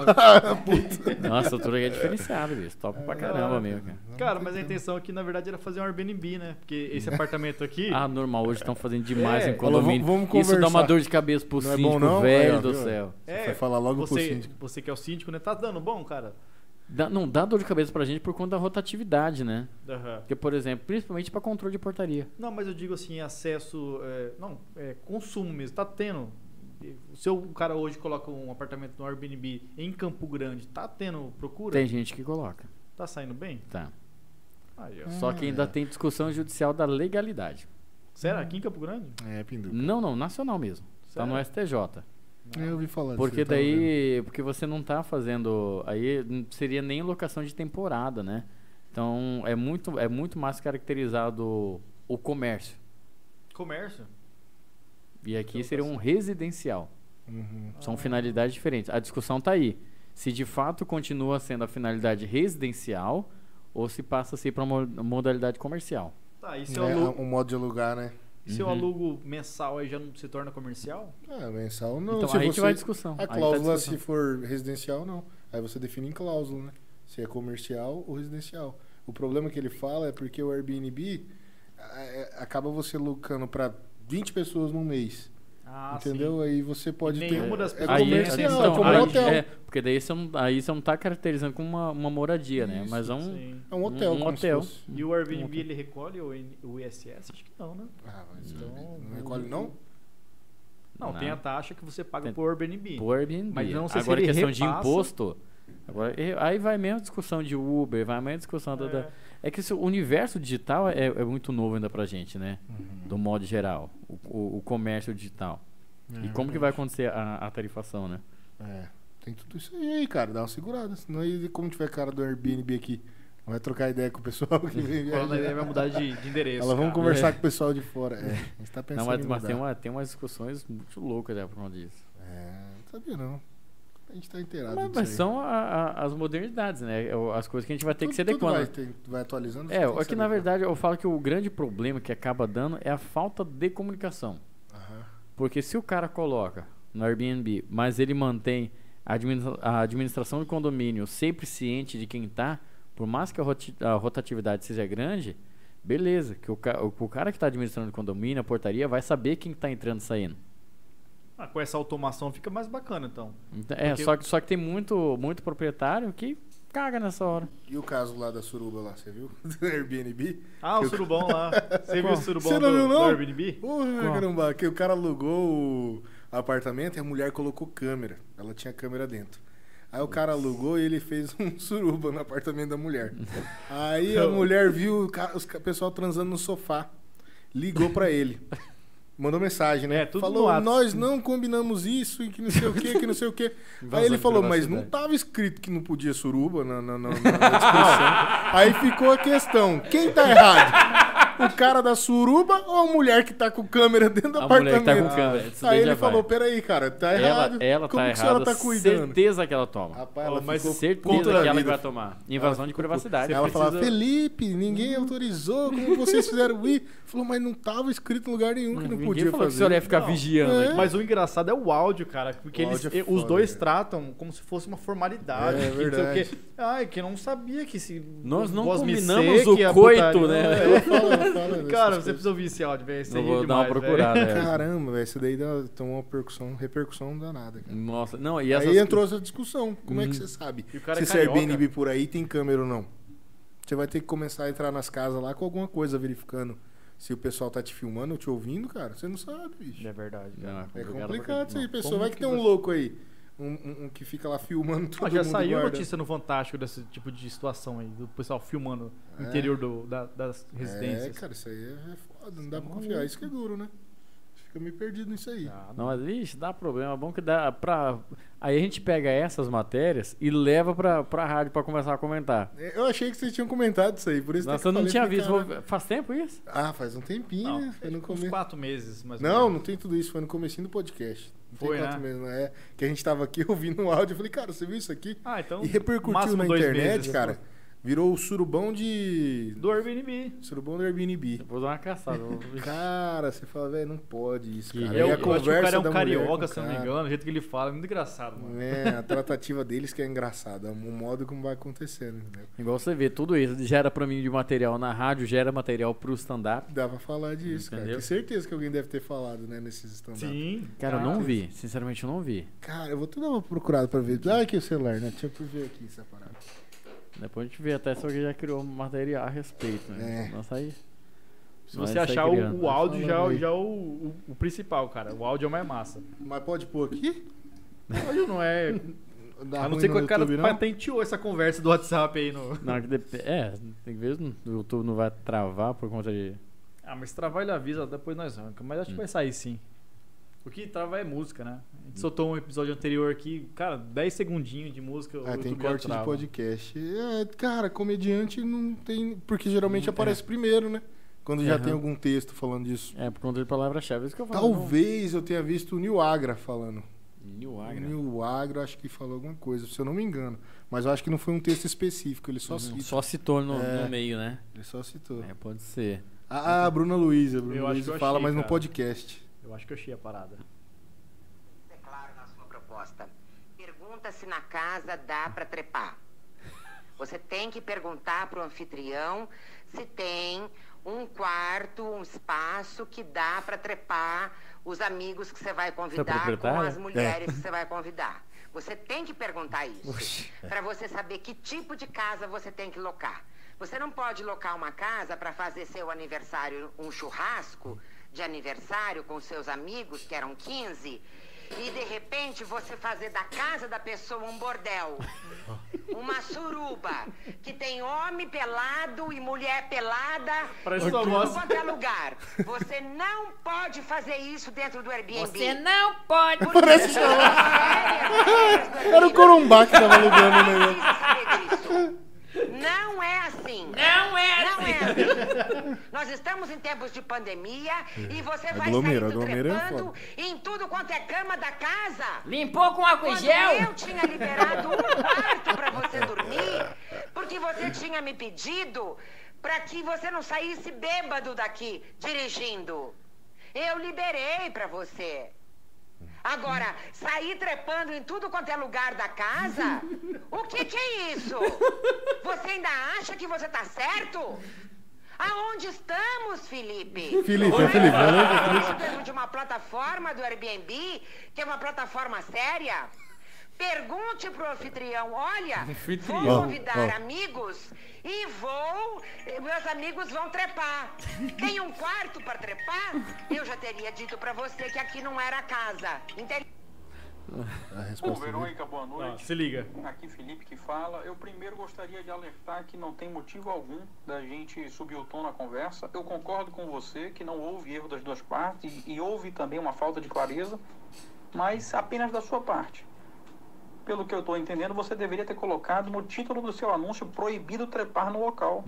Nossa, a estrutura aqui é diferenciada, bicho. Top pra caramba mesmo, cara. É, Cara, mas a intenção aqui, na verdade, era fazer um Airbnb, né? Porque (laughs) esse apartamento aqui. Ah, normal, hoje estão fazendo demais É. em condomínio. Falou, vamos- vamos Isso dá uma conversar. dor de cabeça pro Não é síndico, bom não? velho Aí, ó, do viu? céu. é, Vai falar logo pro você, síndico. você que é o síndico, né? Tá dando bom, cara? Dá- não, dá dor de cabeça pra gente por conta da rotatividade, né? Aham. Porque, por exemplo, principalmente pra controle de portaria. Não, mas eu digo assim, acesso. é, não, é consumo mesmo. Tá tendo. Se o cara hoje coloca um apartamento no Airbnb em Campo Grande, tá tendo procura? Tem gente que coloca, Tá saindo bem? tá? Aí, ó. É. Só que Ah, ainda tem discussão judicial da legalidade. Será? Aqui em Campo Grande? É, Pinduca. Não, não, nacional mesmo. Tá no Sério? STJ. Eu ouvi falar disso, Porque eu tava vendo. daí, porque você não tá fazendo, aí não seria nem locação de temporada, né? Então, é muito, é muito mais caracterizado o comércio. Comércio? E Então, aqui seria tá um residencial. Uhum. Ah, São finalidades diferentes. A discussão tá aí. Se de fato continua sendo a finalidade residencial ou se passa a ser para uma modalidade comercial. Tá, e se eu, É alu- um modo de alugar, né? e se eu Uhum. alugo mensal aí já não se torna comercial? Ah, mensal não. então se aí você... que vai a discussão. A Aí tá cláusula, discussão. se for residencial, não. Aí você define em cláusula, né? Se é comercial ou residencial. O problema que ele fala é porque o Airbnb ah, é, acaba você lucrando para 20 pessoas num mês. Ah, entendeu? Aí você pode E ter. nenhuma das é pessoas- Aí comercial, entra- é então, como aí- um hotel. é, porque daí você não, aí você não tá caracterizando como uma, uma moradia, né? Isso, Mas é um. Sim. É um hotel, um como hotel. se fosse. E o Airbnb ele recolhe o, N- o ISS? Acho que não, né? Ah, mas Então, não recolhe, não? Não, tem a taxa que você paga Tem- por Airbnb. Pro Airbnb. Mas não sei se agora ele questão de repassa. imposto. Agora, e- aí vai mesmo a discussão de Uber, vai mesmo a discussão da- da, É. É que esse universo digital é, é muito novo ainda pra gente, né? Do modo geral. O, o- o comércio digital. e como que vai acontecer a, a tarifação, né? É, tem tudo isso aí, cara. Dá uma segurada. Senão, aí, como tiver cara do Airbnb aqui, vai trocar ideia com o pessoal que vem (laughs) O Corona viajar. vai mudar de, de endereço. Ela, vamos cara. conversar com o pessoal de fora. É, a gente tá pensando Não, mas, em mas mudar. tem, uma, tem umas discussões muito loucas já por conta disso. É, não sabia não. A gente tá inteirado Mas, disso mas aí. são a- a- as modernidades, né? É o- As coisas que a gente vai ter Tudo- que se tudo adequando. Vai, tem- vai atualizando. você É, tem é que que na saber. verdade eu falo que o grande problema que acaba dando é a falta de comunicação. Aham. Porque se o cara coloca no Airbnb, mas ele mantém a, administra- a administração do condomínio sempre ciente de quem tá, por mais que a, roti- a rotatividade seja grande, beleza, que o, ca- o- o cara que está administrando o condomínio, a portaria, vai saber quem está entrando e saindo. Ah, com essa automação fica mais bacana, então. Então, é, Porque- só que, só que tem muito, muito proprietário que caga nessa hora. E o caso lá da suruba lá, você viu? (laughs) Do Airbnb. Ah, o surubão lá. Você viu o Qual? (laughs) surubão Você não do, viu, não? do Airbnb? Porra, caramba, que o cara alugou o apartamento e a mulher colocou câmera. Ela tinha câmera dentro. Aí o cara alugou e ele fez (laughs) um suruba no apartamento da (laughs) mulher. Aí a mulher viu o, cara- os ca- o pessoal transando no sofá. Ligou pra ele. Mandou mensagem, né? É, tudo no falou, Whats. nós não combinamos isso e que não sei o que, que não sei (laughs) o que. Aí ele Invasão de falou, mas não privacidade. tava escrito que não podia suruba na, na- na- na (laughs) descrição. Aí ficou a questão, quem tá errado? O cara da suruba ou a mulher que tá com câmera dentro do A mulher apartamento? que tá com câmera. Isso daí Aí já ele falou, vai. peraí, cara, tá Ela, errado. ela Como tá que a senhora errada. tá cuidando? Certeza que ela toma. Rapaz, ela mas ficou certeza puta que da ela vida. vai tomar. Invasão de privacidade. Ela falava, precisa- Felipe, ninguém autorizou, como vocês fizeram isso? Falou, mas não tava escrito em lugar nenhum que não Ninguém podia falou que o fazer. senhor ia ficar vigiando. É. aqui. Mas o engraçado é o áudio, cara. O Porque eles, áudio é eh, os foda, dois cara. tratam como se fosse uma formalidade. É, que não sei o verdade. quê. Ai, que não sabia que se. Nós não voz me combinamos seca, o a coito, putaria- é. né? É, Ela fala, ela fala dessas (laughs) Cara, você coisas. precisa ouvir esse áudio, velho. Você Eu ri vou dar uma demais, velho. procurada. é. Caramba, velho, isso daí deu- tomou uma percussão, repercussão danada, cara. Nossa, não, e essas Aí entrou essa discussão. Como é que você sabe? E o cara se é esse carioca. Airbnb por aí tem câmera ou não. Você vai ter que começar a entrar nas casas lá com alguma coisa verificando se o pessoal tá te filmando ou te ouvindo, cara. Você não sabe, bicho. É verdade. Não, É Ah, complicado complicado isso aí, Não, pessoal. como Vai que que tem um você- louco aí. Um, um- um que fica lá filmando todo Ah, já mundo saiu a guarda. notícia no Fantástico desse tipo de situação aí, do pessoal filmando o É. interior do- da- das É, residências. cara, isso aí é foda. Não dá pra confiar. Isso que é duro, né? Fica meio perdido nisso aí. Ah, Não, mas ixi, dá problema. Bom que dá pra. Aí a gente pega essas matérias e leva pra, pra rádio pra começar a comentar. É, Eu achei que vocês tinham comentado isso aí, por isso é Nossa, que eu não falei, tinha falei, visto. cara, Vou- Faz tempo isso? Ah, faz um tempinho, Não, né? Foi no uns começo. quatro meses, mas. Não, não tem tudo isso, foi no comecinho do podcast. Não Foi, tem quatro né? meses, né? É, que a gente tava aqui (laughs) ouvindo um áudio, eu falei, cara, você viu isso aqui? Ah, então. E repercutiu máximo na dois internet, meses. assim. cara. Virou o surubão de... Do Airbnb. Surubão do Airbnb. Eu Vou dar uma caçada. vou- Cara, você fala, velho, não pode isso, Que cara. E E aí eu, a eu acho que o cara é um da mulher com carioca, o se eu não cara. me engano, o jeito que ele fala, é muito engraçado, mano. É, a tratativa deles que é engraçada, o modo como vai acontecendo, entendeu? Igual você vê, tudo isso gera pra mim de material na rádio, gera material pro stand-up. Dá pra falar disso, cara. Entendeu? Tenho certeza que alguém deve ter falado, né, nesses stand-up. Sim. Cara, eu Ah, não vi. Sinceramente, eu não vi. Cara, eu vou toda uma procurada pra ver. Dá aqui o celular, né? Deixa eu ver aqui essa parada. Depois a gente vê até se alguém já criou material a respeito. É. Né? Nossa, aí. Se Vai você sair achar criando. o, o áudio, Fala já, aí. já é o, o, o principal, cara. O áudio é o mais massa. Mas pode pôr aqui? O áudio (laughs) não é. Dá A não Tá ruim ser no que o cara YouTube, não? patenteou essa conversa do WhatsApp aí no. Na hora que dep- É, tem que ver se o YouTube não vai travar por conta de. Ah, mas travar ele avisa, depois nós arranca. Mas Hum. acho que vai sair sim. O que trava é música, né? A gente soltou um episódio anterior aqui, cara, 10 segundinhos de música. o Ah, tem YouTube corte já de trava. podcast. É, cara, comediante não tem. Porque geralmente aparece primeiro, né? Quando já Aham. tem algum texto falando disso. É, por conta de palavra-chave. É Isso que eu falo. Talvez eu tenha visto o Nil Agra falando. não. New O Agra. Nil Agra acho que falou alguma coisa, se eu não me engano. Mas eu acho que não foi um texto específico, ele só Uhum. citou. Só citou no, É. no meio, né? Ele só citou. É, pode ser. Ah, a Bruna Luiz, a Eu Bruna acho Luiz que eu fala, achei, mas no cara. podcast. Eu acho que eu achei a parada. É claro na sua proposta. Pergunta se na casa dá para trepar. Você tem que perguntar para o anfitrião se tem um quarto, um espaço que dá para trepar os amigos que você vai convidar com proprietária? as mulheres que você vai convidar. Você tem que perguntar isso para você saber que tipo de casa você tem que locar. Você não pode locar uma casa para fazer seu aniversário, um churrasco de aniversário com seus amigos, que eram 15, e de repente você fazer da casa da pessoa um bordel. Uma suruba que tem homem pelado e mulher pelada Parece em uma tudo moça. quanto é lugar. Você não pode fazer isso dentro do Airbnb. Você É, não pode. Parece Era Era o Corumbá que tava ligando, né? Não é assim. Não Não é é assim. Nós estamos em tempos de pandemia e você vai Aglomera, sair aglomera é trepando foda. em tudo quanto é cama da casa. Limpou com álcool em Quando gel? eu tinha liberado um quarto pra você dormir, porque você tinha me pedido pra que você não saísse bêbado daqui dirigindo. Eu liberei pra você. Agora, sair trepando em tudo quanto é lugar da casa? O que que é isso? Você ainda acha que você tá certo? Aonde estamos, Felipe? Felipe, é Felipe, né? Nós dentro de uma plataforma do Airbnb, que é uma plataforma séria. Pergunte pro anfitrião, olha, vou convidar amigos e vou, eh, meus amigos vão trepar. Tem um quarto para trepar? Eu já teria dito para você que aqui não era casa. Entendeu? A resposta dele. boa Ó, se liga. Aqui Felipe que fala. Eu primeiro gostaria de alertar que não tem motivo algum da gente subir o tom na conversa. Eu concordo com você que não houve erro das duas partes e, e houve também uma falta de clareza, mas apenas da sua parte. Pelo que eu estou entendendo, você deveria ter colocado no título do seu anúncio proibido trepar no local.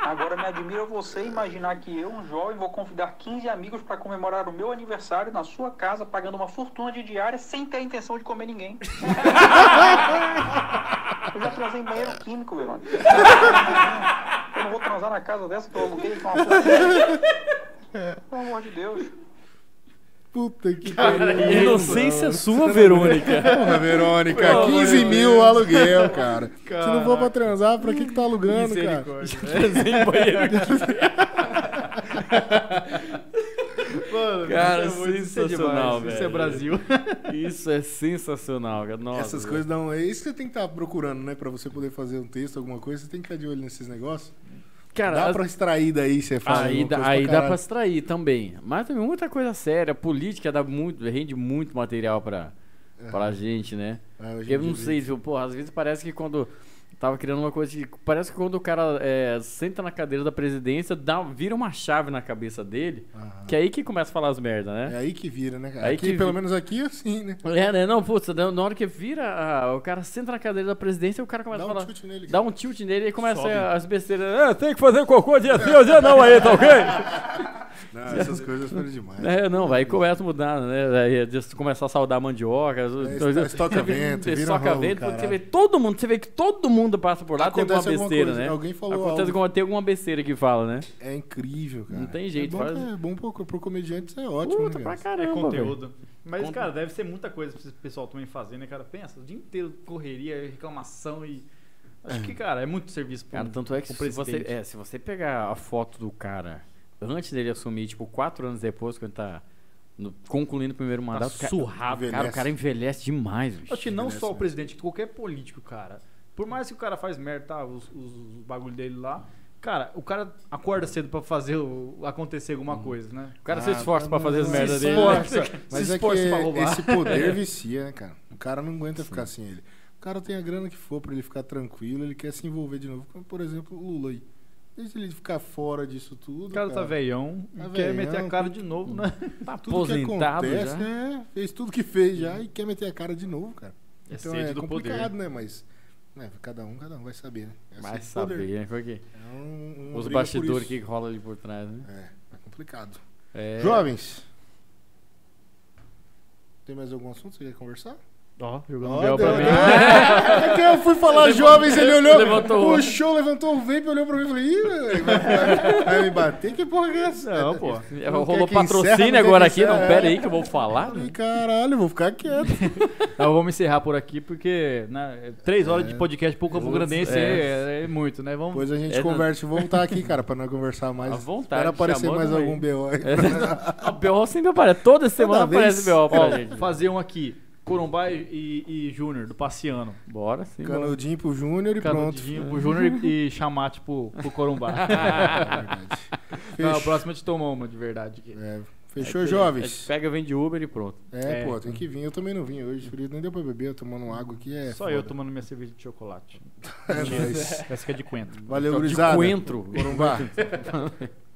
Agora me admira você imaginar que eu, um jovem, vou convidar 15 amigos para comemorar o meu aniversário na sua casa, pagando uma fortuna de diária sem ter a intenção de comer ninguém. Eu já transei em banheiro químico, Verônica. Eu não vou transar na casa dessa que eu aluguei com uma porra. Pelo amor de Deus. Puta que Inocência é sua, Verônica. tá Porra, Verônica, 15 mil o aluguel, cara. Se não for pra transar, pra que que tá alugando, cara? Misericórdia. Sem banheiro. Mano, Cara, isso é muito- isso é sensacional, demais, Isso é velho. Brasil. Isso é sensacional, cara. Nossa, Essas coisas dão. É isso que você tem que estar procurando, né? Pra você poder fazer um texto, alguma coisa, você tem que ficar de olho nesses negócios. Cara, dá as- pra extrair daí, você fala. Aí, alguma dá, coisa aí dá pra caralho. extrair também. Mas também muita coisa séria. Política dá muito, rende muito material pra, pra gente, né? É, hoje em Eu não dia. sei, viu? Porra, às vezes parece que quando. Tava criando uma coisa que. Parece que quando o cara é, senta na cadeira da presidência, dá, vira uma chave na cabeça dele. Aham. Que é aí que começa a falar as merdas, né? É aí que vira, né, cara? Aí aqui, que pelo vi- menos aqui, assim, né? É, né? Não, putz, na na hora que vira, ah, o cara senta na cadeira da presidência, o cara Dá começa a um falar. chute nele. Dá um tilt nele e começa as besteiras. "Ah, tem que fazer cocô dia sim ou dia não aí, tá ok? Não, essas coisas foram demais. um É, não, vai começa a mudar, né? Aí você começa a saudar mandioca. esto- É, estoca vento, vira Estoca rolo, vento, porque você caralho. vê todo mundo, você vê que todo mundo passa por lá, tem Acontece alguma alguma besteira, coisa, né? alguém falou Acontece algo. alguma, tem alguma besteira que fala, né? É incrível, cara. Não tem jeito, É bom, faz- que é bom pro, pro comediante, isso é ótimo, Puta, né, pra cara? caramba. É velho. conteúdo. Mas, Conta. cara, deve ser muita coisa pra esse pessoal também fazer, né, cara? Pensa, o dia inteiro correria, reclamação e. Acho que, cara, é muito serviço pra Cara, um- tanto é que pro se você, presidente. é, se você pegar a foto do cara antes dele assumir, tipo, quatro anos depois, quando ele tá no- concluindo o primeiro mandato, o cara- Tá surrado. cara, o cara envelhece demais, Acho bicho. que não Envelhece só o mesmo. presidente, qualquer político, cara. Por mais que o cara faz merda, tá, os, os bagulho dele lá. Cara, o cara acorda cedo pra fazer o- acontecer alguma coisa, né? O cara se Ah, esforça pra não, fazer as não, merdas se dele. né? esforça. (laughs) Mas se é que esforça pra roubar. esse poder vicia, né, cara? O cara não aguenta ficar sem ele. O cara tem a grana que for pra ele ficar tranquilo, ele quer se envolver de novo. Como, por exemplo, o Lula aí. Deixa ele ficar fora disso tudo. O cara tá veião e Tá quer veião, meter a cara de novo, né? Tá Tudo que aposentado acontece, já. né? Fez tudo que fez já e quer meter a cara de novo, cara. É Então sede é do complicado, poder. né? Mas né, cada um, cada um vai saber, né? É Vai sede do poder. saber, né? Porque É um- uma os briga por bastidores que isso. rola ali por trás, né? É, é complicado. É. Jovens. Tem mais algum assunto que você quer conversar? Ó, jogando Ó, mel pra deu- mim. É que eu fui (laughs) falar jovens, ele olhou, levantou. puxou, levantou o vape, olhou pra mim e falei, ih, velho, vai, (laughs) vai- vai me bater, que porra que é essa? Não, pô. É, Não Rolou quer que encerra, patrocínio não agora quer que aqui, não, encerra, pera é. aí que eu vou falar. Falei, caralho, vou ficar (laughs) quieto. Então vamos encerrar por aqui, porque né, três horas É. de podcast pro Campo Grandense é. é muito, né? Vamos. Depois a gente É, não- conversa e voltar aqui, cara, pra não conversar mais. À vontade, É. Espera aparecer chamou, mais tamo aí. É, algum BO aí. (laughs) O BO sempre aparece, toda semana vez. aparece BO pra gente. fazer um aqui. Corumbá e, e Júnior, do Passeano. Bora sim. bora. Canudinho pro Júnior e pronto. (laughs) Canudinho pro Júnior e, e chamate pro, (laughs) pro Corumbá. É Verdade. Não, a Fechou. próxima eu te toma uma, de verdade. aqui. É, É fechou, que- é que jovens. Pega, vende Uber e pronto. É, É. pô, tem que vir. Eu também não vim hoje, por isso nem deu pra beber, eu tomando água aqui é. Só eu tomando um minha cerveja de chocolate. (laughs) É nóis. Essa que é de coentro. Valeu, Só Tá de gurizada. coentro. (laughs) Corumbá.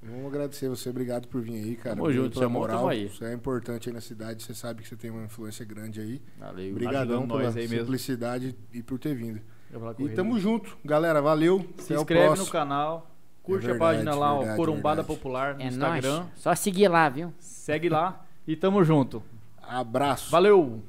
Vamos agradecer você, obrigado por vir aí, cara. Tamo Obrigado junto, pela tamo- moral. tamo aí. Isso é importante aí na cidade, você sabe que você tem uma influência grande aí. Valeu. Obrigadão Tá ajudando pela nós aí mesmo. simplicidade e por ter vindo. Eu vou lá E correr. tamo junto, galera, valeu. Se Até inscreve o no próximo. canal, curte É a página verdade, lá, ó, verdade, Corumbada verdade. Popular no É Instagram. nóis. Só seguir lá, viu? Segue lá e tamo junto. Abraço. Valeu!